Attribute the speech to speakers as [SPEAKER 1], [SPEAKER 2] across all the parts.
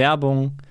[SPEAKER 1] Werbung.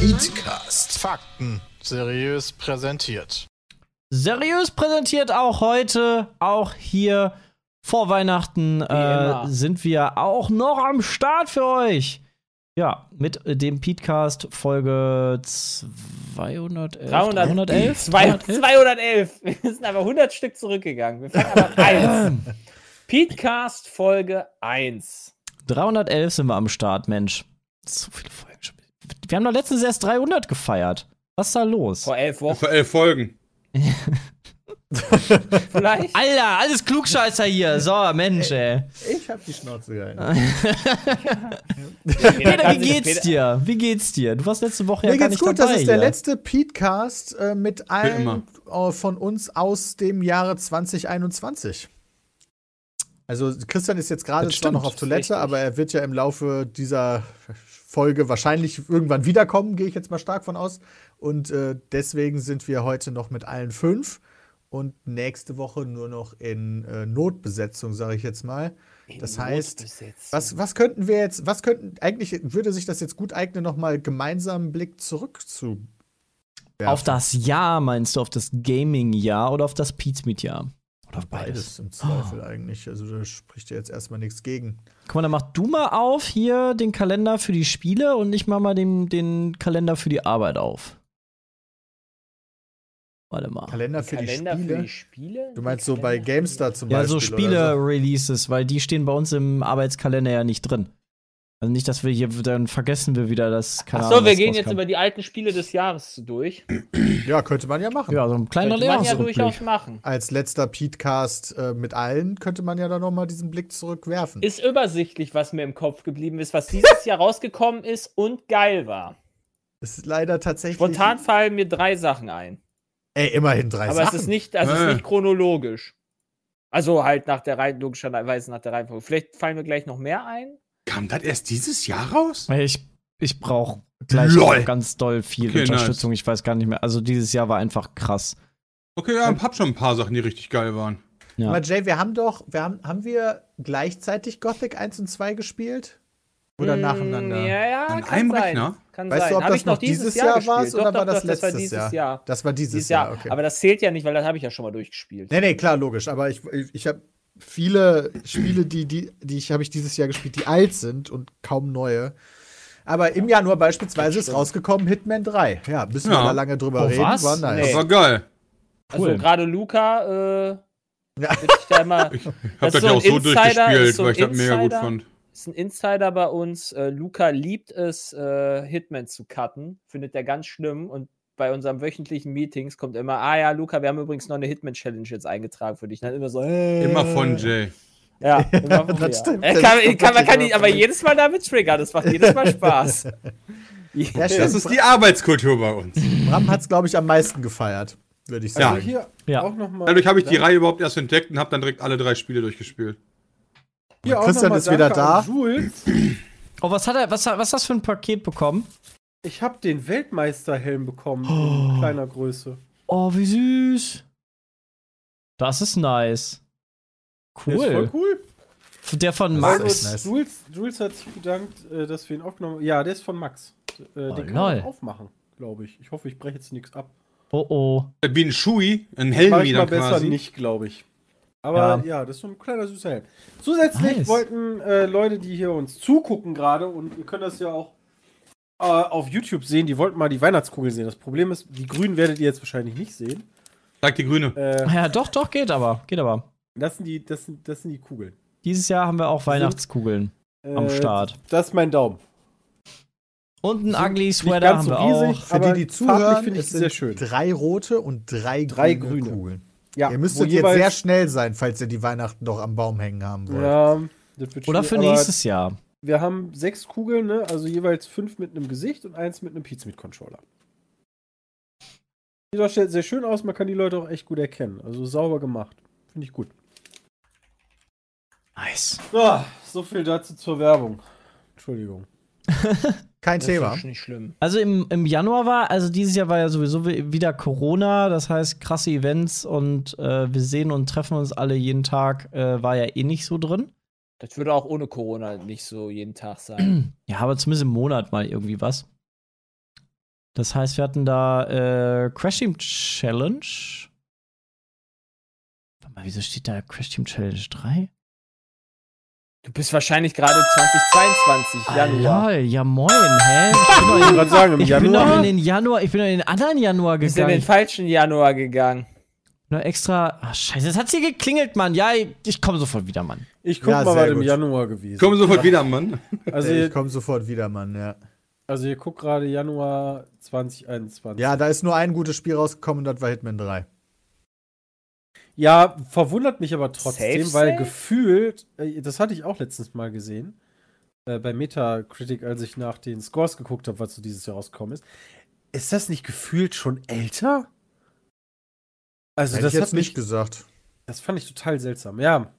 [SPEAKER 2] Eatcast.
[SPEAKER 3] Fakten seriös präsentiert.
[SPEAKER 1] seriös präsentiert auch heute, auch hier vor Weihnachten äh,
[SPEAKER 4] immer.
[SPEAKER 1] sind wir auch noch am Start für euch. Ja, mit äh, dem Podcast Folge 211.
[SPEAKER 4] 300,
[SPEAKER 1] 311?
[SPEAKER 4] 211. 211. Wir sind aber 100 Stück zurückgegangen. Wir fangen aber an
[SPEAKER 1] Ähm.
[SPEAKER 4] 1. Podcast Folge 1.
[SPEAKER 1] 311 sind wir am Start, Mensch. So viele Folgen schon. Wir haben doch letztens erst 300 gefeiert. Was ist da los?
[SPEAKER 4] Vor elf Wochen
[SPEAKER 5] Vor elf äh, Folgen.
[SPEAKER 4] vielleicht.
[SPEAKER 1] Alter, alles Klugscheißer hier. So, Mensch, ey.
[SPEAKER 2] Ich hab die Schnauze
[SPEAKER 1] Ah,
[SPEAKER 2] gehalten.
[SPEAKER 1] Peter, wie
[SPEAKER 4] kann sich-
[SPEAKER 1] geht's
[SPEAKER 4] Peter-
[SPEAKER 1] dir? Wie geht's dir? Du warst letzte Woche ja
[SPEAKER 2] Also, Mir
[SPEAKER 1] gar
[SPEAKER 2] geht's
[SPEAKER 1] nicht
[SPEAKER 2] gut,
[SPEAKER 1] dabei.
[SPEAKER 2] das ist der
[SPEAKER 1] hier.
[SPEAKER 2] letzte Podcast äh, mit allen äh, von uns aus dem Jahre 2021. Also Christian ist jetzt gerade
[SPEAKER 1] Das
[SPEAKER 2] zwar noch
[SPEAKER 1] stimmt,
[SPEAKER 2] auf Toilette,
[SPEAKER 4] richtig.
[SPEAKER 2] aber er wird ja im Laufe dieser Folge wahrscheinlich irgendwann wiederkommen, gehe ich jetzt mal stark von aus. Und äh, deswegen sind wir heute noch mit allen fünf und nächste Woche nur noch in äh, Notbesetzung, sage ich jetzt mal. Das heißt,
[SPEAKER 4] Notbesetzung.
[SPEAKER 2] was, was könnten wir jetzt, was könnten, eigentlich würde sich das jetzt gut eignen, nochmal gemeinsam einen Blick zurück zu.
[SPEAKER 1] Auf das Jahr meinst du, auf das Gaming-Jahr oder auf das Pizmeet-Jahr? Oder auf beides. Oh.
[SPEAKER 2] Beides im Zweifel eigentlich. Also da spricht ja jetzt erstmal nichts gegen.
[SPEAKER 1] Guck mal, dann mach du mal auf hier den Kalender für die Spiele und ich mach mal den, den Kalender für die Arbeit auf. Warte mal.
[SPEAKER 2] Kalender für
[SPEAKER 4] Kalender
[SPEAKER 2] die
[SPEAKER 4] für
[SPEAKER 2] Spiele.
[SPEAKER 4] die Spiele?
[SPEAKER 2] Du meinst so
[SPEAKER 4] Kalender
[SPEAKER 2] bei
[SPEAKER 4] für die-
[SPEAKER 2] GameStar zum
[SPEAKER 1] Ja,
[SPEAKER 2] Beispiel?
[SPEAKER 1] so
[SPEAKER 2] oder
[SPEAKER 1] Spiele-Releases, weil die stehen bei uns im Arbeitskalender ja nicht drin. Also nicht, dass wir hier, dann vergessen wir wieder das
[SPEAKER 4] Ach
[SPEAKER 1] keine
[SPEAKER 4] so,
[SPEAKER 1] Ahnung,
[SPEAKER 4] wir
[SPEAKER 1] was
[SPEAKER 4] gehen jetzt
[SPEAKER 1] rauskam.
[SPEAKER 4] über die alten Spiele des Jahres durch.
[SPEAKER 2] Ja, könnte man ja machen.
[SPEAKER 1] Ja, so ein kleiner
[SPEAKER 4] Könnte man ja
[SPEAKER 1] Lehrungsrückblick.
[SPEAKER 4] durchaus machen.
[SPEAKER 2] Als letzter Podcast äh, mit allen könnte man ja dann nochmal diesen Blick zurückwerfen.
[SPEAKER 4] Ist übersichtlich, was mir im Kopf geblieben ist, was dieses Jahr rausgekommen ist und geil war.
[SPEAKER 2] ist leider tatsächlich.
[SPEAKER 4] Spontan fallen mir drei Sachen ein.
[SPEAKER 2] Ey, immerhin drei
[SPEAKER 4] Aber es
[SPEAKER 2] Sachen.
[SPEAKER 4] ist nicht, das ist
[SPEAKER 5] Äh.
[SPEAKER 4] nicht chronologisch. Also halt nach der Reihe, logischerweise nach der Reihenfolge. Vielleicht fallen mir gleich noch mehr ein.
[SPEAKER 5] Kam das erst dieses Jahr raus?
[SPEAKER 1] Ich, ich brauche gleich
[SPEAKER 5] Lol.
[SPEAKER 1] ganz doll viel
[SPEAKER 5] Okay,
[SPEAKER 1] Unterstützung. Ich weiß gar nicht mehr. Also dieses Jahr war einfach krass.
[SPEAKER 5] Okay, ja, ich hab schon ein paar Sachen, die richtig geil waren.
[SPEAKER 1] Ja.
[SPEAKER 2] Aber Jay, wir haben doch, wir haben, haben wir gleichzeitig Gothic 1 und 2 gespielt? Oder
[SPEAKER 4] Mm,
[SPEAKER 2] nacheinander?
[SPEAKER 4] Ja, ja,
[SPEAKER 5] An
[SPEAKER 4] kann
[SPEAKER 5] einem
[SPEAKER 4] sein.
[SPEAKER 5] Rechner?
[SPEAKER 4] Kann
[SPEAKER 2] Weißt
[SPEAKER 4] sein.
[SPEAKER 2] du, ob
[SPEAKER 4] Hab
[SPEAKER 2] das
[SPEAKER 4] ich noch
[SPEAKER 2] noch dieses Jahr war
[SPEAKER 4] gespielt.
[SPEAKER 2] oder
[SPEAKER 4] Doch,
[SPEAKER 2] war
[SPEAKER 4] doch,
[SPEAKER 2] das
[SPEAKER 4] das war
[SPEAKER 2] letztes
[SPEAKER 4] dieses
[SPEAKER 2] Jahr?
[SPEAKER 4] Jahr.
[SPEAKER 2] Das war dieses,
[SPEAKER 4] Dieses
[SPEAKER 2] Jahr,
[SPEAKER 4] Jahr.
[SPEAKER 2] okay.
[SPEAKER 4] Aber das zählt ja nicht, weil das habe ich ja schon mal durchgespielt.
[SPEAKER 2] nee, nee, klar, logisch. Aber ich, ich, ich habe viele Spiele, die, die, die ich, habe ich dieses Jahr gespielt, die alt sind und kaum neue. Aber im Januar beispielsweise ist rausgekommen Hitman 3. Ja, müssen wir
[SPEAKER 5] Ja.
[SPEAKER 2] da lange drüber
[SPEAKER 1] Oh,
[SPEAKER 2] reden.
[SPEAKER 1] was?
[SPEAKER 2] War nice.
[SPEAKER 5] Das
[SPEAKER 4] Nee.
[SPEAKER 5] war geil.
[SPEAKER 1] cool.
[SPEAKER 4] Also gerade Luca, äh,
[SPEAKER 2] Ja.
[SPEAKER 4] bin ich da immer,
[SPEAKER 5] Ich hab
[SPEAKER 4] Das
[SPEAKER 5] das,
[SPEAKER 4] ist
[SPEAKER 5] ja
[SPEAKER 4] so
[SPEAKER 5] auch
[SPEAKER 4] ein
[SPEAKER 5] so
[SPEAKER 4] Insider, ist
[SPEAKER 5] durchgespielt,
[SPEAKER 4] so
[SPEAKER 5] weil ich
[SPEAKER 4] ein
[SPEAKER 5] das mega gut
[SPEAKER 4] Insider.
[SPEAKER 5] fand.
[SPEAKER 4] ist ein Insider bei uns. Äh, Luca liebt es, äh, Hitman zu cutten. Findet er ganz schlimm. Und bei unseren wöchentlichen Meetings kommt immer, ah ja, Luca, wir haben übrigens noch eine Hitman-Challenge jetzt eingetragen für dich. Und dann immer so, äh,
[SPEAKER 5] Immer von Jay.
[SPEAKER 4] Ja, immer von
[SPEAKER 2] Das
[SPEAKER 4] mir.
[SPEAKER 2] stimmt,
[SPEAKER 4] Er
[SPEAKER 2] das
[SPEAKER 4] kann,
[SPEAKER 2] stimmt
[SPEAKER 4] kann, man kann
[SPEAKER 2] wirklich
[SPEAKER 4] ihn aber
[SPEAKER 2] immer.
[SPEAKER 4] jedes Mal damit triggern. Das macht jedes Mal Spaß.
[SPEAKER 2] Ja,
[SPEAKER 5] Das
[SPEAKER 2] stimmt.
[SPEAKER 5] ist die Arbeitskultur bei uns.
[SPEAKER 2] Bram hat es, glaube ich, am meisten gefeiert, würde ich
[SPEAKER 5] Ja.
[SPEAKER 2] sagen.
[SPEAKER 6] Also Hier
[SPEAKER 1] Ja.
[SPEAKER 6] auch noch mal,
[SPEAKER 5] Dadurch habe ich die
[SPEAKER 6] Dank-
[SPEAKER 5] Reihe überhaupt erst entdeckt und habe dann direkt alle drei Spiele durchgespielt.
[SPEAKER 6] hier auch
[SPEAKER 2] Christian
[SPEAKER 6] noch mal
[SPEAKER 2] ist wieder
[SPEAKER 6] Danke
[SPEAKER 2] da.
[SPEAKER 6] an Jules.
[SPEAKER 1] Oh, was hat er, was, hat- was hast du für ein Paket bekommen?
[SPEAKER 6] Ich habe den Weltmeisterhelm bekommen in kleiner Größe.
[SPEAKER 1] Oh, wie süß. Oh, Das ist nice.
[SPEAKER 6] Der ist
[SPEAKER 1] Cool.
[SPEAKER 6] voll cool.
[SPEAKER 1] Der von
[SPEAKER 6] also,
[SPEAKER 1] Max.
[SPEAKER 6] Jules, Jules hat sich bedankt, äh, dass wir ihn aufgenommen haben. Ja, der ist von Max. Äh, den kann
[SPEAKER 1] lol.
[SPEAKER 6] man aufmachen, glaube ich. Ich hoffe, ich breche jetzt nichts ab.
[SPEAKER 1] Oh oh.
[SPEAKER 5] Der Bienenschuhi, ein
[SPEAKER 6] Mach
[SPEAKER 5] Helm
[SPEAKER 6] ich
[SPEAKER 5] wieder
[SPEAKER 6] mal besser
[SPEAKER 5] quasi.
[SPEAKER 6] nicht, glaube ich. Aber
[SPEAKER 1] Ja.
[SPEAKER 6] ja. das ist so ein kleiner süßer Helm. Zusätzlich
[SPEAKER 1] Nice.
[SPEAKER 6] wollten äh, Leute, die hier uns zugucken gerade, und ihr könnt das ja auch äh, auf YouTube sehen, die wollten mal die Weihnachtskugel sehen. Das Problem ist, die grünen werdet ihr jetzt wahrscheinlich nicht sehen.
[SPEAKER 5] Sag die Grüne.
[SPEAKER 6] Äh,
[SPEAKER 1] Ja, doch, doch, geht aber. Geht aber.
[SPEAKER 6] das, sind die, das, sind, das sind die Kugeln.
[SPEAKER 1] Dieses Jahr haben wir auch Weihnachtskugeln am
[SPEAKER 6] Äh,
[SPEAKER 1] Start.
[SPEAKER 6] Das ist mein Daumen.
[SPEAKER 1] Und ein ugly
[SPEAKER 6] Nicht
[SPEAKER 1] Sweater haben
[SPEAKER 6] ganz so
[SPEAKER 1] wir
[SPEAKER 6] riesig,
[SPEAKER 1] auch.
[SPEAKER 2] Für
[SPEAKER 6] aber
[SPEAKER 2] die, die
[SPEAKER 6] farblich
[SPEAKER 2] zuhören,
[SPEAKER 6] finde ich
[SPEAKER 2] es
[SPEAKER 6] sehr
[SPEAKER 2] sind
[SPEAKER 6] schön.
[SPEAKER 2] drei rote und drei,
[SPEAKER 6] Drei
[SPEAKER 2] grüne,
[SPEAKER 6] grüne.
[SPEAKER 2] Kugeln.
[SPEAKER 6] Ja,
[SPEAKER 2] ihr
[SPEAKER 6] wo
[SPEAKER 2] müsstet jetzt
[SPEAKER 6] jeweils-
[SPEAKER 2] sehr schnell sein, falls ihr die Weihnachten noch am Baum hängen haben wollt.
[SPEAKER 6] Ja, das wird
[SPEAKER 1] Oder
[SPEAKER 6] schwierig,
[SPEAKER 1] für
[SPEAKER 6] aber
[SPEAKER 1] nächstes Jahr.
[SPEAKER 6] Wir haben sechs Kugeln, ne? also jeweils fünf mit einem Gesicht und eins mit einem Pizza mit Controller. Sieht auch sehr sehr schön aus, man kann die Leute auch echt gut erkennen. Also sauber gemacht. Finde ich gut.
[SPEAKER 1] Nice.
[SPEAKER 6] Ah, so viel dazu zur Werbung. Entschuldigung.
[SPEAKER 2] Kein
[SPEAKER 4] Das
[SPEAKER 2] Thema.
[SPEAKER 4] ist nicht schlimm.
[SPEAKER 1] Also im, im Januar war, also dieses Jahr war ja sowieso wi- wieder Corona, das heißt krasse Events und äh, wir sehen und treffen uns alle jeden Tag, äh, war ja eh nicht so drin.
[SPEAKER 4] Das würde auch ohne Corona nicht so jeden Tag sein.
[SPEAKER 1] Ja, aber zumindest im Monat mal irgendwie was. Das heißt, wir hatten da äh, Crash Team Challenge. Warte mal, wieso steht da Crash Team Challenge 3?
[SPEAKER 4] Du bist wahrscheinlich gerade 2022, Januar.
[SPEAKER 1] Ah, lol, ja moin, hä? Ich bin doch in,
[SPEAKER 6] gerade sagen, im
[SPEAKER 1] ich bin doch in den Januar, ich bin doch in den anderen Januar
[SPEAKER 4] Du bist in
[SPEAKER 1] gegangen.
[SPEAKER 4] den
[SPEAKER 1] Ich
[SPEAKER 4] falschen Januar gegangen.
[SPEAKER 1] bin doch extra. Ach, scheiße, es hat hier geklingelt, Mann. Ja, ich, ich komme sofort wieder, Mann.
[SPEAKER 6] Ich guck
[SPEAKER 2] Ja,
[SPEAKER 6] mal,
[SPEAKER 2] sehr
[SPEAKER 6] was im
[SPEAKER 2] gut.
[SPEAKER 6] Januar gewesen
[SPEAKER 5] Komm sofort wieder, Mann.
[SPEAKER 6] Also,
[SPEAKER 2] Ey,
[SPEAKER 6] ihr,
[SPEAKER 2] ich komme sofort wieder, Mann. Ja.
[SPEAKER 6] also ihr guckt gerade Januar 2021.
[SPEAKER 2] ja, da ist nur ein gutes Spiel rausgekommen, das war Hitman 3.
[SPEAKER 6] Ja, verwundert mich aber trotzdem,
[SPEAKER 4] Safe,
[SPEAKER 6] weil
[SPEAKER 4] safe?
[SPEAKER 6] gefühlt, äh, das hatte ich auch letztens mal gesehen, äh, bei Metacritic, als ich nach den Scores geguckt habe, was so dieses Jahr rausgekommen ist. Ist das nicht gefühlt schon älter? Also,
[SPEAKER 2] Hätte
[SPEAKER 6] das
[SPEAKER 2] ich
[SPEAKER 6] hat
[SPEAKER 2] jetzt nicht
[SPEAKER 6] mich,
[SPEAKER 2] gesagt.
[SPEAKER 6] das fand ich total seltsam. Ja.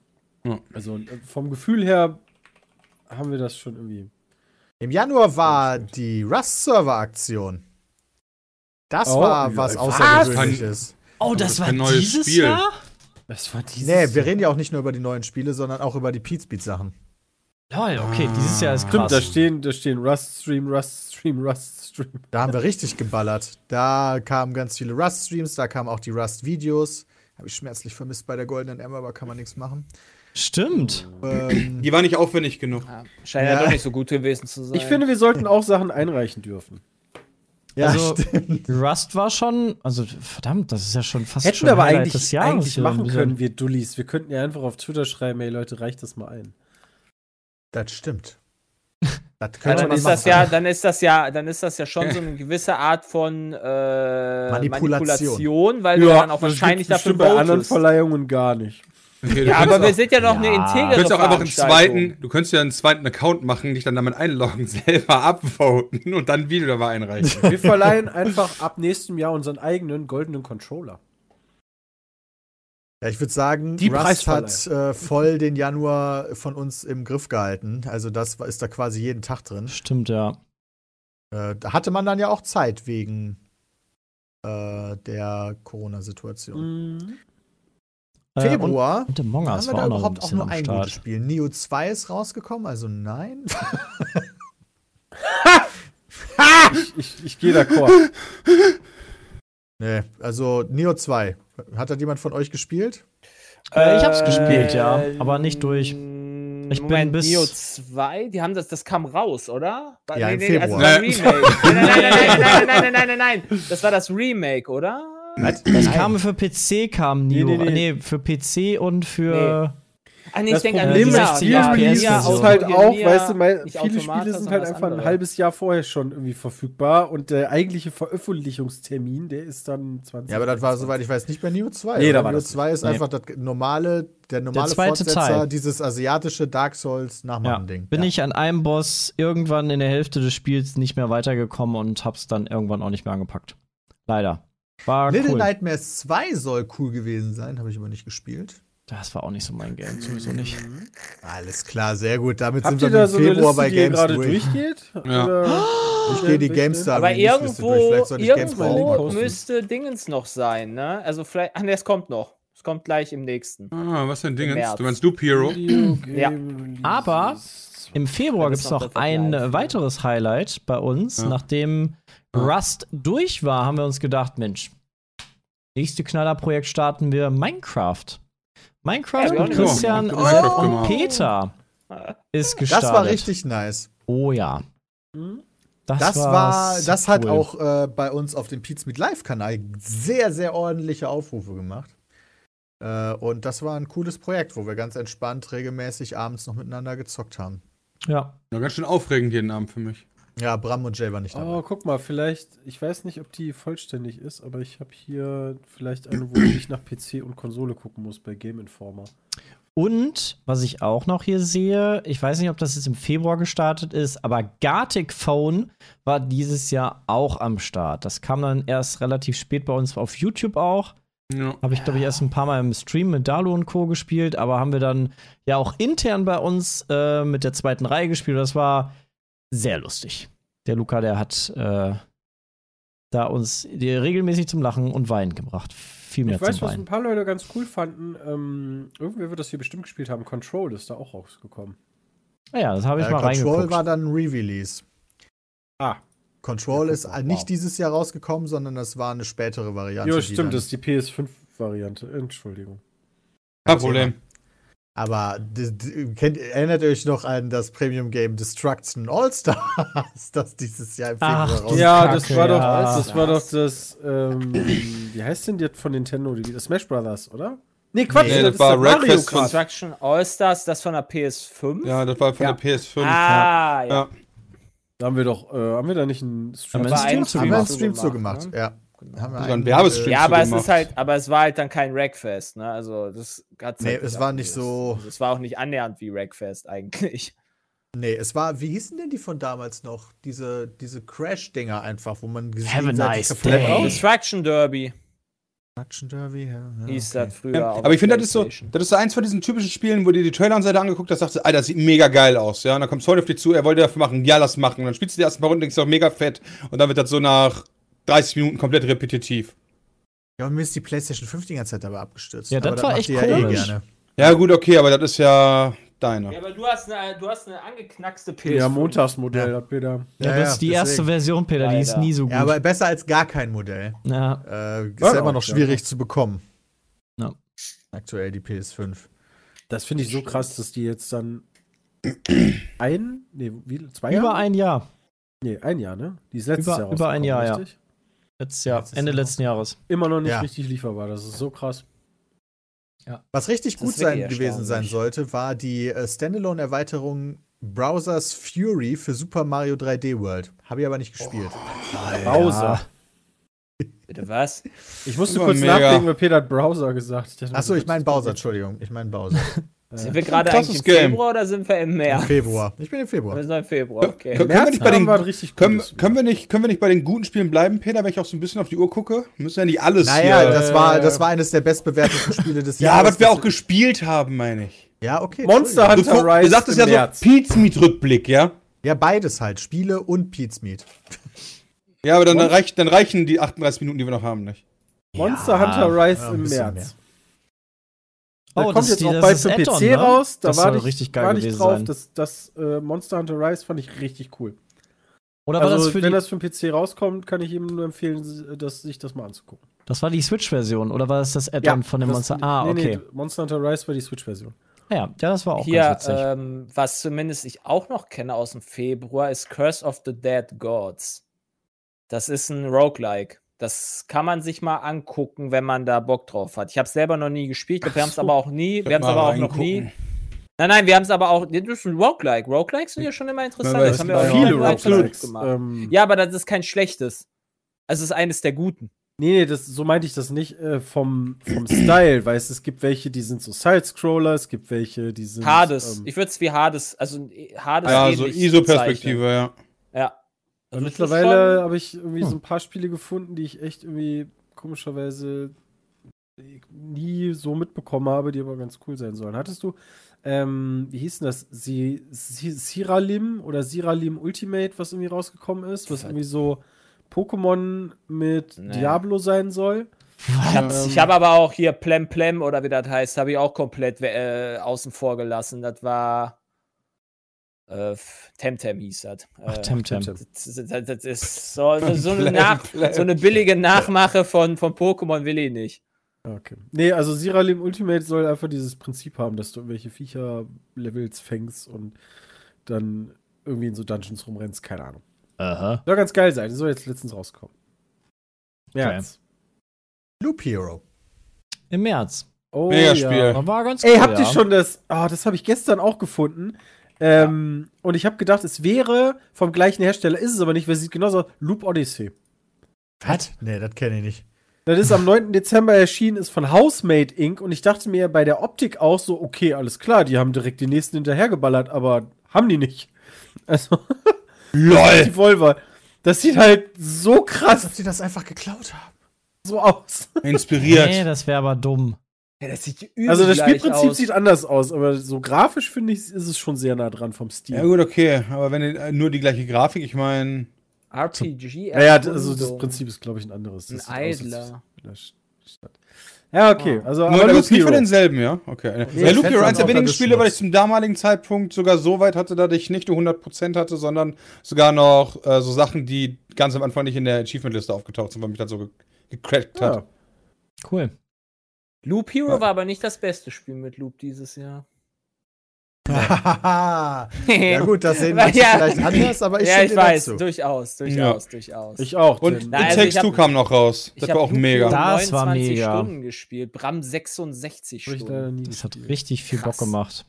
[SPEAKER 5] Ja.
[SPEAKER 6] Also, äh, vom Gefühl her haben wir das schon irgendwie.
[SPEAKER 2] Im Januar war die Rust-Server-Aktion. Das
[SPEAKER 6] Oh,
[SPEAKER 2] war was
[SPEAKER 6] was?
[SPEAKER 2] Außergewöhnliches.
[SPEAKER 1] Oh,
[SPEAKER 5] das
[SPEAKER 1] das
[SPEAKER 5] ist
[SPEAKER 1] war
[SPEAKER 5] kein neues
[SPEAKER 1] dieses
[SPEAKER 5] Spiel.
[SPEAKER 1] Jahr?
[SPEAKER 6] Das war dieses.
[SPEAKER 2] Nee, wir reden ja auch nicht nur über die neuen Spiele, sondern auch über die Pizbeat-Sachen.
[SPEAKER 1] Lol, okay, dieses Jahr ist
[SPEAKER 6] Stimmt,
[SPEAKER 1] krass.
[SPEAKER 6] da stehen, da stehen Rust Stream, Rust Stream, Rust Stream.
[SPEAKER 2] Da haben wir richtig geballert. Da kamen ganz viele Rust-Streams, da kamen auch die Rust-Videos. Habe ich schmerzlich vermisst bei der Goldenen Emma, aber kann man nichts machen.
[SPEAKER 1] Stimmt.
[SPEAKER 2] Ähm,
[SPEAKER 5] Die war nicht aufwendig genug.
[SPEAKER 4] Scheint ja.
[SPEAKER 2] Ja.
[SPEAKER 4] doch nicht so gut gewesen zu sein. Also
[SPEAKER 6] Ich finde, wir sollten auch Sachen einreichen dürfen.
[SPEAKER 2] ja,
[SPEAKER 1] also-
[SPEAKER 2] stimmt.
[SPEAKER 1] Rust war schon, also verdammt, das ist ja schon fast
[SPEAKER 6] Hätten
[SPEAKER 1] schon
[SPEAKER 6] wir aber
[SPEAKER 1] Highlight
[SPEAKER 6] eigentlich,
[SPEAKER 1] des Jahres
[SPEAKER 6] eigentlich
[SPEAKER 1] hier ein
[SPEAKER 6] machen
[SPEAKER 1] bisschen.
[SPEAKER 6] können, wir Dullis. Wir könnten ja einfach auf Twitter schreiben, ey Leute, reicht das mal ein.
[SPEAKER 2] Das stimmt. Das
[SPEAKER 4] ja,
[SPEAKER 2] könnte
[SPEAKER 4] dann
[SPEAKER 2] man
[SPEAKER 4] ist
[SPEAKER 2] machen.
[SPEAKER 4] das ja, dann ist das ja, dann ist das ja schon so eine gewisse Art von äh, Manipulation.
[SPEAKER 2] Manipulation.
[SPEAKER 4] weil du dann auch wahrscheinlich
[SPEAKER 6] das
[SPEAKER 4] dafür
[SPEAKER 6] gibt's bestimmt bei anderen
[SPEAKER 4] votest.
[SPEAKER 6] Verleihungen gar nicht.
[SPEAKER 5] Okay,
[SPEAKER 4] Ja, aber
[SPEAKER 5] auch,
[SPEAKER 4] wir sind ja doch
[SPEAKER 1] Ja.
[SPEAKER 4] eine
[SPEAKER 5] du
[SPEAKER 4] integre
[SPEAKER 5] könntest auch einfach einen
[SPEAKER 4] Veranstaltung.
[SPEAKER 5] zweiten, du könntest ja einen zweiten Account machen, dich dann damit einloggen, selber abvoten und dann ein Video dabei einreichen.
[SPEAKER 6] Wir verleihen einfach ab nächstem Jahr unseren eigenen goldenen Controller.
[SPEAKER 2] Ja, ich würde sagen,
[SPEAKER 6] Die
[SPEAKER 2] Rust hat
[SPEAKER 6] Preisverleihung.
[SPEAKER 2] äh, voll den Januar von uns im Griff gehalten. Also das war- ist da quasi jeden Tag drin.
[SPEAKER 1] Stimmt, ja.
[SPEAKER 2] Äh, da hatte man dann ja auch Zeit wegen äh, der Corona-Situation.
[SPEAKER 6] Mhm.
[SPEAKER 1] Äh,
[SPEAKER 2] Februar.
[SPEAKER 1] Und, und Among
[SPEAKER 2] haben
[SPEAKER 1] Us
[SPEAKER 2] wir
[SPEAKER 1] war
[SPEAKER 2] da
[SPEAKER 1] auch noch ein
[SPEAKER 2] überhaupt auch
[SPEAKER 1] bisschen
[SPEAKER 2] nur
[SPEAKER 1] am
[SPEAKER 2] ein gutes
[SPEAKER 1] Start.
[SPEAKER 2] Spiel? Neo 2 ist rausgekommen, also nein.
[SPEAKER 6] Ich, ich, ich gehe d'accord.
[SPEAKER 2] nee, also Neo 2. Hat das jemand von euch gespielt?
[SPEAKER 1] Äh, ich hab's gespielt, ja, aber nicht durch. Ich
[SPEAKER 4] äh,
[SPEAKER 1] bin
[SPEAKER 4] Moment,
[SPEAKER 1] bis-
[SPEAKER 4] Neo 2, die haben das, das kam raus, oder? Ba-
[SPEAKER 2] Ja, im
[SPEAKER 4] Also
[SPEAKER 2] Februar.
[SPEAKER 4] das
[SPEAKER 5] Nee.
[SPEAKER 4] Remake. Nein, nein, nein, nein, nein, nein, nein, nein, nein, nein, nein. Das war das Remake, oder?
[SPEAKER 1] Das kam für PC, kam
[SPEAKER 6] Nee,
[SPEAKER 1] Neo. Nee,
[SPEAKER 6] nee, nee.
[SPEAKER 1] für PC und für.
[SPEAKER 4] Ah, nee,
[SPEAKER 6] Das
[SPEAKER 4] denk
[SPEAKER 6] Problem
[SPEAKER 1] mit
[SPEAKER 4] Nia,
[SPEAKER 1] Steam
[SPEAKER 4] ja,
[SPEAKER 1] Release
[SPEAKER 4] Nia,
[SPEAKER 1] ist
[SPEAKER 6] ist
[SPEAKER 1] Auto-
[SPEAKER 6] halt
[SPEAKER 4] Nia,
[SPEAKER 6] auch, weißt du, mein,
[SPEAKER 4] nicht
[SPEAKER 6] viele
[SPEAKER 4] Automata,
[SPEAKER 6] Spiele sind
[SPEAKER 4] sondern
[SPEAKER 6] halt
[SPEAKER 4] das
[SPEAKER 6] einfach ein
[SPEAKER 4] andere.
[SPEAKER 6] halbes Jahr vorher schon irgendwie verfügbar und der eigentliche Veröffentlichungstermin, der ist dann 20.
[SPEAKER 2] Ja, aber das war, soweit ich weiß, nicht bei Neo 2.
[SPEAKER 6] Nee, da
[SPEAKER 2] oder?
[SPEAKER 6] war
[SPEAKER 2] Neo
[SPEAKER 6] das
[SPEAKER 2] 2 ist
[SPEAKER 1] Nee.
[SPEAKER 2] einfach das normale, der normale
[SPEAKER 1] zweite
[SPEAKER 2] Fortsetzer
[SPEAKER 1] Teil.
[SPEAKER 2] dieses asiatische Dark Souls
[SPEAKER 1] Ja,
[SPEAKER 2] Nachmachen-Ding.
[SPEAKER 1] bin ich an einem Boss irgendwann in der Hälfte des Spiels nicht mehr weitergekommen und hab's dann irgendwann auch nicht mehr angepackt. Leider. War
[SPEAKER 2] Little
[SPEAKER 1] cool.
[SPEAKER 2] Nightmares 2 soll cool gewesen sein, habe ich aber nicht gespielt.
[SPEAKER 1] Das war auch nicht so mein Game, sowieso nicht.
[SPEAKER 2] Alles klar, sehr gut. Damit
[SPEAKER 6] Habt ihr
[SPEAKER 2] sind wir
[SPEAKER 6] da
[SPEAKER 2] im
[SPEAKER 6] so eine
[SPEAKER 2] Februar
[SPEAKER 6] Liste,
[SPEAKER 2] bei
[SPEAKER 6] die ihr
[SPEAKER 2] Games
[SPEAKER 6] gerade
[SPEAKER 2] durch.
[SPEAKER 6] durchgeht?
[SPEAKER 5] Ja.
[SPEAKER 6] Oder-
[SPEAKER 2] Ich gehe die
[SPEAKER 6] Äh,
[SPEAKER 2] GameStar
[SPEAKER 4] Aber
[SPEAKER 2] Release-Liste
[SPEAKER 4] irgendwo,
[SPEAKER 2] durch. Vielleicht sollte ich GameStar auch mal
[SPEAKER 4] irgendwo
[SPEAKER 2] posten.
[SPEAKER 4] müsste Dingens noch sein, ne? Also vielleicht, ach ne, es kommt noch. Es kommt gleich im nächsten.
[SPEAKER 5] Ah, was für ein Dingens?
[SPEAKER 4] März.
[SPEAKER 5] Du meinst Loop Hero?
[SPEAKER 4] Ja.
[SPEAKER 1] Aber Im Februar
[SPEAKER 4] Das
[SPEAKER 1] gibt
[SPEAKER 4] ist
[SPEAKER 1] es
[SPEAKER 4] noch
[SPEAKER 1] noch
[SPEAKER 4] der
[SPEAKER 1] ein
[SPEAKER 4] Vergleich, ja.
[SPEAKER 1] weiteres Highlight bei uns.
[SPEAKER 5] Ja.
[SPEAKER 1] Nachdem
[SPEAKER 5] Ja.
[SPEAKER 1] Rust durch war, haben wir uns gedacht, Mensch, nächste Knallerprojekt starten wir Minecraft. Minecraft
[SPEAKER 4] Ja, wir haben
[SPEAKER 1] mit
[SPEAKER 4] auch
[SPEAKER 1] Christian
[SPEAKER 5] nicht
[SPEAKER 1] und,
[SPEAKER 5] Minecraft gemacht.
[SPEAKER 1] Peter ist
[SPEAKER 2] Das
[SPEAKER 1] gestartet.
[SPEAKER 2] war richtig nice.
[SPEAKER 1] Oh ja. Das,
[SPEAKER 2] Das war, das hat
[SPEAKER 1] cool.
[SPEAKER 2] auch äh, bei uns auf dem Pizza Meet Live Kanal sehr, sehr ordentliche Aufrufe gemacht. Äh, und das war ein cooles Projekt, wo wir ganz entspannt regelmäßig abends noch miteinander gezockt haben.
[SPEAKER 1] Ja.
[SPEAKER 5] Ja, ganz schön aufregend jeden Abend für mich.
[SPEAKER 2] Ja, Bram und Jay waren nicht dabei.
[SPEAKER 6] Oh, guck mal, vielleicht, ich weiß nicht, ob die vollständig ist, aber ich habe hier vielleicht eine, wo ich nach PC und Konsole gucken muss bei Game Informer.
[SPEAKER 1] Und was ich auch noch hier sehe, ich weiß nicht, ob das jetzt im Februar gestartet ist, aber Gartic Phone war dieses Jahr auch am Start. Das kam dann erst relativ spät bei uns auf YouTube auch.
[SPEAKER 5] Ja.
[SPEAKER 1] Habe ich, glaube ich, erst ein paar Mal im Stream mit Dalu und Co. gespielt, aber haben wir dann ja auch intern bei uns äh, mit der zweiten Reihe gespielt. Das war sehr lustig. Der Luca, der hat äh, da uns die regelmäßig zum Lachen und Weinen gebracht. Viel mehr
[SPEAKER 6] Ich weiß,
[SPEAKER 1] zum
[SPEAKER 6] was ein
[SPEAKER 1] Weinen.
[SPEAKER 6] paar Leute ganz cool fanden. Ähm, irgendwer wird das hier bestimmt gespielt haben. Control ist da auch rausgekommen.
[SPEAKER 1] Ah ja, das habe ich
[SPEAKER 2] Äh,
[SPEAKER 1] mal
[SPEAKER 2] Control
[SPEAKER 1] reingeguckt.
[SPEAKER 2] war dann ein Re-Release.
[SPEAKER 6] Ah,
[SPEAKER 2] Control
[SPEAKER 6] Ja,
[SPEAKER 2] ist äh,
[SPEAKER 6] guck mal,
[SPEAKER 2] nicht
[SPEAKER 6] wow.
[SPEAKER 2] dieses Jahr rausgekommen, sondern das war eine spätere Variante.
[SPEAKER 6] jo,
[SPEAKER 2] die dann-
[SPEAKER 6] stimmt, das ist die PS5-Variante. Entschuldigung.
[SPEAKER 5] Kein Problem.
[SPEAKER 2] Aber d- d- kennt, erinnert ihr euch noch an das Premium Game Destruction All-Stars, das dieses Jahr im Februar
[SPEAKER 1] Ach,
[SPEAKER 2] rauskommt?
[SPEAKER 1] Und
[SPEAKER 6] Ja,
[SPEAKER 1] Kacke,
[SPEAKER 6] das war doch,
[SPEAKER 1] ja.
[SPEAKER 6] das war doch das, ähm, wie heißt denn das von Nintendo? Die- Das Smash Brothers, oder? Nee, Quatsch,
[SPEAKER 5] Nee, das
[SPEAKER 6] ist
[SPEAKER 5] war
[SPEAKER 6] doch
[SPEAKER 5] Red
[SPEAKER 6] Mario
[SPEAKER 5] Fest von-
[SPEAKER 6] Kart.
[SPEAKER 4] Construction All-Stars, das von der PS5?
[SPEAKER 5] Ja, das war von
[SPEAKER 6] Ja.
[SPEAKER 5] der PS5.
[SPEAKER 4] ah, ja.
[SPEAKER 5] Ja.
[SPEAKER 6] Da haben wir doch, äh, haben wir da nicht einen Stream?
[SPEAKER 1] Haben
[SPEAKER 4] War
[SPEAKER 1] Stream
[SPEAKER 4] ein
[SPEAKER 1] zu
[SPEAKER 2] haben wir einen
[SPEAKER 4] zu
[SPEAKER 2] Stream zugemacht,
[SPEAKER 4] ne?
[SPEAKER 2] ja. Haben wir
[SPEAKER 5] Sogar
[SPEAKER 2] einen,
[SPEAKER 5] ein Werbestream.
[SPEAKER 2] äh,
[SPEAKER 4] Ja, aber es
[SPEAKER 5] zugemacht.
[SPEAKER 4] ist halt, aber es war halt dann kein Rackfest, ne? Also das hat
[SPEAKER 2] Nee, es war nicht so-
[SPEAKER 4] Es war auch nicht annähernd wie Rackfest eigentlich.
[SPEAKER 2] Nee, es war, wie hießen denn die von damals noch? Diese, diese Crash-Dinger einfach, wo man gesehen
[SPEAKER 1] Have a nice
[SPEAKER 2] hat.
[SPEAKER 1] day.
[SPEAKER 4] Destruction Derby
[SPEAKER 2] Destruction Derby, ja. ja,
[SPEAKER 4] hieß
[SPEAKER 2] okay.
[SPEAKER 4] das früher.
[SPEAKER 5] Ja,
[SPEAKER 4] auf
[SPEAKER 5] aber ich finde, das ist, so,
[SPEAKER 4] PlayStation.
[SPEAKER 5] das ist so eins von diesen typischen Spielen, wo du dir die Trailer und so angeguckt hast, sagst du, Alter, das sieht mega geil aus. Ja, und dann kommt Sony auf dich zu, er wollte dafür machen, ja, lass machen. Und dann spielst du die ersten paar Runden, denkst du auch mega fett. Und dann wird das so nach 30 Minuten komplett repetitiv.
[SPEAKER 2] Ja, und mir ist die PlayStation 5 die ganze Zeit dabei abgestürzt.
[SPEAKER 1] Ja, das
[SPEAKER 2] aber
[SPEAKER 1] war
[SPEAKER 2] macht
[SPEAKER 1] echt
[SPEAKER 2] ihr ja eh
[SPEAKER 1] komisch.
[SPEAKER 2] gerne.
[SPEAKER 5] Ja, gut, okay, aber das ist ja deiner.
[SPEAKER 4] Ja, aber du hast eine, du hast eine angeknackste PS5.
[SPEAKER 6] Ja, Montagsmodell hat wieder.
[SPEAKER 1] Ja, das ist die erste
[SPEAKER 2] deswegen.
[SPEAKER 1] Version, Peter, die ist
[SPEAKER 4] Leider.
[SPEAKER 1] nie so gut.
[SPEAKER 2] Ja, aber besser als gar kein Modell.
[SPEAKER 1] Ja.
[SPEAKER 2] Äh, ist
[SPEAKER 6] Ja,
[SPEAKER 2] ja immer
[SPEAKER 6] auch,
[SPEAKER 2] noch
[SPEAKER 6] ja.
[SPEAKER 2] schwierig zu bekommen.
[SPEAKER 1] Ja.
[SPEAKER 2] Aktuell die PS5.
[SPEAKER 6] Das finde ich so krass, dass die jetzt dann ein, nee, wie, zwei Jahre?
[SPEAKER 1] über ein Jahr.
[SPEAKER 6] Nee, ein Jahr, ne? Die ist letztes
[SPEAKER 1] Über-
[SPEAKER 6] Jahr
[SPEAKER 1] über ein
[SPEAKER 6] rausgekommen,
[SPEAKER 1] Jahr, ja.
[SPEAKER 6] richtig?
[SPEAKER 1] Letztes Jahr,
[SPEAKER 2] Letztes
[SPEAKER 1] Ende
[SPEAKER 2] Jahr.
[SPEAKER 1] letzten Jahres.
[SPEAKER 6] Immer noch nicht
[SPEAKER 2] Ja.
[SPEAKER 6] richtig lieferbar, das ist so krass.
[SPEAKER 2] Was richtig
[SPEAKER 4] Das
[SPEAKER 2] gut
[SPEAKER 4] ist wirklich
[SPEAKER 2] sein, gewesen sein
[SPEAKER 4] erstaunlich.
[SPEAKER 2] sollte, war die äh, Standalone-Erweiterung Browsers Fury für Super Mario 3D World. Habe ich aber nicht gespielt.
[SPEAKER 6] Browser.
[SPEAKER 4] Bitte was?
[SPEAKER 6] Ich musste
[SPEAKER 5] Aber
[SPEAKER 6] kurz
[SPEAKER 5] mega.
[SPEAKER 6] nachdenken, weil Peter hat Browser gesagt. Ich dachte,
[SPEAKER 2] Achso,
[SPEAKER 6] das
[SPEAKER 2] ich meine
[SPEAKER 6] ist-
[SPEAKER 2] Bowser, Entschuldigung. Ich meine Bowser.
[SPEAKER 4] Sind wir gerade
[SPEAKER 5] krasses
[SPEAKER 4] eigentlich im
[SPEAKER 5] Game.
[SPEAKER 4] Februar oder sind wir im
[SPEAKER 2] Im
[SPEAKER 4] März?
[SPEAKER 2] Februar. Ich bin im
[SPEAKER 4] Wir
[SPEAKER 2] Februar.
[SPEAKER 4] sind im Februar, okay.
[SPEAKER 5] Können wir nicht bei
[SPEAKER 6] März
[SPEAKER 5] den-
[SPEAKER 6] war ein richtig
[SPEAKER 5] Können,
[SPEAKER 6] gutes
[SPEAKER 5] können, wir nicht, können wir nicht bei den guten Spielen bleiben, Peter, weil ich auch so ein bisschen auf die Uhr gucke? Wir müssen ja nicht alles
[SPEAKER 2] Naja,
[SPEAKER 5] hier.
[SPEAKER 2] das war, das war eines der bestbewerteten Spiele des
[SPEAKER 5] ja,
[SPEAKER 2] Jahres.
[SPEAKER 5] was wir auch gespielt haben, meine ich.
[SPEAKER 2] Ja, okay.
[SPEAKER 6] Monster
[SPEAKER 5] Du,
[SPEAKER 6] Hunter Rise
[SPEAKER 5] du sagtest
[SPEAKER 6] Also im
[SPEAKER 5] ja
[SPEAKER 6] März.
[SPEAKER 5] so Pizmeet-Rückblick, ja?
[SPEAKER 2] Ja, beides halt. Spiele und Pete's Meat.
[SPEAKER 5] Ja, aber dann, reicht, dann reichen die 38 Minuten, die wir noch haben, nicht?
[SPEAKER 6] Monster Hunter Rise
[SPEAKER 2] Ja, ein
[SPEAKER 6] im
[SPEAKER 2] bisschen
[SPEAKER 6] März.
[SPEAKER 2] mehr.
[SPEAKER 6] Da
[SPEAKER 1] Oh,
[SPEAKER 6] kommt
[SPEAKER 1] das ist
[SPEAKER 6] jetzt
[SPEAKER 1] die-
[SPEAKER 6] auch
[SPEAKER 1] das
[SPEAKER 6] bald
[SPEAKER 1] ist
[SPEAKER 6] für
[SPEAKER 1] Add-on,
[SPEAKER 6] PC
[SPEAKER 1] ne?
[SPEAKER 6] raus. Da
[SPEAKER 1] Das
[SPEAKER 6] war
[SPEAKER 1] soll
[SPEAKER 6] ich,
[SPEAKER 1] richtig geil
[SPEAKER 6] war ich
[SPEAKER 1] gewesen
[SPEAKER 6] drauf.
[SPEAKER 1] sein.
[SPEAKER 6] Das, das äh, Monster Hunter Rise fand ich richtig cool.
[SPEAKER 1] Oder war
[SPEAKER 6] Also,
[SPEAKER 1] das für
[SPEAKER 6] wenn
[SPEAKER 1] die,
[SPEAKER 6] das für den PC rauskommt, kann ich ihm nur empfehlen, dass, sich das mal anzugucken.
[SPEAKER 1] das war die Switch-Version oder war das das Add-on von dem
[SPEAKER 6] das-
[SPEAKER 1] Monster? Ah,
[SPEAKER 6] nee, nee,
[SPEAKER 1] okay.
[SPEAKER 6] Monster Hunter Rise war die Switch-Version.
[SPEAKER 1] Ja, ja, das war auch
[SPEAKER 4] Hier,
[SPEAKER 1] ganz witzig.
[SPEAKER 4] ähm, was zumindest ich auch noch kenne aus dem Februar, ist Curse of the Dead Gods. Das ist ein Roguelike. Das kann man sich mal angucken, wenn man da Bock drauf hat. Ich habe es selber noch nie gespielt. Ich glaub, Wir haben es aber auch nie. Wir haben es
[SPEAKER 5] Mal
[SPEAKER 4] aber auch noch nie.
[SPEAKER 5] reingucken.
[SPEAKER 4] Nein, nein, wir haben es aber auch. Das ist ein Roguelike. Roguelikes sind ja schon immer interessant.
[SPEAKER 5] Aber
[SPEAKER 4] Das
[SPEAKER 5] es
[SPEAKER 4] haben
[SPEAKER 5] sind
[SPEAKER 4] wir auch
[SPEAKER 5] viele
[SPEAKER 4] schon mal
[SPEAKER 5] Roguelikes,
[SPEAKER 4] gemacht.
[SPEAKER 6] Ähm,
[SPEAKER 4] Ja, aber das ist kein schlechtes. Es ist eines der guten.
[SPEAKER 6] Nee, nee, das, so meinte ich das nicht äh, vom, vom Style. Weißt es gibt welche, die sind so Side-Scroller, es gibt welche, die sind.
[SPEAKER 4] Hades.
[SPEAKER 6] ähm,
[SPEAKER 4] ich würde es wie Hades, also äh, Hades.
[SPEAKER 5] Ja, so
[SPEAKER 4] ähnlich
[SPEAKER 5] ISO-Perspektive,
[SPEAKER 4] bezeichnen.
[SPEAKER 5] ja.
[SPEAKER 4] Ja. Also es ist
[SPEAKER 6] Mittlerweile
[SPEAKER 4] schon-
[SPEAKER 6] habe ich irgendwie
[SPEAKER 1] Hm.
[SPEAKER 6] so ein paar Spiele gefunden, die ich echt irgendwie komischerweise nie so mitbekommen habe, die aber ganz cool sein sollen. Hattest du, ähm, wie hieß denn das? Sie, Sie, Siralim oder Siralim Ultimate, was irgendwie rausgekommen ist, was irgendwie so Pokémon mit
[SPEAKER 4] Nee.
[SPEAKER 6] Diablo sein soll.
[SPEAKER 4] Ich habe ich hab aber auch hier Plem Plem oder wie das heißt, habe ich auch komplett äh, außen vor gelassen. Das war äh, Temtem hieß das.
[SPEAKER 1] Ach,
[SPEAKER 4] Äh,
[SPEAKER 1] Temtem.
[SPEAKER 4] das, das, das ist so, so, so, eine
[SPEAKER 5] Plem
[SPEAKER 4] Nach,
[SPEAKER 5] Plem.
[SPEAKER 4] so eine billige Nachmache von, von Pokémon will ich nicht.
[SPEAKER 6] Okay. Nee, also Siralim Ultimate soll einfach dieses Prinzip haben, dass du irgendwelche Viecher-Levels fängst und dann irgendwie in so Dungeons rumrennst. Keine Ahnung.
[SPEAKER 1] Aha.
[SPEAKER 6] Soll ganz geil sein. Soll jetzt letztens rauskommen. März.
[SPEAKER 2] Loop Hero.
[SPEAKER 1] Im März.
[SPEAKER 6] Oh,
[SPEAKER 5] Megaspiel.
[SPEAKER 6] ja.
[SPEAKER 1] Das war ganz
[SPEAKER 6] Ey, habt ihr
[SPEAKER 1] ja.
[SPEAKER 6] schon das? Ah, das habe ich gestern auch gefunden. Ähm, Und ich habe gedacht, es wäre vom gleichen Hersteller, ist es aber nicht, weil es sieht genauso aus. Loop Odyssey.
[SPEAKER 2] Was? Nee, das kenne ich nicht.
[SPEAKER 6] Das ist am 9. Dezember erschienen, ist von Housemate Inc. Und ich dachte mir bei der Optik auch so, okay, alles klar, die haben direkt den nächsten hinterhergeballert, aber haben die nicht. Also,
[SPEAKER 5] LOL!
[SPEAKER 6] die Volver. Das sieht halt so
[SPEAKER 2] Als ob
[SPEAKER 6] krass
[SPEAKER 2] sie das einfach geklaut haben.
[SPEAKER 6] so aus.
[SPEAKER 5] Inspiriert.
[SPEAKER 1] Nee, das wäre aber dumm.
[SPEAKER 4] Ja, das sieht
[SPEAKER 6] Also das
[SPEAKER 4] übel gleich
[SPEAKER 6] Spielprinzip
[SPEAKER 4] aus.
[SPEAKER 6] sieht anders aus, aber so grafisch finde ich, ist es schon sehr nah dran vom Stil.
[SPEAKER 5] ja gut, okay. Aber wenn äh, nur die gleiche Grafik, ich meine.
[SPEAKER 4] RPG.
[SPEAKER 6] Naja, d- also das
[SPEAKER 4] Erkundung.
[SPEAKER 6] Prinzip ist, glaube ich, ein anderes.
[SPEAKER 4] Ein
[SPEAKER 6] Das sieht aus, als
[SPEAKER 4] Eidler.
[SPEAKER 6] in der St- Stadt. Ja, okay.
[SPEAKER 4] Ah.
[SPEAKER 6] Also,
[SPEAKER 5] Nur
[SPEAKER 6] aber
[SPEAKER 5] aber
[SPEAKER 6] Loop
[SPEAKER 5] es ist nicht
[SPEAKER 6] Hero.
[SPEAKER 5] von denselben, ja? Okay.
[SPEAKER 6] Nee,
[SPEAKER 5] ja,
[SPEAKER 6] das
[SPEAKER 5] Loop
[SPEAKER 2] hätte
[SPEAKER 5] Hero,
[SPEAKER 2] man
[SPEAKER 5] eins der
[SPEAKER 2] auch
[SPEAKER 5] wenigen
[SPEAKER 2] alles
[SPEAKER 5] Spiele, weil ich
[SPEAKER 2] genutzt.
[SPEAKER 5] zum damaligen Zeitpunkt sogar so weit hatte, dass ich nicht nur 100% hatte, sondern sogar noch äh, so Sachen, die ganz am Anfang nicht in der Achievement-Liste aufgetaucht sind, weil mich das so ge gecrackt hat.
[SPEAKER 6] Ja.
[SPEAKER 1] Cool.
[SPEAKER 4] Loop Hero
[SPEAKER 5] Ja.
[SPEAKER 4] war aber nicht das beste Spiel mit Loop dieses Jahr.
[SPEAKER 2] ja gut, das sehen
[SPEAKER 4] Ja.
[SPEAKER 2] manche vielleicht anders, aber ich halt
[SPEAKER 4] ja,
[SPEAKER 2] stimme
[SPEAKER 4] ich
[SPEAKER 2] dir
[SPEAKER 4] weiß,
[SPEAKER 2] dazu.
[SPEAKER 4] durchaus, durchaus, durchaus.
[SPEAKER 6] Ich auch.
[SPEAKER 4] Nein,
[SPEAKER 5] Und It
[SPEAKER 4] also
[SPEAKER 5] Takes
[SPEAKER 4] ich hab-
[SPEAKER 5] Two kam noch raus.
[SPEAKER 4] Ich
[SPEAKER 5] Das
[SPEAKER 4] hab
[SPEAKER 5] war auch
[SPEAKER 4] Loop
[SPEAKER 5] mega.
[SPEAKER 4] Hero
[SPEAKER 1] Das war
[SPEAKER 4] 29
[SPEAKER 1] mega.
[SPEAKER 4] Stunden gespielt, Bram 66
[SPEAKER 6] hab ich
[SPEAKER 4] Stunden.
[SPEAKER 6] nie
[SPEAKER 1] Das hat
[SPEAKER 6] gespielt.
[SPEAKER 1] richtig viel
[SPEAKER 4] Krass.
[SPEAKER 1] Bock gemacht.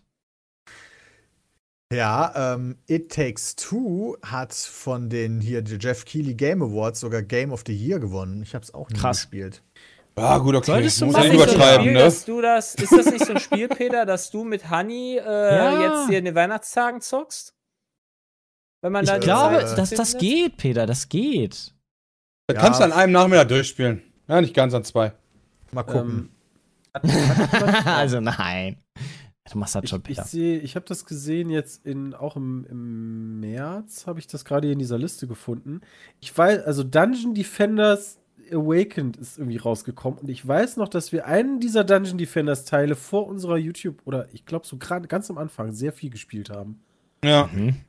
[SPEAKER 2] Ja, ähm, It Takes Two hat von den hier die Jeff Keighley Game Awards sogar Game of the Year gewonnen. Ich habe es auch nie
[SPEAKER 1] Krass.
[SPEAKER 2] gespielt.
[SPEAKER 5] Ja, gut, okay.
[SPEAKER 1] Solltest du
[SPEAKER 5] Muss
[SPEAKER 1] mal
[SPEAKER 4] Was
[SPEAKER 5] ja nicht
[SPEAKER 1] nicht
[SPEAKER 4] ist, so ein
[SPEAKER 5] übertreiben,
[SPEAKER 4] Spiel,
[SPEAKER 5] ne?
[SPEAKER 4] dass du das, ist das nicht so ein Spiel, Peter, dass du mit Honey äh,
[SPEAKER 1] Ja.
[SPEAKER 4] jetzt hier in den Weihnachtstagen zockst? Wenn man da
[SPEAKER 1] Ich
[SPEAKER 4] die
[SPEAKER 1] glaube,
[SPEAKER 4] Zeit
[SPEAKER 1] dass das
[SPEAKER 4] findet?
[SPEAKER 1] geht, Peter, das geht.
[SPEAKER 5] Da
[SPEAKER 2] Ja.
[SPEAKER 5] kannst du an einem Nachmittag durchspielen. Ja, nicht ganz an zwei.
[SPEAKER 2] Mal gucken.
[SPEAKER 6] Ähm, also,
[SPEAKER 1] also nein. Du machst das
[SPEAKER 6] ich
[SPEAKER 1] schon,
[SPEAKER 6] ich
[SPEAKER 1] Peter.
[SPEAKER 6] sehe, ich habe das gesehen jetzt in, auch im, im März, habe ich das gerade hier in dieser Liste gefunden. Ich weiß, also Dungeon Defenders Awakened ist irgendwie rausgekommen und ich weiß noch, dass wir einen dieser Dungeon Defenders Teile vor unserer YouTube oder ich glaube so gerade ganz am Anfang sehr viel gespielt haben.
[SPEAKER 5] Ja.
[SPEAKER 1] Mhm.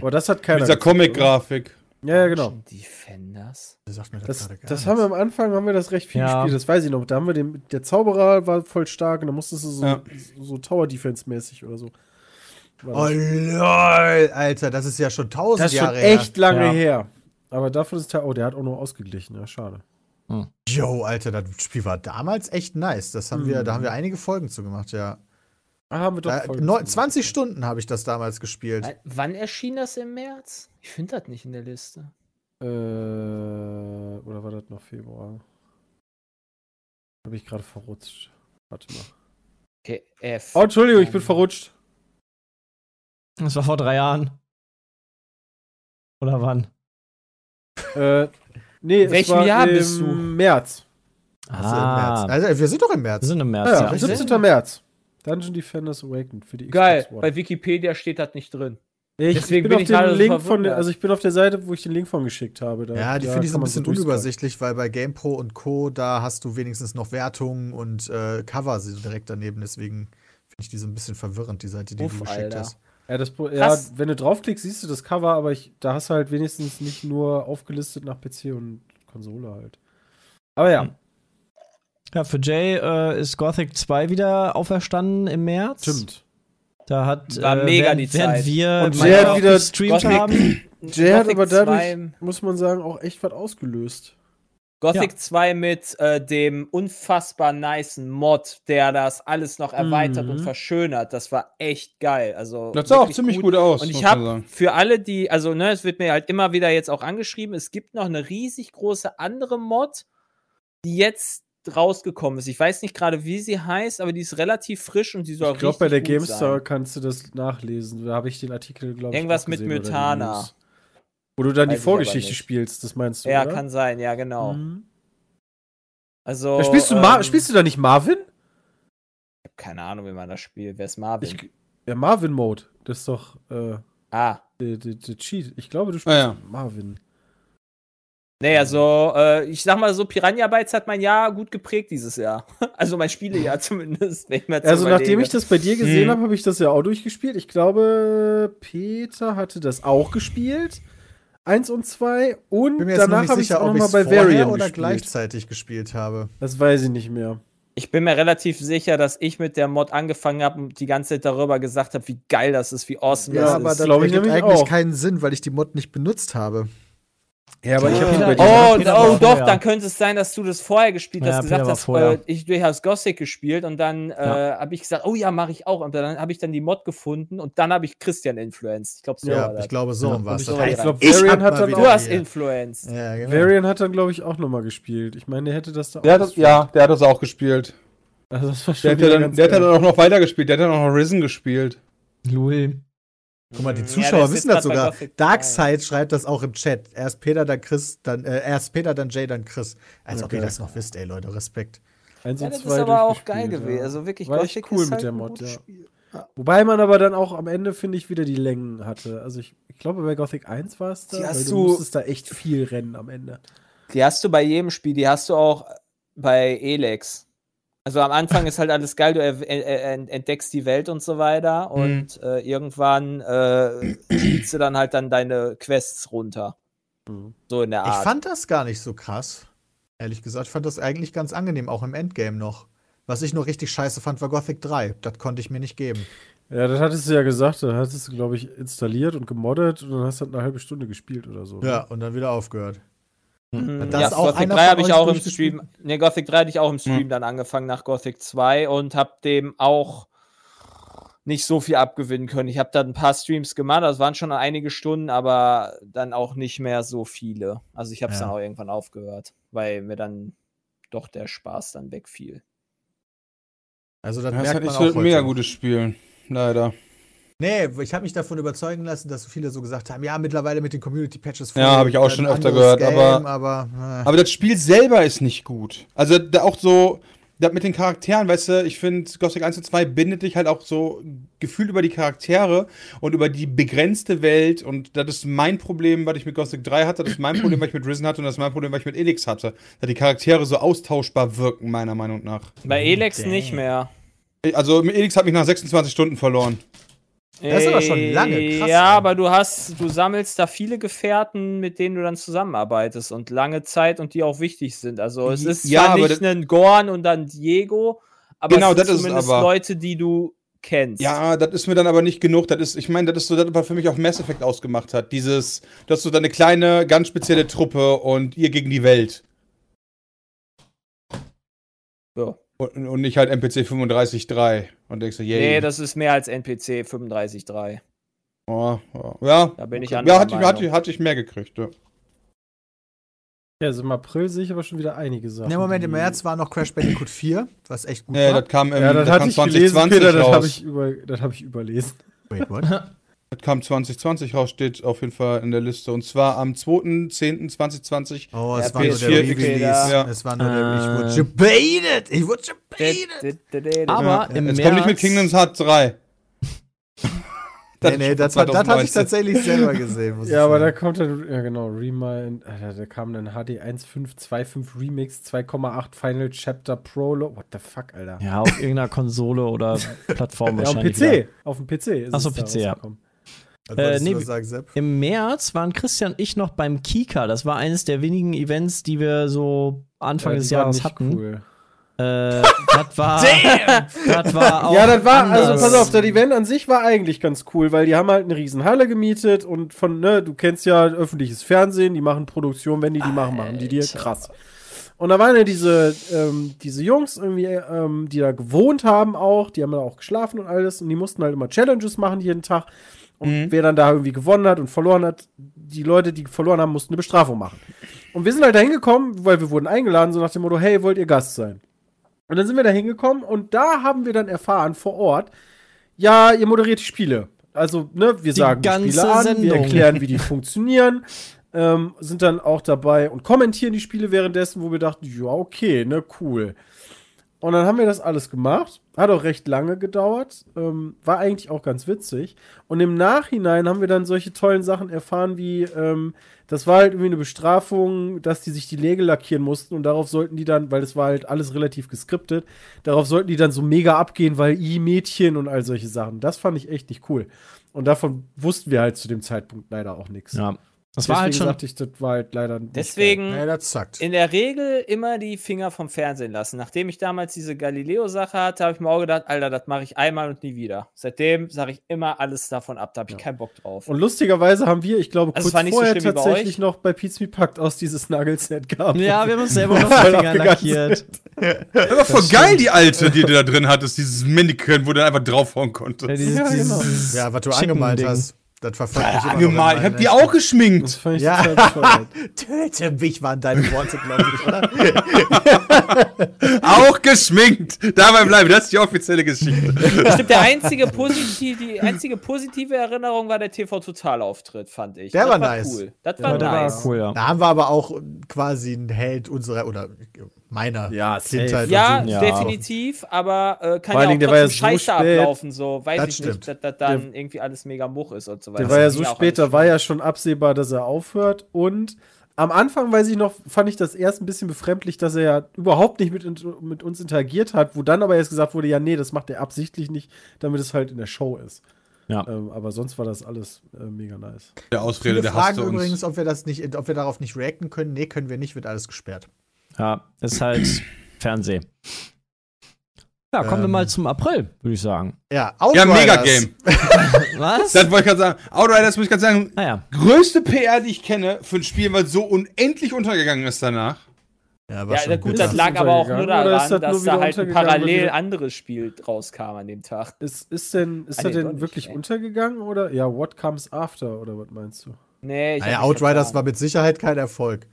[SPEAKER 6] Aber das hat
[SPEAKER 5] Mit
[SPEAKER 6] keiner.
[SPEAKER 5] dieser
[SPEAKER 6] gezeigt, oder?
[SPEAKER 5] Comic-Grafik.
[SPEAKER 6] Ja, ja, genau.
[SPEAKER 4] Defenders?
[SPEAKER 2] sagt mir
[SPEAKER 6] Das,
[SPEAKER 2] gerade gar
[SPEAKER 6] das haben wir
[SPEAKER 2] nichts.
[SPEAKER 6] am Anfang, haben wir das recht viel
[SPEAKER 1] Ja.
[SPEAKER 6] gespielt, das weiß ich noch. Da haben wir den, der Zauberer war voll stark und da musstest du so,
[SPEAKER 5] Ja.
[SPEAKER 6] so Tower Defense mäßig oder so. War
[SPEAKER 2] Oh lol, Alter, das ist ja schon tausend
[SPEAKER 6] das ist schon
[SPEAKER 2] Jahre
[SPEAKER 6] echt lange
[SPEAKER 1] Ja.
[SPEAKER 6] her. Aber dafür ist der, oh, der hat auch noch ausgeglichen, ja, schade.
[SPEAKER 2] her. Yo, Alter, das Spiel war damals echt nice. Das haben wir, da haben wir einige Folgen zu gemacht, ja.
[SPEAKER 6] Ah, haben wir doch
[SPEAKER 2] Da,
[SPEAKER 6] voll
[SPEAKER 2] neun-
[SPEAKER 6] gespielt.
[SPEAKER 2] 20 Stunden habe ich das damals gespielt.
[SPEAKER 4] W- Wann erschien das im März? Ich finde das nicht in der Liste.
[SPEAKER 6] Äh, oder war das noch Februar? Habe ich gerade verrutscht. Warte mal.
[SPEAKER 4] Okay, F.
[SPEAKER 6] Oh, Entschuldigung, ich bin verrutscht.
[SPEAKER 1] Das war vor drei Jahren. Oder wann?
[SPEAKER 6] Äh, nee,
[SPEAKER 4] In welchem Jahr bist du?
[SPEAKER 6] März.
[SPEAKER 2] Also,
[SPEAKER 6] Ah.
[SPEAKER 2] im März. also wir sind doch im
[SPEAKER 1] Ah, wir
[SPEAKER 2] März.
[SPEAKER 1] sind im März.
[SPEAKER 6] Ja,
[SPEAKER 1] Ja,
[SPEAKER 6] ja,
[SPEAKER 2] richtig.
[SPEAKER 6] 17. März. Dungeon Defenders Awakened für die
[SPEAKER 4] Geil,
[SPEAKER 6] Xbox One.
[SPEAKER 4] bei Wikipedia steht das nicht drin.
[SPEAKER 6] Ich
[SPEAKER 4] Deswegen
[SPEAKER 6] bin,
[SPEAKER 4] bin
[SPEAKER 6] auf
[SPEAKER 4] ich
[SPEAKER 6] den
[SPEAKER 4] gerade so
[SPEAKER 6] Link von,
[SPEAKER 4] verwundert.
[SPEAKER 6] also ich bin auf der Seite, wo ich den Link von geschickt habe. Da,
[SPEAKER 2] Ja, die
[SPEAKER 6] da
[SPEAKER 2] finde ich so
[SPEAKER 6] kann
[SPEAKER 2] ein
[SPEAKER 6] man
[SPEAKER 2] bisschen
[SPEAKER 6] durchscrollen.
[SPEAKER 2] unübersichtlich, weil bei GamePro und Co. da hast du wenigstens noch Wertungen und äh, Cover so direkt daneben. Deswegen finde ich die so ein bisschen verwirrend, die Seite, die
[SPEAKER 4] Uff,
[SPEAKER 2] du geschickt
[SPEAKER 4] Alter.
[SPEAKER 2] hast.
[SPEAKER 6] Ja, das, Pro- ja,
[SPEAKER 4] Krass.
[SPEAKER 6] wenn du draufklickst, siehst du das Cover, aber ich, da hast du halt wenigstens nicht nur aufgelistet nach PC und Konsole halt. Aber ja,
[SPEAKER 1] Hm. ja, für Jay äh, ist Gothic 2 wieder auferstanden im März.
[SPEAKER 6] stimmt.
[SPEAKER 1] Da hat äh,
[SPEAKER 4] War mega
[SPEAKER 1] während,
[SPEAKER 4] die
[SPEAKER 1] während
[SPEAKER 4] Zeit.
[SPEAKER 1] wir
[SPEAKER 6] Und
[SPEAKER 1] Minecraft
[SPEAKER 6] sehr wieder
[SPEAKER 1] gestreamt
[SPEAKER 4] Gothic-
[SPEAKER 1] haben.
[SPEAKER 6] Jay hat
[SPEAKER 4] Gothic 2
[SPEAKER 6] aber dadurch, muss man sagen, auch echt was ausgelöst.
[SPEAKER 4] Gothic
[SPEAKER 1] Ja.
[SPEAKER 4] 2 mit äh, dem unfassbar nicen Mod, der das alles noch erweitert
[SPEAKER 6] Mhm.
[SPEAKER 4] und verschönert. Das war echt geil. Also
[SPEAKER 5] Das sah auch
[SPEAKER 4] wirklich
[SPEAKER 5] ziemlich gut, aus.
[SPEAKER 4] Und ich
[SPEAKER 5] muss man
[SPEAKER 4] habe
[SPEAKER 5] sagen.
[SPEAKER 4] für alle, die, also ne, es wird mir halt immer wieder jetzt auch angeschrieben, es gibt noch eine riesig große andere Mod, die jetzt rausgekommen ist. Ich weiß nicht gerade, wie sie heißt, aber die ist relativ frisch und die soll
[SPEAKER 6] Ich glaube, bei der
[SPEAKER 4] richtig gut
[SPEAKER 6] GameStar
[SPEAKER 4] sein.
[SPEAKER 6] kannst du das nachlesen. Da habe ich den Artikel, glaube ich.
[SPEAKER 4] Irgendwas
[SPEAKER 6] auch
[SPEAKER 4] mit
[SPEAKER 6] gesehen oder die
[SPEAKER 4] Mutana.
[SPEAKER 6] News. Wo du dann
[SPEAKER 4] Weiß
[SPEAKER 6] die
[SPEAKER 4] ich aber
[SPEAKER 6] Vorgeschichte
[SPEAKER 4] nicht.
[SPEAKER 6] spielst, das meinst du,
[SPEAKER 4] Ja,
[SPEAKER 6] oder?
[SPEAKER 4] kann sein, ja, genau.
[SPEAKER 6] Mhm.
[SPEAKER 4] Also.
[SPEAKER 6] Da spielst, du Ma
[SPEAKER 4] ähm,
[SPEAKER 6] spielst du da nicht Marvin?
[SPEAKER 4] Keine Ahnung, wie man das spielt. Wer ist Marvin?
[SPEAKER 6] Ich, ja, Marvin-Mode. Das ist doch äh,
[SPEAKER 4] ah,
[SPEAKER 6] der, der, der Cheat. Ich glaube, du
[SPEAKER 5] Ah,
[SPEAKER 6] spielst
[SPEAKER 5] ja.
[SPEAKER 6] Marvin.
[SPEAKER 4] Nee, also äh, ich sag mal so, Piranha Bytes hat mein Jahr gut geprägt dieses Jahr. Also mein Spielejahr zumindest. Wenn ich mir jetzt
[SPEAKER 6] Also nachdem
[SPEAKER 4] überlege.
[SPEAKER 6] ich das bei dir gesehen
[SPEAKER 1] Hm.
[SPEAKER 6] habe, habe ich das ja auch durchgespielt. Ich glaube, Peter hatte das auch gespielt. Eins und zwei. Und
[SPEAKER 2] bin mir jetzt noch
[SPEAKER 6] danach
[SPEAKER 2] nicht
[SPEAKER 6] habe ich
[SPEAKER 2] sicher,
[SPEAKER 6] auch
[SPEAKER 2] ob
[SPEAKER 6] noch
[SPEAKER 2] ich
[SPEAKER 6] mal
[SPEAKER 2] es
[SPEAKER 6] bei
[SPEAKER 2] vorher
[SPEAKER 6] Varian
[SPEAKER 2] oder
[SPEAKER 6] gespielt.
[SPEAKER 2] gleichzeitig gespielt habe.
[SPEAKER 6] Das weiß ich nicht mehr.
[SPEAKER 4] Ich bin mir relativ sicher, dass ich mit der Mod angefangen habe und die ganze Zeit darüber gesagt habe, wie geil das ist, wie awesome
[SPEAKER 2] Ja,
[SPEAKER 4] das
[SPEAKER 2] aber
[SPEAKER 4] ist.
[SPEAKER 2] das
[SPEAKER 6] glaub ich
[SPEAKER 2] ergibt
[SPEAKER 6] nämlich
[SPEAKER 2] eigentlich
[SPEAKER 6] auch.
[SPEAKER 2] keinen Sinn, weil ich die Mod nicht benutzt habe.
[SPEAKER 6] Ja, aber ich habe
[SPEAKER 1] Peter-
[SPEAKER 6] die bei dir.
[SPEAKER 1] Ja,
[SPEAKER 4] Oh,
[SPEAKER 1] Peter war
[SPEAKER 4] oh doch,
[SPEAKER 1] vorher.
[SPEAKER 4] dann könnte es sein, dass du das vorher gespielt
[SPEAKER 1] Ja,
[SPEAKER 4] hast,
[SPEAKER 1] Peter
[SPEAKER 4] gesagt
[SPEAKER 1] war
[SPEAKER 4] hast,
[SPEAKER 1] vorher.
[SPEAKER 4] äh, ich, du hast Gothic gespielt und dann äh, habe ich gesagt, oh ja, mache ich auch. Und dann habe ich dann die Mod gefunden und dann habe ich Christian influenced. Ich glaube, so
[SPEAKER 2] Ja,
[SPEAKER 4] war das.
[SPEAKER 2] ich glaube, so war es.
[SPEAKER 4] ich
[SPEAKER 2] das.
[SPEAKER 4] auch
[SPEAKER 6] ich
[SPEAKER 2] heißt,
[SPEAKER 6] glaube,
[SPEAKER 2] ich
[SPEAKER 6] Varian
[SPEAKER 2] hab
[SPEAKER 6] hat
[SPEAKER 2] mal
[SPEAKER 6] dann
[SPEAKER 2] wieder-
[SPEAKER 6] auch,
[SPEAKER 4] du hast
[SPEAKER 2] ja.
[SPEAKER 4] influenced.
[SPEAKER 2] Ja, genau.
[SPEAKER 6] Varian hat dann, glaube ich, auch nochmal gespielt. Ich meine, der hätte das da
[SPEAKER 5] Der
[SPEAKER 6] auch.
[SPEAKER 5] hat das, ja, der hat das auch gespielt.
[SPEAKER 6] Also das war schon
[SPEAKER 5] Der hat, ja
[SPEAKER 6] wieder
[SPEAKER 5] dann,
[SPEAKER 6] ganz
[SPEAKER 5] der hat ja
[SPEAKER 6] geil.
[SPEAKER 5] dann auch noch weitergespielt. Der hat dann auch noch Risen gespielt.
[SPEAKER 1] Lul.
[SPEAKER 2] Guck mal, die
[SPEAKER 4] Mhm. Ja, der
[SPEAKER 2] Zuschauer
[SPEAKER 4] ist
[SPEAKER 2] wissen
[SPEAKER 4] jetzt
[SPEAKER 2] das
[SPEAKER 4] grad bei
[SPEAKER 2] sogar.
[SPEAKER 4] Gothic
[SPEAKER 2] Darkseid schreibt das auch im Chat. Erst Peter, dann Chris, dann äh, erst Peter, dann Jay, dann Chris. Als ob
[SPEAKER 6] Okay.
[SPEAKER 2] ihr das noch wisst, ey Leute, Respekt.
[SPEAKER 6] Eins
[SPEAKER 4] Ja,
[SPEAKER 6] und
[SPEAKER 4] das ist
[SPEAKER 6] zwei
[SPEAKER 4] aber auch
[SPEAKER 6] durchgespielt,
[SPEAKER 4] geil gewesen.
[SPEAKER 6] ja.
[SPEAKER 4] Also wirklich,
[SPEAKER 6] War echt
[SPEAKER 4] Gothic
[SPEAKER 6] cool
[SPEAKER 4] ist
[SPEAKER 6] mit
[SPEAKER 4] halt
[SPEAKER 6] der
[SPEAKER 4] ein
[SPEAKER 6] Mod,
[SPEAKER 4] gutes
[SPEAKER 6] ja.
[SPEAKER 4] Spiel.
[SPEAKER 6] Wobei man aber dann auch am Ende, finde ich, wieder die Längen hatte. Also ich, ich glaube, bei Gothic 1 war es da,
[SPEAKER 4] Die hast
[SPEAKER 6] weil du
[SPEAKER 4] du-
[SPEAKER 6] musstest da echt viel rennen am Ende.
[SPEAKER 4] Die hast du bei jedem Spiel, die hast du auch bei Elex. Also am Anfang ist halt alles geil, du er- er- er- entdeckst die Welt und so weiter
[SPEAKER 6] Mhm.
[SPEAKER 4] und äh, irgendwann äh, spielst du dann halt dann deine Quests runter.
[SPEAKER 6] Mhm.
[SPEAKER 4] So in der
[SPEAKER 2] Ich
[SPEAKER 4] Art.
[SPEAKER 2] fand das gar nicht so krass. Ehrlich gesagt, ich fand das eigentlich ganz angenehm, auch im Endgame noch. Was ich nur richtig scheiße fand, war Gothic 3. Das konnte ich mir nicht geben.
[SPEAKER 6] Ja, das hattest du ja gesagt, da hattest du, glaube ich, installiert und gemoddet und dann hast du halt eine halbe Stunde gespielt oder so. ne?
[SPEAKER 2] Ja, und dann wieder aufgehört.
[SPEAKER 4] Mhm.
[SPEAKER 2] das
[SPEAKER 4] ja,
[SPEAKER 2] ist auch
[SPEAKER 4] Gothic
[SPEAKER 2] einer
[SPEAKER 4] 3
[SPEAKER 2] von
[SPEAKER 4] habe ich
[SPEAKER 2] euch
[SPEAKER 4] auch im
[SPEAKER 2] durchgespielt? Hm.
[SPEAKER 4] Stream. Ne, Gothic 3 hatte ich auch im Stream dann angefangen nach Gothic 2 und habe dem auch nicht so viel abgewinnen können. Ich habe dann ein paar Streams gemacht, das waren schon einige Stunden, aber dann auch nicht mehr so viele. Also ich habe es
[SPEAKER 2] Ja.
[SPEAKER 4] dann auch irgendwann aufgehört, weil mir dann doch der Spaß dann wegfiel.
[SPEAKER 2] Also, das,
[SPEAKER 5] Das ist
[SPEAKER 2] merkt
[SPEAKER 5] halt
[SPEAKER 2] man
[SPEAKER 5] nicht
[SPEAKER 2] auch
[SPEAKER 5] so ein
[SPEAKER 2] heute
[SPEAKER 5] mega
[SPEAKER 2] noch.
[SPEAKER 5] gutes Spiel. Leider.
[SPEAKER 2] Nee, ich habe mich davon überzeugen lassen, dass viele so gesagt haben, ja, mittlerweile mit den Community-Patches
[SPEAKER 5] Ja, habe ich auch
[SPEAKER 2] ein
[SPEAKER 5] schon öfter
[SPEAKER 2] anderes
[SPEAKER 5] gehört, aber-
[SPEAKER 2] aber, äh,
[SPEAKER 5] Aber das Spiel selber ist nicht gut. Also da auch so, da mit den Charakteren, weißt du, ich finde, Gothic 1 und 2 bindet dich halt auch so gefühlt über die Charaktere und über die begrenzte Welt. Und das ist mein Problem, was ich mit Gothic 3 hatte, das ist mein Problem, was ich mit Risen hatte und das ist mein Problem, was ich mit Elix hatte. Da die Charaktere so austauschbar wirken, meiner Meinung nach.
[SPEAKER 4] Bei Elex
[SPEAKER 2] Hm, dang.
[SPEAKER 4] nicht mehr.
[SPEAKER 5] Also mit Elix hat mich nach 26 Stunden verloren.
[SPEAKER 2] Das ist aber schon lange, krass,
[SPEAKER 4] ja,
[SPEAKER 2] ey.
[SPEAKER 4] aber du hast, du sammelst da viele Gefährten, mit denen du dann zusammenarbeitest und lange Zeit und die auch wichtig sind. Also es ist
[SPEAKER 5] Ja,
[SPEAKER 4] zwar
[SPEAKER 5] aber
[SPEAKER 4] nicht
[SPEAKER 5] das-
[SPEAKER 4] ein Gorn und dann Diego, aber es
[SPEAKER 5] Genau,
[SPEAKER 4] sind
[SPEAKER 5] das ist es
[SPEAKER 4] zumindest
[SPEAKER 5] aber.
[SPEAKER 4] Leute, die du kennst.
[SPEAKER 5] Ja, das ist mir dann aber nicht genug. Das ist, ich meine, das ist so das, was für mich auch Mass Effect ausgemacht hat. Dieses, dass du deine kleine, ganz spezielle Truppe und ihr gegen die Welt.
[SPEAKER 4] So.
[SPEAKER 5] Und, und nicht halt NPC 35.3 und denkst du, yay.
[SPEAKER 4] Nee, das ist mehr als NPC 35.3.
[SPEAKER 5] oh, oh. Ja,
[SPEAKER 4] Da bin ich
[SPEAKER 5] okay.
[SPEAKER 4] anderer
[SPEAKER 5] ja hatte, ich,
[SPEAKER 4] Meinung.
[SPEAKER 5] hatte, ich- hatte ich mehr gekriegt. Ja.
[SPEAKER 6] Ja, also im April sehe ich aber schon wieder einige Sachen.
[SPEAKER 2] nee, Moment, im
[SPEAKER 6] die-
[SPEAKER 2] März war noch Crash Bandicoot 4, was echt gut
[SPEAKER 5] Nee,
[SPEAKER 2] war.
[SPEAKER 5] das kam, im,
[SPEAKER 6] Ja, das,
[SPEAKER 5] das
[SPEAKER 6] hatte
[SPEAKER 5] Ähm, kam
[SPEAKER 6] ich gelesen,
[SPEAKER 5] 2020
[SPEAKER 6] Peter, das habe
[SPEAKER 5] raus.
[SPEAKER 6] ich, über, das hab ich überlesen.
[SPEAKER 2] Wait, what?
[SPEAKER 5] Das kam 2020 raus, steht auf jeden Fall in der Liste. Und zwar am 2.10.2020.
[SPEAKER 2] Oh,
[SPEAKER 4] Ja,
[SPEAKER 2] es war nur der
[SPEAKER 5] PS4
[SPEAKER 2] Re-Release.
[SPEAKER 4] ja.
[SPEAKER 2] Es war nur der, ich wurde
[SPEAKER 1] Äh.
[SPEAKER 2] gebadet. Ich wurde gebadet.
[SPEAKER 1] Aber im
[SPEAKER 5] Jetzt
[SPEAKER 1] März.
[SPEAKER 5] komm nicht mit Kingdoms Hearts 3.
[SPEAKER 2] Nee, nee, das, war- das hatte ich tatsächlich selber gesehen. Muss
[SPEAKER 6] Ja, aber da
[SPEAKER 2] ich
[SPEAKER 6] kommt dann, ja genau, Remind, Alter, da kam dann HD 1.5.2.5 Remix 2.8 Final Chapter Prologue. What the fuck, Alter?
[SPEAKER 1] Ja, auf irgendeiner Konsole oder Plattform
[SPEAKER 6] Ja, auf dem
[SPEAKER 1] wahrscheinlich.
[SPEAKER 6] PC.
[SPEAKER 1] wieder.
[SPEAKER 6] Auf dem PC. ist
[SPEAKER 1] Ach so,
[SPEAKER 6] es da
[SPEAKER 1] PC, ja.
[SPEAKER 6] rausgekommen.
[SPEAKER 2] sagen. Das
[SPEAKER 1] Äh, nee,
[SPEAKER 2] nee,
[SPEAKER 1] wie-
[SPEAKER 2] sagen, Sepp.
[SPEAKER 1] Im März waren Christian und ich noch beim Kika. Das war eines der wenigen Events, die wir so Anfang
[SPEAKER 6] Ja,
[SPEAKER 1] des
[SPEAKER 6] die waren
[SPEAKER 1] Jahres
[SPEAKER 6] nicht
[SPEAKER 1] hatten.
[SPEAKER 6] Cool.
[SPEAKER 1] Äh, das war. das war auch
[SPEAKER 6] Ja, das war,
[SPEAKER 1] anders.
[SPEAKER 6] also pass auf, das Event an sich war eigentlich ganz cool, weil die haben halt eine riesen Halle gemietet und von, ne, du kennst ja öffentliches Fernsehen, die machen Produktion, wenn die die machen, machen die dir krass. Und da waren ja diese, ähm, diese Jungs irgendwie, ähm, die da gewohnt haben auch, die haben da auch geschlafen und alles und die mussten halt immer Challenges machen jeden Tag.
[SPEAKER 1] Mhm.
[SPEAKER 6] Und wer dann da irgendwie gewonnen hat und verloren hat, die Leute, die verloren haben, mussten eine Bestrafung machen. Und wir sind halt da hingekommen, weil wir wurden eingeladen, so nach dem Motto, hey, wollt ihr Gast sein? Und dann sind wir da hingekommen und da haben wir dann erfahren vor Ort, ja, ihr moderiert die Spiele. Also, ne, wir
[SPEAKER 1] Die
[SPEAKER 6] sagen
[SPEAKER 1] ganze
[SPEAKER 6] die Spiele an, wir
[SPEAKER 1] Sendung.
[SPEAKER 6] erklären, wie die funktionieren, ähm, sind dann auch dabei und kommentieren die Spiele währenddessen, wo wir dachten, ja, okay, ne, cool. Und dann haben wir das alles gemacht. Hat auch recht lange gedauert. Ähm, war eigentlich auch ganz witzig. Und im Nachhinein haben wir dann solche tollen Sachen erfahren, wie ähm, das war halt irgendwie eine Bestrafung, dass die sich die Nägel lackieren mussten. Und darauf sollten die dann, weil das war halt alles relativ geskriptet, darauf sollten die dann so mega abgehen, weil i Mädchen und all solche Sachen. Das fand ich echt nicht cool. Und davon wussten wir halt zu dem Zeitpunkt leider auch nichts.
[SPEAKER 1] Ja. Das
[SPEAKER 6] Deswegen
[SPEAKER 1] war halt schon.
[SPEAKER 6] sagte ich, das war halt leider nicht
[SPEAKER 4] Deswegen
[SPEAKER 2] Ja, das zackt.
[SPEAKER 4] in der Regel immer die Finger vom Fernsehen lassen. Nachdem ich damals diese Galileo-Sache hatte, habe ich mir auch gedacht, Alter, das mache ich einmal und nie wieder. Seitdem sage ich immer alles davon ab, da habe ich keinen Bock drauf.
[SPEAKER 6] Und lustigerweise haben wir, ich glaube,
[SPEAKER 4] Also es
[SPEAKER 6] kurz
[SPEAKER 4] war nicht so
[SPEAKER 6] vorher
[SPEAKER 4] schlimm wie bei
[SPEAKER 6] tatsächlich
[SPEAKER 4] euch.
[SPEAKER 6] noch bei Pizza Me Pakt aus dieses Nagelset gehabt.
[SPEAKER 1] Ja, wir haben uns selber noch
[SPEAKER 6] Voll
[SPEAKER 1] Finger
[SPEAKER 6] abgegangen
[SPEAKER 1] lackiert.
[SPEAKER 5] Das war voll geil, die alte, die du da drin hattest, dieses Mannequin, wo du einfach draufhauen konntest.
[SPEAKER 1] Ja, dieses,
[SPEAKER 6] Ja, genau.
[SPEAKER 1] dieses
[SPEAKER 2] Ja, was du
[SPEAKER 1] Chicken
[SPEAKER 2] angemalt
[SPEAKER 1] Ding.
[SPEAKER 2] hast, das verfolgt mich immer noch in
[SPEAKER 5] Angemalt. Ich hab
[SPEAKER 2] meinen
[SPEAKER 5] die auch geschminkt.
[SPEAKER 6] Das fand ich
[SPEAKER 2] Ja.
[SPEAKER 6] total bescheuert.
[SPEAKER 2] Töte mich waren deine Worte, glaube ich, oder?
[SPEAKER 5] Auch geschminkt. Dabei bleiben. Das ist die offizielle Geschichte.
[SPEAKER 4] Bestimmt der einzige positive, die einzige positive Erinnerung war der TV-Total-Auftritt, fand ich.
[SPEAKER 2] Der
[SPEAKER 4] das
[SPEAKER 2] war nice.
[SPEAKER 4] Cool. Das
[SPEAKER 6] genau.
[SPEAKER 1] Ja,
[SPEAKER 4] war
[SPEAKER 1] der
[SPEAKER 4] nice.
[SPEAKER 1] war cool, ja.
[SPEAKER 2] Da haben wir aber auch ähm, quasi einen Held unserer oder meiner
[SPEAKER 6] Ja, safe.
[SPEAKER 2] Kindheit.
[SPEAKER 4] Ja,
[SPEAKER 2] und
[SPEAKER 1] Ja.
[SPEAKER 4] definitiv, aber äh, kann
[SPEAKER 6] Vor allen
[SPEAKER 4] ja auch
[SPEAKER 6] Dingen, der war ja
[SPEAKER 4] trotzdem
[SPEAKER 6] so
[SPEAKER 4] scheiße
[SPEAKER 6] spät.
[SPEAKER 4] ablaufen, so weiß
[SPEAKER 2] Das
[SPEAKER 4] ich
[SPEAKER 2] stimmt.
[SPEAKER 4] nicht, dass das dann irgendwie alles mega much ist und so weiter.
[SPEAKER 6] Der war ja
[SPEAKER 4] Das
[SPEAKER 6] so
[SPEAKER 4] ging auch
[SPEAKER 6] spät,
[SPEAKER 4] alles
[SPEAKER 6] da war ja schon absehbar, dass er aufhört. Und am Anfang, weiß ich noch, fand ich das erst ein bisschen befremdlich, dass er ja überhaupt nicht mit, in- mit uns interagiert hat, wo dann aber erst gesagt wurde, ja, nee, das macht er absichtlich nicht, damit es halt in der Show ist.
[SPEAKER 1] Ja.
[SPEAKER 6] Ähm, aber sonst war das alles äh, mega nice.
[SPEAKER 5] Der
[SPEAKER 2] Viele
[SPEAKER 5] Ausrede, der hasst
[SPEAKER 2] fragen
[SPEAKER 5] uns.
[SPEAKER 2] übrigens, ob wir das nicht, ob wir darauf nicht reacten können. Nee, können wir nicht, wird alles gesperrt.
[SPEAKER 1] Ja, ist halt Fernseh. Ja, kommen wir
[SPEAKER 2] Ähm.
[SPEAKER 1] mal zum April, würde ich sagen.
[SPEAKER 2] Ja, auch
[SPEAKER 5] Ja, mega Game.
[SPEAKER 1] Was?
[SPEAKER 5] Das wollte ich gerade sagen. Outriders muss ich gerade sagen.
[SPEAKER 1] Naja,
[SPEAKER 5] Größte PR, die ich kenne für ein Spiel, was so unendlich untergegangen ist danach.
[SPEAKER 2] Ja, war
[SPEAKER 4] Ja,
[SPEAKER 2] schon
[SPEAKER 4] na gut,
[SPEAKER 2] bitter.
[SPEAKER 4] das lag aber auch nur
[SPEAKER 6] untergegangen, oder ist
[SPEAKER 4] daran,
[SPEAKER 6] das nur
[SPEAKER 4] dass
[SPEAKER 6] wieder
[SPEAKER 4] da halt ein
[SPEAKER 6] untergegangen, weil
[SPEAKER 4] parallel
[SPEAKER 6] wieder-
[SPEAKER 4] anderes Spiel rauskam an dem Tag.
[SPEAKER 6] Ist, ist denn, ist
[SPEAKER 4] Ah,
[SPEAKER 6] er
[SPEAKER 4] nee, doch
[SPEAKER 6] denn
[SPEAKER 4] nicht,
[SPEAKER 6] wirklich
[SPEAKER 4] ey.
[SPEAKER 6] untergegangen oder? Ja, what comes after oder was meinst du?
[SPEAKER 4] Nee, ich
[SPEAKER 2] Naja,
[SPEAKER 4] hab mich
[SPEAKER 2] Outriders war
[SPEAKER 4] vertan.
[SPEAKER 2] mit Sicherheit kein Erfolg.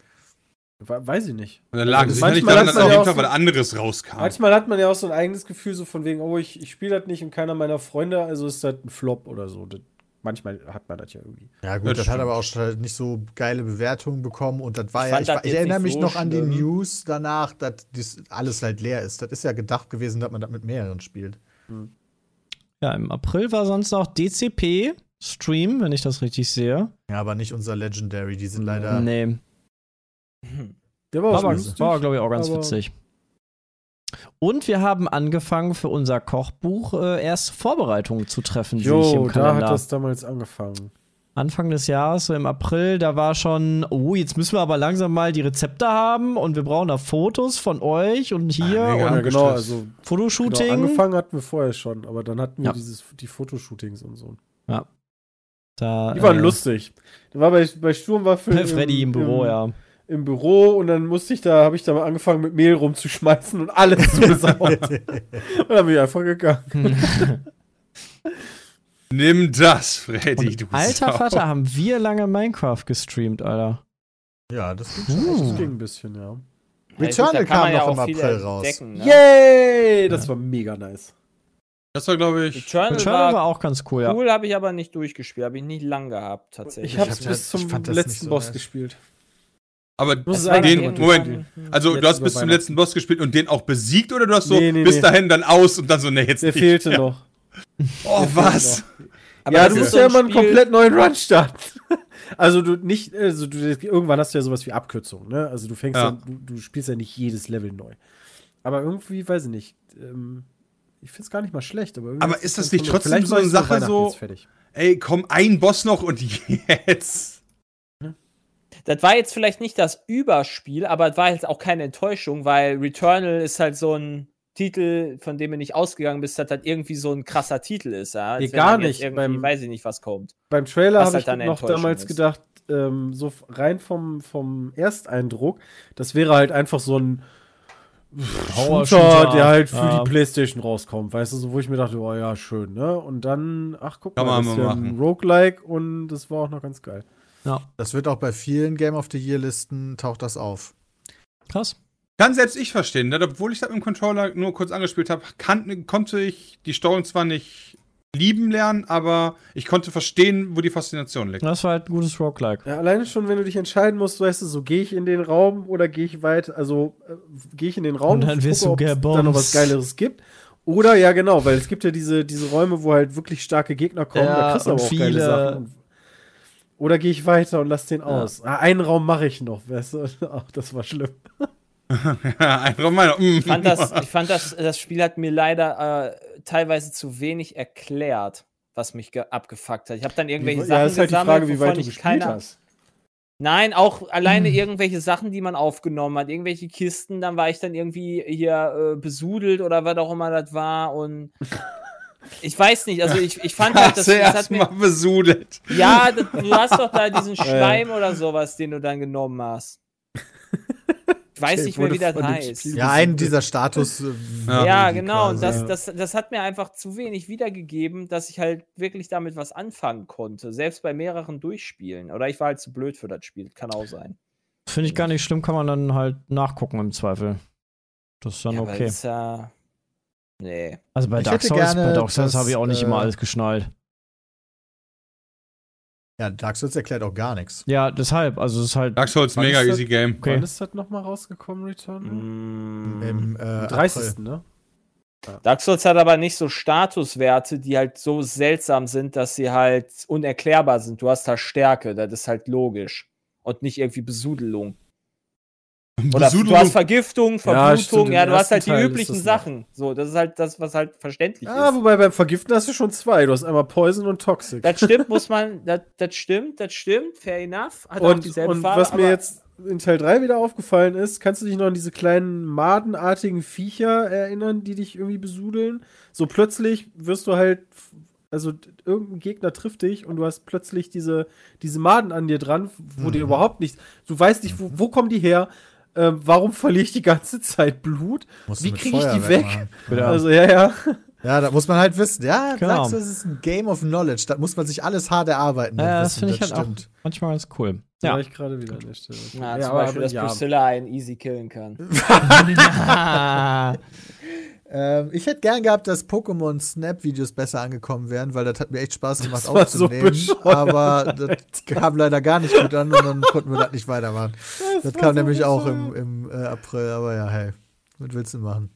[SPEAKER 6] We weiß ich nicht.
[SPEAKER 5] Und dann lag
[SPEAKER 2] Also
[SPEAKER 5] es nicht
[SPEAKER 6] manchmal
[SPEAKER 5] daran,
[SPEAKER 6] hat's
[SPEAKER 5] dass auf
[SPEAKER 6] ja
[SPEAKER 5] jeden
[SPEAKER 6] auch
[SPEAKER 5] Fall
[SPEAKER 6] so-
[SPEAKER 5] was anderes
[SPEAKER 1] Ah.
[SPEAKER 5] rauskam.
[SPEAKER 6] Manchmal hat man ja auch so ein eigenes Gefühl, so von wegen, oh, ich, ich spiele das nicht und keiner meiner Freunde, also ist das ein Flop oder so. Das, manchmal hat man das ja irgendwie.
[SPEAKER 2] Ja, gut,
[SPEAKER 5] Das
[SPEAKER 2] das, hat
[SPEAKER 5] stimmt.
[SPEAKER 2] aber auch schon nicht so geile Bewertungen bekommen und das war
[SPEAKER 4] Ich
[SPEAKER 2] ja,
[SPEAKER 4] fand
[SPEAKER 2] ich,
[SPEAKER 4] das
[SPEAKER 2] war- ich
[SPEAKER 4] jetzt
[SPEAKER 2] erinnere mich
[SPEAKER 4] nicht so
[SPEAKER 2] noch an die
[SPEAKER 4] schlimm.
[SPEAKER 2] News danach, dass dies alles halt leer ist. Das ist ja gedacht gewesen, dass man das mit mehreren spielt.
[SPEAKER 1] ja, im April war sonst noch DCP Stream, wenn ich das richtig sehe.
[SPEAKER 2] Ja, aber nicht unser Legendary, die sind leider.
[SPEAKER 1] Nee,
[SPEAKER 6] Der war,
[SPEAKER 1] war,
[SPEAKER 6] auch
[SPEAKER 1] aber-
[SPEAKER 6] lustig.
[SPEAKER 1] war glaube ich, auch ganz
[SPEAKER 6] aber-
[SPEAKER 1] witzig. Und wir haben angefangen, für unser Kochbuch äh, erste Vorbereitungen zu treffen, sehe ich
[SPEAKER 6] Jo,
[SPEAKER 1] im
[SPEAKER 6] da hat
[SPEAKER 1] Kalender.
[SPEAKER 6] das damals angefangen.
[SPEAKER 1] Anfang des Jahres, so im April, da war schon, oh, jetzt müssen wir aber langsam mal die Rezepte haben und wir brauchen da Fotos von euch und hier
[SPEAKER 5] Ah, mega.
[SPEAKER 1] und
[SPEAKER 6] Ja,
[SPEAKER 5] Ja,
[SPEAKER 6] genau,
[SPEAKER 5] gestresst.
[SPEAKER 6] also genau,
[SPEAKER 1] Fotoshooting.
[SPEAKER 6] angefangen hatten wir vorher schon, aber dann hatten wir
[SPEAKER 1] Ja.
[SPEAKER 6] dieses, die Fotoshootings und so.
[SPEAKER 1] Da,
[SPEAKER 6] Die waren
[SPEAKER 1] äh,
[SPEAKER 6] lustig. Da war bei, bei Sturmwaffeln.
[SPEAKER 1] Bei Freddy im Büro, ja.
[SPEAKER 6] Im Büro und dann musste ich da, habe ich da mal angefangen mit Mehl rumzuschmeißen und alles zu besauen. und dann bin ich einfach gegangen.
[SPEAKER 5] Nimm das, Freddy.
[SPEAKER 1] Und
[SPEAKER 5] du
[SPEAKER 1] alter
[SPEAKER 5] Sau.
[SPEAKER 1] Vater, haben wir lange Minecraft gestreamt, Alter.
[SPEAKER 2] Ja, das geht
[SPEAKER 4] Hm.
[SPEAKER 6] Das
[SPEAKER 2] schon.
[SPEAKER 6] ging ein bisschen, ja.
[SPEAKER 4] Ja, gut, da
[SPEAKER 2] Returnal
[SPEAKER 4] kann man
[SPEAKER 2] kam
[SPEAKER 4] ja
[SPEAKER 2] noch im
[SPEAKER 4] auch viel äh,
[SPEAKER 2] April raus.
[SPEAKER 4] entdecken, Ne?
[SPEAKER 6] Yay! Das war mega nice.
[SPEAKER 5] Das war, glaube ich.
[SPEAKER 4] Returnal,
[SPEAKER 1] Returnal war
[SPEAKER 4] war
[SPEAKER 1] auch ganz cool, ja.
[SPEAKER 4] cool, habe ich aber nicht durchgespielt, habe ich nicht lang gehabt tatsächlich.
[SPEAKER 6] Ich hab's
[SPEAKER 2] hab das-
[SPEAKER 6] bis
[SPEAKER 2] ich
[SPEAKER 6] zum
[SPEAKER 2] fand das nicht
[SPEAKER 6] letzten
[SPEAKER 2] so
[SPEAKER 6] Boss
[SPEAKER 2] nice.
[SPEAKER 6] gespielt.
[SPEAKER 5] Aber
[SPEAKER 6] Muss
[SPEAKER 4] Das
[SPEAKER 6] es
[SPEAKER 4] war dann
[SPEAKER 6] eigentlich
[SPEAKER 5] den,
[SPEAKER 6] immer durchspielen.
[SPEAKER 5] Moment. Also,
[SPEAKER 6] Jetzt
[SPEAKER 5] du hast
[SPEAKER 6] über
[SPEAKER 5] bis zum
[SPEAKER 6] Weihnachten.
[SPEAKER 5] letzten Boss gespielt und den auch besiegt oder du hast so
[SPEAKER 6] Nee, nee,
[SPEAKER 5] bis
[SPEAKER 6] nee.
[SPEAKER 5] dahin dann aus und dann so, nee, jetzt
[SPEAKER 6] Der
[SPEAKER 5] nicht.
[SPEAKER 6] fehlte
[SPEAKER 5] Ja.
[SPEAKER 6] noch.
[SPEAKER 5] Oh, was?
[SPEAKER 4] Aber
[SPEAKER 6] ja,
[SPEAKER 4] das
[SPEAKER 6] du
[SPEAKER 4] ist
[SPEAKER 6] musst
[SPEAKER 4] so
[SPEAKER 6] ja
[SPEAKER 4] ein
[SPEAKER 6] immer einen
[SPEAKER 4] Spiel-
[SPEAKER 6] komplett neuen Run starten. Also du nicht, also du, irgendwann hast du ja sowas wie Abkürzungen, ne? Also du fängst
[SPEAKER 5] Ja.
[SPEAKER 6] ja, du, du spielst ja nicht jedes Level neu. Aber irgendwie, weiß ich nicht, ähm, ich find's gar nicht mal schlecht, aber irgendwie
[SPEAKER 5] Aber
[SPEAKER 6] hat's
[SPEAKER 5] ist
[SPEAKER 6] mich
[SPEAKER 5] das
[SPEAKER 6] dann
[SPEAKER 5] nicht
[SPEAKER 6] verloren.
[SPEAKER 5] trotzdem
[SPEAKER 6] Vielleicht
[SPEAKER 5] so
[SPEAKER 6] mach
[SPEAKER 5] eine
[SPEAKER 6] ich's
[SPEAKER 5] Sache
[SPEAKER 6] vor Weihnachten
[SPEAKER 5] so-
[SPEAKER 6] jetzt Fertig.
[SPEAKER 5] Ey, komm, ein Boss noch und jetzt.
[SPEAKER 4] Das war jetzt vielleicht nicht das Überspiel, aber es war jetzt auch keine Enttäuschung, weil Returnal ist halt so ein Titel, von dem du nicht ausgegangen bist, dass das irgendwie so ein krasser Titel ist. Ja? Als
[SPEAKER 6] Nee,
[SPEAKER 4] wenn
[SPEAKER 6] gar
[SPEAKER 4] dann jetzt
[SPEAKER 6] nicht,
[SPEAKER 4] Irgendwie,
[SPEAKER 6] beim-
[SPEAKER 4] weiß ich nicht, was kommt.
[SPEAKER 6] Beim Trailer
[SPEAKER 4] Was
[SPEAKER 6] habe
[SPEAKER 4] halt
[SPEAKER 6] ich
[SPEAKER 4] dann eine
[SPEAKER 6] noch
[SPEAKER 4] Enttäuschung
[SPEAKER 6] damals
[SPEAKER 4] ist.
[SPEAKER 6] gedacht, ähm, so f- rein vom, vom Ersteindruck, das wäre halt einfach so ein
[SPEAKER 1] Power
[SPEAKER 6] Shooter,
[SPEAKER 1] Shooter,
[SPEAKER 6] der halt für
[SPEAKER 1] ja.
[SPEAKER 6] die Playstation rauskommt, weißt du, so wo ich mir dachte, oh ja, schön, ne? Und dann, ach guck
[SPEAKER 5] Kann
[SPEAKER 6] mal,
[SPEAKER 5] man
[SPEAKER 6] das ist
[SPEAKER 5] mal
[SPEAKER 6] ja
[SPEAKER 5] machen.
[SPEAKER 6] ein Roguelike und das war auch noch ganz geil.
[SPEAKER 1] ja.
[SPEAKER 2] Das wird auch bei vielen Game of the Year Listen taucht das auf.
[SPEAKER 1] Krass.
[SPEAKER 5] Kann selbst ich verstehen, denn obwohl ich das mit dem Controller nur kurz angespielt habe, kann, konnte ich die Steuerung zwar nicht lieben lernen, aber ich konnte verstehen, wo die Faszination liegt.
[SPEAKER 1] Das war halt ein gutes Roguelike.
[SPEAKER 6] Ja, alleine schon, wenn du dich entscheiden musst, weißt du, so gehe ich in den Raum oder gehe ich weit, also äh, gehe ich in den Raum
[SPEAKER 1] Und dann wirst du
[SPEAKER 6] gucke, ob's
[SPEAKER 1] gebomst.
[SPEAKER 6] da noch was Geileres gibt. Oder ja, genau, weil es gibt ja diese, diese Räume, wo halt wirklich starke Gegner kommen,
[SPEAKER 1] Ja,
[SPEAKER 6] da kriegst du aber
[SPEAKER 1] und
[SPEAKER 6] auch geile
[SPEAKER 1] viele.
[SPEAKER 6] Sachen. Und- Oder gehe ich weiter und lass den aus. Ah, einen Raum mache ich noch, weißt du? Ach, das war schlimm.
[SPEAKER 5] Einfach mal. mm.
[SPEAKER 4] Ich fand das, ich fand das, das Spiel hat mir leider äh, teilweise zu wenig erklärt, was mich ge- abgefuckt hat. Ich habe dann irgendwelche Sachen
[SPEAKER 6] ja, ist halt die
[SPEAKER 4] gesammelt,
[SPEAKER 6] Frage, wie
[SPEAKER 4] wovon
[SPEAKER 6] weit du
[SPEAKER 4] ich
[SPEAKER 6] gespielt
[SPEAKER 4] keine-
[SPEAKER 6] hast.
[SPEAKER 4] Nein, auch alleine
[SPEAKER 6] Hm.
[SPEAKER 4] irgendwelche Sachen, die man aufgenommen hat, irgendwelche Kisten, dann war ich dann irgendwie hier äh, besudelt oder was auch immer das war und ich weiß nicht, also ich, ich fand halt, das,
[SPEAKER 5] Hast du
[SPEAKER 4] das hat
[SPEAKER 5] erstmal
[SPEAKER 4] mir,
[SPEAKER 5] besudelt.
[SPEAKER 4] ja, das- du hast doch da diesen Schleim oder sowas, den du dann genommen hast. Ich weiß
[SPEAKER 6] Jay
[SPEAKER 4] nicht mehr,
[SPEAKER 6] wurde
[SPEAKER 4] wie das
[SPEAKER 6] von dem
[SPEAKER 4] heißt.
[SPEAKER 6] Spiel
[SPEAKER 2] Ja, einen dieser Status. äh,
[SPEAKER 5] Ja.
[SPEAKER 4] Ja, genau. Und
[SPEAKER 2] quasi.
[SPEAKER 4] das, das, das hat mir einfach zu wenig wiedergegeben, dass ich halt wirklich damit was anfangen konnte. Selbst bei mehreren Durchspielen. Oder ich war halt zu blöd für das Spiel. Kann auch sein.
[SPEAKER 1] Finde ich gar nicht schlimm, kann man dann halt nachgucken im Zweifel. Das ist dann
[SPEAKER 4] ja, aber
[SPEAKER 1] okay.
[SPEAKER 4] Ist, ja nee.
[SPEAKER 1] Also bei
[SPEAKER 2] Ich
[SPEAKER 1] Dark
[SPEAKER 2] hätte
[SPEAKER 1] Souls, bei
[SPEAKER 2] gerne
[SPEAKER 1] Dark Souls
[SPEAKER 2] das,
[SPEAKER 1] habe ich auch nicht immer
[SPEAKER 2] äh,
[SPEAKER 1] alles geschnallt.
[SPEAKER 2] Ja, Dark Souls erklärt auch gar nichts.
[SPEAKER 1] Ja, deshalb. Also es ist halt.
[SPEAKER 5] Dark Souls, mega
[SPEAKER 6] ist das-
[SPEAKER 5] easy game.
[SPEAKER 1] Okay.
[SPEAKER 6] Wann ist das nochmal rausgekommen, Return?
[SPEAKER 4] Mm.
[SPEAKER 2] Im, äh,
[SPEAKER 6] Am
[SPEAKER 2] April.
[SPEAKER 6] 30. ne?
[SPEAKER 4] Dark Souls hat aber nicht so Statuswerte, die halt so seltsam sind, dass sie halt unerklärbar sind. Du hast da Stärke, das ist halt logisch. Und nicht irgendwie Besudelung. Oder du hast Vergiftung,
[SPEAKER 6] Ja, stimmt,
[SPEAKER 4] Verblutung,
[SPEAKER 6] im
[SPEAKER 4] ja, du hast
[SPEAKER 6] ersten
[SPEAKER 4] halt die
[SPEAKER 6] Teil ist
[SPEAKER 4] üblichen
[SPEAKER 6] das noch.
[SPEAKER 4] Sachen. So, das ist halt das, was halt verständlich ist.
[SPEAKER 6] Ah, wobei beim Vergiften hast du schon zwei. Du hast einmal Poison und Toxic.
[SPEAKER 4] Das stimmt, muss man, das, das stimmt, das stimmt, fair enough. Hat auch
[SPEAKER 6] und
[SPEAKER 4] dieselbe
[SPEAKER 6] und
[SPEAKER 4] Farbe,
[SPEAKER 6] was mir
[SPEAKER 4] aber-
[SPEAKER 6] jetzt in Teil 3 wieder aufgefallen ist, kannst du dich noch an diese kleinen madenartigen Viecher erinnern, die dich irgendwie besudeln? So plötzlich wirst du halt, also irgendein Gegner trifft dich und du hast plötzlich diese, diese Maden an dir dran, wo dir überhaupt nichts, du weißt nicht, wo, wo kommen die her? Ähm, warum verliere ich die ganze Zeit Blut?
[SPEAKER 2] Musst du
[SPEAKER 6] Wie
[SPEAKER 2] mit
[SPEAKER 6] kriege ich
[SPEAKER 2] Feuer
[SPEAKER 6] die weg?
[SPEAKER 2] wegmachen.
[SPEAKER 1] Ja.
[SPEAKER 6] Also, ja, ja.
[SPEAKER 2] Ja, da muss man halt wissen. Ja,
[SPEAKER 1] Genau.
[SPEAKER 2] Dark Souls ist ein Game of Knowledge. Da muss man sich alles hart erarbeiten. und
[SPEAKER 1] Ja, das
[SPEAKER 2] wissen,
[SPEAKER 1] finde ich halt
[SPEAKER 2] stimmt.
[SPEAKER 1] auch manchmal ganz cool.
[SPEAKER 6] Da
[SPEAKER 1] Ja.
[SPEAKER 6] war ich gerade wieder an der Stelle.
[SPEAKER 4] Na,
[SPEAKER 6] ja,
[SPEAKER 4] zum
[SPEAKER 6] aber-
[SPEAKER 4] Beispiel, dass
[SPEAKER 6] ja.
[SPEAKER 4] Priscilla einen easy killen kann.
[SPEAKER 2] Ähm, ich hätte gern gehabt, dass Pokémon Snap Videos besser angekommen wären, weil das hat mir echt Spaß gemacht
[SPEAKER 6] Das war so
[SPEAKER 2] aufzunehmen.
[SPEAKER 6] bescheuert,
[SPEAKER 2] aber das kam leider gar nicht gut an und dann konnten wir das nicht weitermachen. Das, kam nämlich auch im, im äh, April, aber ja, hey, was willst du machen?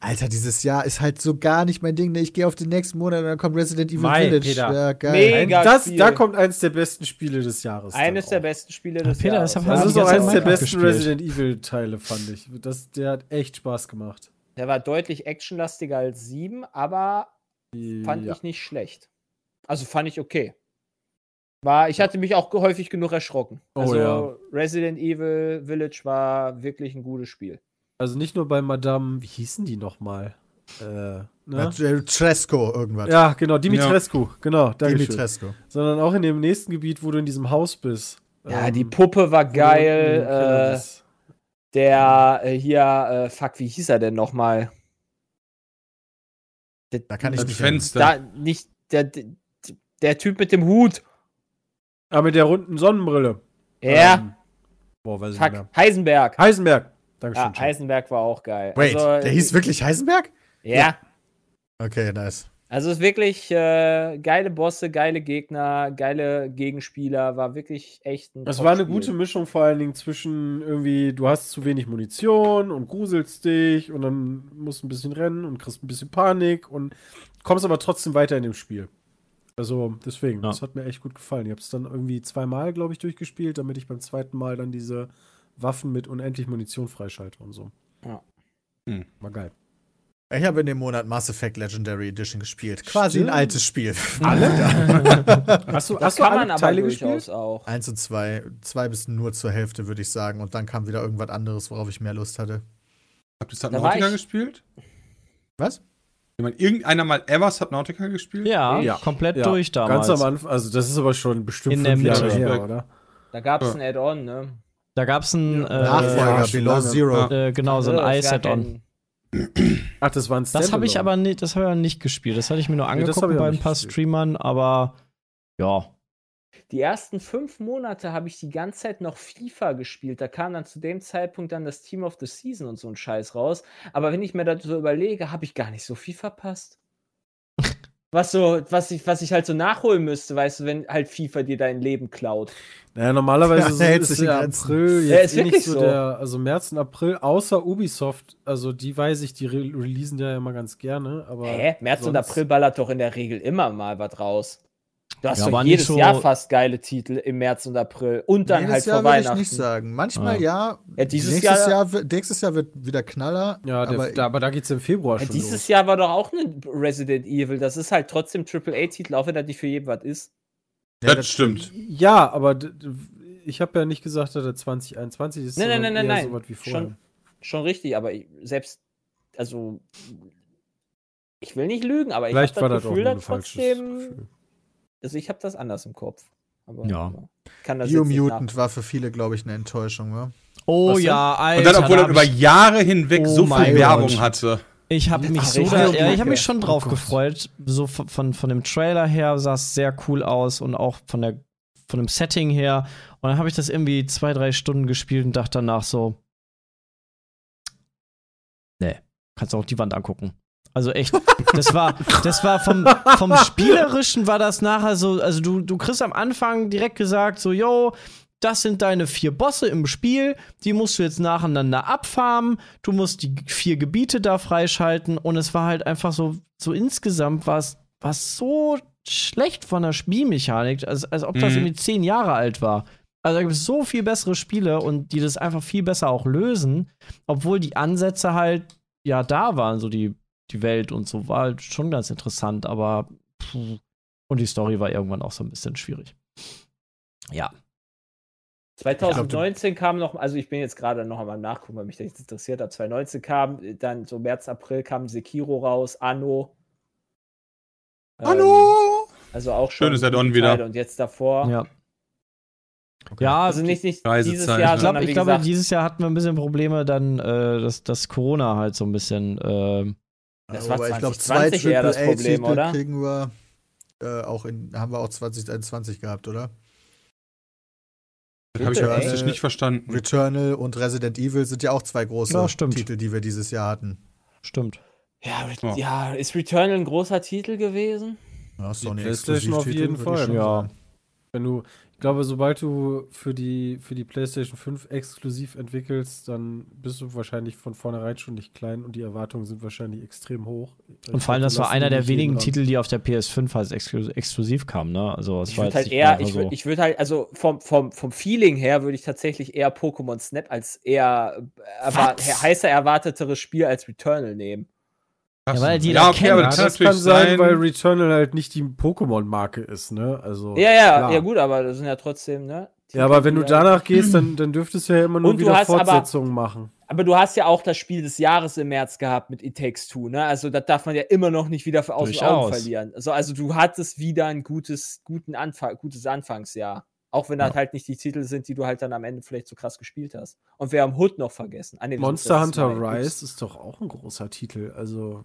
[SPEAKER 2] Alter, dieses Jahr ist halt so gar nicht mein Ding. Ne? Ich gehe auf den nächsten Monat und dann kommt Resident Evil
[SPEAKER 6] Mai,
[SPEAKER 2] Village.
[SPEAKER 6] Peter.
[SPEAKER 2] Ja, geil.
[SPEAKER 4] Mega.
[SPEAKER 6] Ein, das,
[SPEAKER 4] viel.
[SPEAKER 6] da kommt eines der besten Spiele des Jahres. dann
[SPEAKER 4] Eines der
[SPEAKER 6] auch.
[SPEAKER 4] besten Spiele des
[SPEAKER 1] Peter,
[SPEAKER 4] Jahres.
[SPEAKER 1] das haben wir
[SPEAKER 6] Das
[SPEAKER 1] Also
[SPEAKER 6] ist
[SPEAKER 1] die
[SPEAKER 6] auch
[SPEAKER 1] ganze
[SPEAKER 6] eines
[SPEAKER 1] Zeit
[SPEAKER 6] der
[SPEAKER 1] Minecraft
[SPEAKER 6] besten
[SPEAKER 1] gespielt.
[SPEAKER 6] Resident Evil Teile, fand ich. Das, der hat echt Spaß gemacht.
[SPEAKER 4] Der war deutlich actionlastiger als 7, aber fand
[SPEAKER 6] ja.
[SPEAKER 4] ich nicht schlecht. Also fand ich okay. War, ich hatte mich auch ge- häufig genug erschrocken.
[SPEAKER 6] Oh,
[SPEAKER 4] Also
[SPEAKER 6] ja.
[SPEAKER 4] Resident Evil Village war wirklich ein gutes Spiel.
[SPEAKER 6] Also nicht nur bei Madame, wie hießen die nochmal? Äh, ne?
[SPEAKER 2] Mit, äh, Tresco irgendwas.
[SPEAKER 6] Ja, genau, Dimitrescu, genau, Dankeschön.
[SPEAKER 2] Dimitrescu.
[SPEAKER 6] Sondern auch in dem nächsten Gebiet, wo du in diesem Haus bist.
[SPEAKER 4] Ja,
[SPEAKER 6] Ähm,
[SPEAKER 4] die Puppe war
[SPEAKER 6] wo du in
[SPEAKER 4] geil.
[SPEAKER 6] dem Keller
[SPEAKER 4] Äh,
[SPEAKER 6] bist.
[SPEAKER 4] Der äh, hier, äh, fuck, wie hieß er denn nochmal? Der, also
[SPEAKER 2] Da kann ich
[SPEAKER 5] Das
[SPEAKER 2] nicht
[SPEAKER 5] Fenster.
[SPEAKER 4] da nicht der, der, der Typ mit dem Hut.
[SPEAKER 6] Ah, mit der runden Sonnenbrille.
[SPEAKER 4] Ja,
[SPEAKER 6] Ähm, boah, weiß ich nicht
[SPEAKER 4] fuck, Ah,
[SPEAKER 6] mehr.
[SPEAKER 4] Heisenberg.
[SPEAKER 6] Heisenberg.
[SPEAKER 4] Ja,
[SPEAKER 6] Dankeschön. Chef.
[SPEAKER 4] Heisenberg war auch geil.
[SPEAKER 2] Wait,
[SPEAKER 4] also,
[SPEAKER 2] der
[SPEAKER 6] äh,
[SPEAKER 2] hieß wirklich Heisenberg?
[SPEAKER 4] Ja, ja.
[SPEAKER 2] Okay, nice.
[SPEAKER 4] also ist wirklich äh, geile Bosse, geile Gegner, geile Gegenspieler, war wirklich echt ein
[SPEAKER 6] Es war eine
[SPEAKER 4] Top-Spiel.
[SPEAKER 6] gute Mischung vor allen Dingen zwischen irgendwie, du hast zu wenig Munition und gruselst dich und dann musst du ein bisschen rennen und kriegst ein bisschen Panik und kommst aber trotzdem weiter in dem Spiel. Also deswegen,
[SPEAKER 1] Ja.
[SPEAKER 6] das hat mir echt gut gefallen. Ich habe es dann irgendwie zweimal, glaube ich, durchgespielt, damit ich beim zweiten Mal dann diese Waffen mit unendlich Munition freischalte und so.
[SPEAKER 4] Ja.
[SPEAKER 5] Hm.
[SPEAKER 6] War geil.
[SPEAKER 2] Ich habe in dem Monat Mass Effect Legendary Edition gespielt. Quasi ein
[SPEAKER 6] Stimmt.
[SPEAKER 2] altes Spiel.
[SPEAKER 6] Hast du,
[SPEAKER 4] Das
[SPEAKER 6] hast du
[SPEAKER 4] kann
[SPEAKER 6] alle
[SPEAKER 4] man aber
[SPEAKER 6] Teile
[SPEAKER 4] durchaus
[SPEAKER 6] gespielt?
[SPEAKER 4] auch.
[SPEAKER 2] Eins und zwei. Zwei bis nur zur Hälfte, würde ich sagen. Und dann kam wieder irgendwas anderes, worauf ich mehr Lust hatte.
[SPEAKER 5] Habt ihr
[SPEAKER 4] Da war
[SPEAKER 5] Subnautica
[SPEAKER 4] ich-
[SPEAKER 5] gespielt?
[SPEAKER 2] Was?
[SPEAKER 5] Jemand, irgendeiner mal ever Subnautica gespielt?
[SPEAKER 1] ja,
[SPEAKER 4] Ja.
[SPEAKER 1] komplett
[SPEAKER 6] Ja,
[SPEAKER 1] durch damals.
[SPEAKER 6] Ganz am Anfang, also das ist aber schon bestimmt
[SPEAKER 1] In der
[SPEAKER 6] fünf Jahre
[SPEAKER 5] Mitte.
[SPEAKER 6] her, oder?
[SPEAKER 4] Da gab es
[SPEAKER 5] Ja.
[SPEAKER 4] ein Add-on, ne?
[SPEAKER 1] Da gab es ein,
[SPEAKER 2] Nachfolger,
[SPEAKER 6] Äh, ja, schon
[SPEAKER 2] Below
[SPEAKER 6] lange.
[SPEAKER 2] Zero.
[SPEAKER 5] Ja.
[SPEAKER 1] äh, äh, genau, so ein
[SPEAKER 4] Also, das war
[SPEAKER 1] Eye-Set-On.
[SPEAKER 4] kein-
[SPEAKER 6] Ach, das war ein
[SPEAKER 1] Das habe ich
[SPEAKER 6] Standalone.
[SPEAKER 1] aber nicht, das hab ich aber nicht gespielt. Das hatte ich mir nur
[SPEAKER 6] Nee, das
[SPEAKER 1] angeguckt
[SPEAKER 6] hab ich auch
[SPEAKER 1] bei ein
[SPEAKER 6] nicht
[SPEAKER 1] paar
[SPEAKER 6] gespielt.
[SPEAKER 1] Streamern, aber ja.
[SPEAKER 4] Die ersten fünf Monate habe ich die ganze Zeit noch FIFA gespielt. Da kam dann zu dem Zeitpunkt dann das Team of the Season und so ein Scheiß raus. Aber wenn ich mir das so überlege, habe ich gar nicht so viel verpasst. was so, was ich, was ich halt so nachholen müsste, weißt du, wenn halt FIFA dir dein Leben klaut.
[SPEAKER 6] Naja, normalerweise
[SPEAKER 2] Ja,
[SPEAKER 6] ist,
[SPEAKER 2] da hält
[SPEAKER 6] ist
[SPEAKER 2] sich die
[SPEAKER 6] der
[SPEAKER 2] Grenzen.
[SPEAKER 6] April
[SPEAKER 4] Ja,
[SPEAKER 6] jetzt
[SPEAKER 4] ist
[SPEAKER 6] eh nicht
[SPEAKER 4] wirklich
[SPEAKER 6] so,
[SPEAKER 4] so.
[SPEAKER 6] der, also März und April, außer Ubisoft, also die weiß ich, die re releasen ja immer ganz gerne, aber.
[SPEAKER 4] Hä? März und
[SPEAKER 6] sonst-
[SPEAKER 4] April ballert doch in der Regel immer mal was raus. Du hast
[SPEAKER 1] Ja, aber
[SPEAKER 4] doch
[SPEAKER 1] nicht
[SPEAKER 4] jedes
[SPEAKER 1] so-
[SPEAKER 4] Jahr fast geile Titel im März und April und dann
[SPEAKER 2] Jedes
[SPEAKER 4] halt
[SPEAKER 2] Jahr
[SPEAKER 4] vor
[SPEAKER 2] würde ich
[SPEAKER 4] Weihnachten.
[SPEAKER 2] nicht sagen.
[SPEAKER 6] Ah.
[SPEAKER 2] Manchmal ja.
[SPEAKER 4] Ja, dieses
[SPEAKER 2] nächstes
[SPEAKER 4] Jahr-
[SPEAKER 2] Jahr, wird- nächstes Jahr wird wieder Knaller.
[SPEAKER 6] Ja,
[SPEAKER 2] aber
[SPEAKER 6] der, aber, da, aber da geht's im Februar
[SPEAKER 4] Ja,
[SPEAKER 6] schon.
[SPEAKER 4] dieses
[SPEAKER 6] los.
[SPEAKER 4] Jahr war doch auch ein Resident Evil. Das ist halt trotzdem AAA-Titel, auch wenn das nicht für jeden was ist.
[SPEAKER 2] Ja,
[SPEAKER 5] das
[SPEAKER 2] das-
[SPEAKER 5] stimmt.
[SPEAKER 6] Ja, aber d- d- ich habe ja nicht gesagt, dass er 2021 ist.
[SPEAKER 4] Nein, nein,
[SPEAKER 6] sondern
[SPEAKER 4] nein,
[SPEAKER 6] eher
[SPEAKER 4] nein,
[SPEAKER 6] so
[SPEAKER 4] nein.
[SPEAKER 6] was wie vorher.
[SPEAKER 4] Schon, schon richtig, aber ich, selbst, also, ich will nicht lügen, aber ich habe
[SPEAKER 6] Vielleicht war
[SPEAKER 4] das
[SPEAKER 6] das auch
[SPEAKER 4] Gefühl,
[SPEAKER 6] nur ein
[SPEAKER 4] dass
[SPEAKER 6] falsches
[SPEAKER 4] trotzdem,
[SPEAKER 6] Gefühl.
[SPEAKER 4] also ich habe das anders im Kopf. Aber
[SPEAKER 1] Ja.
[SPEAKER 4] ich kann das jetzt nicht
[SPEAKER 2] Biomutant war für viele, glaube ich, eine Enttäuschung. ne? Wa?
[SPEAKER 4] Ähm,
[SPEAKER 1] Oh
[SPEAKER 6] Was denn?
[SPEAKER 1] ja, Alter.
[SPEAKER 5] Und dann, obwohl
[SPEAKER 1] da
[SPEAKER 5] er
[SPEAKER 1] hab
[SPEAKER 5] über
[SPEAKER 1] ich-
[SPEAKER 5] Jahre hinweg
[SPEAKER 1] Oh
[SPEAKER 5] so viel
[SPEAKER 1] mein
[SPEAKER 5] Werbung
[SPEAKER 1] Gott.
[SPEAKER 5] hatte.
[SPEAKER 1] Ich habe
[SPEAKER 6] Ja,
[SPEAKER 1] mich
[SPEAKER 4] ach,
[SPEAKER 1] so,
[SPEAKER 4] ich
[SPEAKER 1] da,
[SPEAKER 4] hab
[SPEAKER 1] ja, ich
[SPEAKER 4] Glück,
[SPEAKER 1] habe mich
[SPEAKER 4] ja.
[SPEAKER 1] schon
[SPEAKER 6] Oh
[SPEAKER 1] drauf
[SPEAKER 6] Gott.
[SPEAKER 1] gefreut. So von, von, von dem Trailer her sah es sehr cool aus und auch von der von dem Setting her. Und dann habe ich das irgendwie zwei, drei Stunden gespielt und dachte danach so, nee, kannst auch die Wand angucken. Also echt, das war, das war vom, vom Spielerischen war das nachher so, also du, du kriegst am Anfang direkt gesagt, so, yo, das sind deine vier Bosse im Spiel, die musst du jetzt nacheinander abfarmen, du musst die vier Gebiete da freischalten und es war halt einfach so, so insgesamt war es war es so schlecht von der Spielmechanik, als, als ob das
[SPEAKER 5] Mhm.
[SPEAKER 1] irgendwie zehn Jahre alt war. Also da gibt es so viel bessere Spiele und die das einfach viel besser auch lösen, obwohl die Ansätze halt ja da waren, so die, die Welt und so, war halt schon ganz interessant, aber pff, und die Story war irgendwann auch so ein bisschen schwierig. Ja.
[SPEAKER 4] Nach. 2019 kam noch, also ich bin jetzt gerade noch einmal am nachgucken, weil mich das jetzt interessiert hat. 2019 kam, äh, dann so März, April kam Sekiro raus, Anno. Ähm,
[SPEAKER 5] Hallo!
[SPEAKER 4] Also auch schon.
[SPEAKER 5] Schönes Add-on
[SPEAKER 4] gute
[SPEAKER 5] wieder.
[SPEAKER 4] Teile Und jetzt davor.
[SPEAKER 1] Ja. Ja,
[SPEAKER 4] Also nicht, nicht
[SPEAKER 5] Reisezeit,
[SPEAKER 4] dieses
[SPEAKER 5] ne?
[SPEAKER 4] Jahr,
[SPEAKER 5] Ich
[SPEAKER 1] ich, glaub,
[SPEAKER 4] sondern
[SPEAKER 1] ich
[SPEAKER 4] wie
[SPEAKER 1] glaube,
[SPEAKER 4] gesagt,
[SPEAKER 1] dieses Jahr hatten wir ein bisschen Probleme, dann, äh, dass, dass Corona halt so ein bisschen. ähm,
[SPEAKER 4] Das war
[SPEAKER 2] Aber ich glaube, zwei
[SPEAKER 4] 2020 eher das Problem,
[SPEAKER 2] AAA-Titel
[SPEAKER 4] oder?
[SPEAKER 2] kriegen wir äh, auch in, haben wir auch 2021 gehabt, oder?
[SPEAKER 5] Das habe ich
[SPEAKER 4] Bitte,
[SPEAKER 5] akustisch
[SPEAKER 1] äh,
[SPEAKER 2] ey.
[SPEAKER 5] nicht verstanden.
[SPEAKER 2] Returnal und Resident Evil sind ja auch zwei große
[SPEAKER 1] Ja, stimmt.
[SPEAKER 2] Titel, die wir dieses Jahr hatten.
[SPEAKER 1] stimmt.
[SPEAKER 4] ja, Re-
[SPEAKER 5] Ja.
[SPEAKER 4] ja, ist Returnal ein großer Titel gewesen?
[SPEAKER 2] Ja, Sony
[SPEAKER 6] PlayStation auf
[SPEAKER 2] Exklusivtitel, würd
[SPEAKER 6] jeden
[SPEAKER 2] ich
[SPEAKER 6] Fall,
[SPEAKER 2] schon
[SPEAKER 1] ja.
[SPEAKER 2] sagen.
[SPEAKER 6] Wenn du, ich glaube, sobald du für die, für die PlayStation 5 exklusiv entwickelst, dann bist du wahrscheinlich von vornherein schon nicht klein und die Erwartungen sind wahrscheinlich extrem hoch.
[SPEAKER 1] Und vor allem, das war einer der wenigen
[SPEAKER 6] Titel.
[SPEAKER 1] Titel, die auf der PS5 als exklu- exklusiv kamen, ne? Also, es
[SPEAKER 4] Ich
[SPEAKER 1] war
[SPEAKER 4] würde
[SPEAKER 1] jetzt
[SPEAKER 4] halt
[SPEAKER 1] nicht
[SPEAKER 4] eher,
[SPEAKER 1] einfach
[SPEAKER 4] ich
[SPEAKER 1] so.
[SPEAKER 4] würde ich würd halt, also vom, vom, vom Feeling her würde ich tatsächlich eher Pokémon Snap als eher äh, erwar
[SPEAKER 1] Was?
[SPEAKER 4] heißer erwarteteres Spiel als Returnal nehmen.
[SPEAKER 1] Ja, weil jeder
[SPEAKER 5] ja, okay,
[SPEAKER 1] kennt.
[SPEAKER 5] aber
[SPEAKER 6] Ja,
[SPEAKER 5] das kann
[SPEAKER 6] das kann
[SPEAKER 5] natürlich
[SPEAKER 6] sein,
[SPEAKER 5] sein.
[SPEAKER 6] weil Returnal halt nicht die Pokémon-Marke ist, ne? Also,
[SPEAKER 4] ja, ja,
[SPEAKER 6] klar.
[SPEAKER 4] ja, gut, aber das sind ja trotzdem, ne?
[SPEAKER 6] Ja, aber wenn du
[SPEAKER 4] Titel, die-
[SPEAKER 6] danach gehst, dann, dann dürftest du ja immer nur
[SPEAKER 4] Und du
[SPEAKER 6] wieder
[SPEAKER 4] hast aber-
[SPEAKER 6] Fortsetzungen machen.
[SPEAKER 4] Aber du hast ja auch das Spiel des Jahres im März gehabt mit It Takes Two, ne? Also das darf man ja immer noch nicht wieder aus den Augen
[SPEAKER 1] Durchaus.
[SPEAKER 4] verlieren. Also, also du hattest wieder ein gutes, guten Anfang, gutes Anfangsjahr. Auch wenn das halt nicht die Titel sind, die du halt dann am Ende vielleicht so krass gespielt hast. Und wir haben Hood noch vergessen. Ah, nee, das ist-
[SPEAKER 6] Monster
[SPEAKER 4] das ist
[SPEAKER 6] Hunter
[SPEAKER 4] mein-
[SPEAKER 6] Rise ist doch auch ein großer Titel. Also,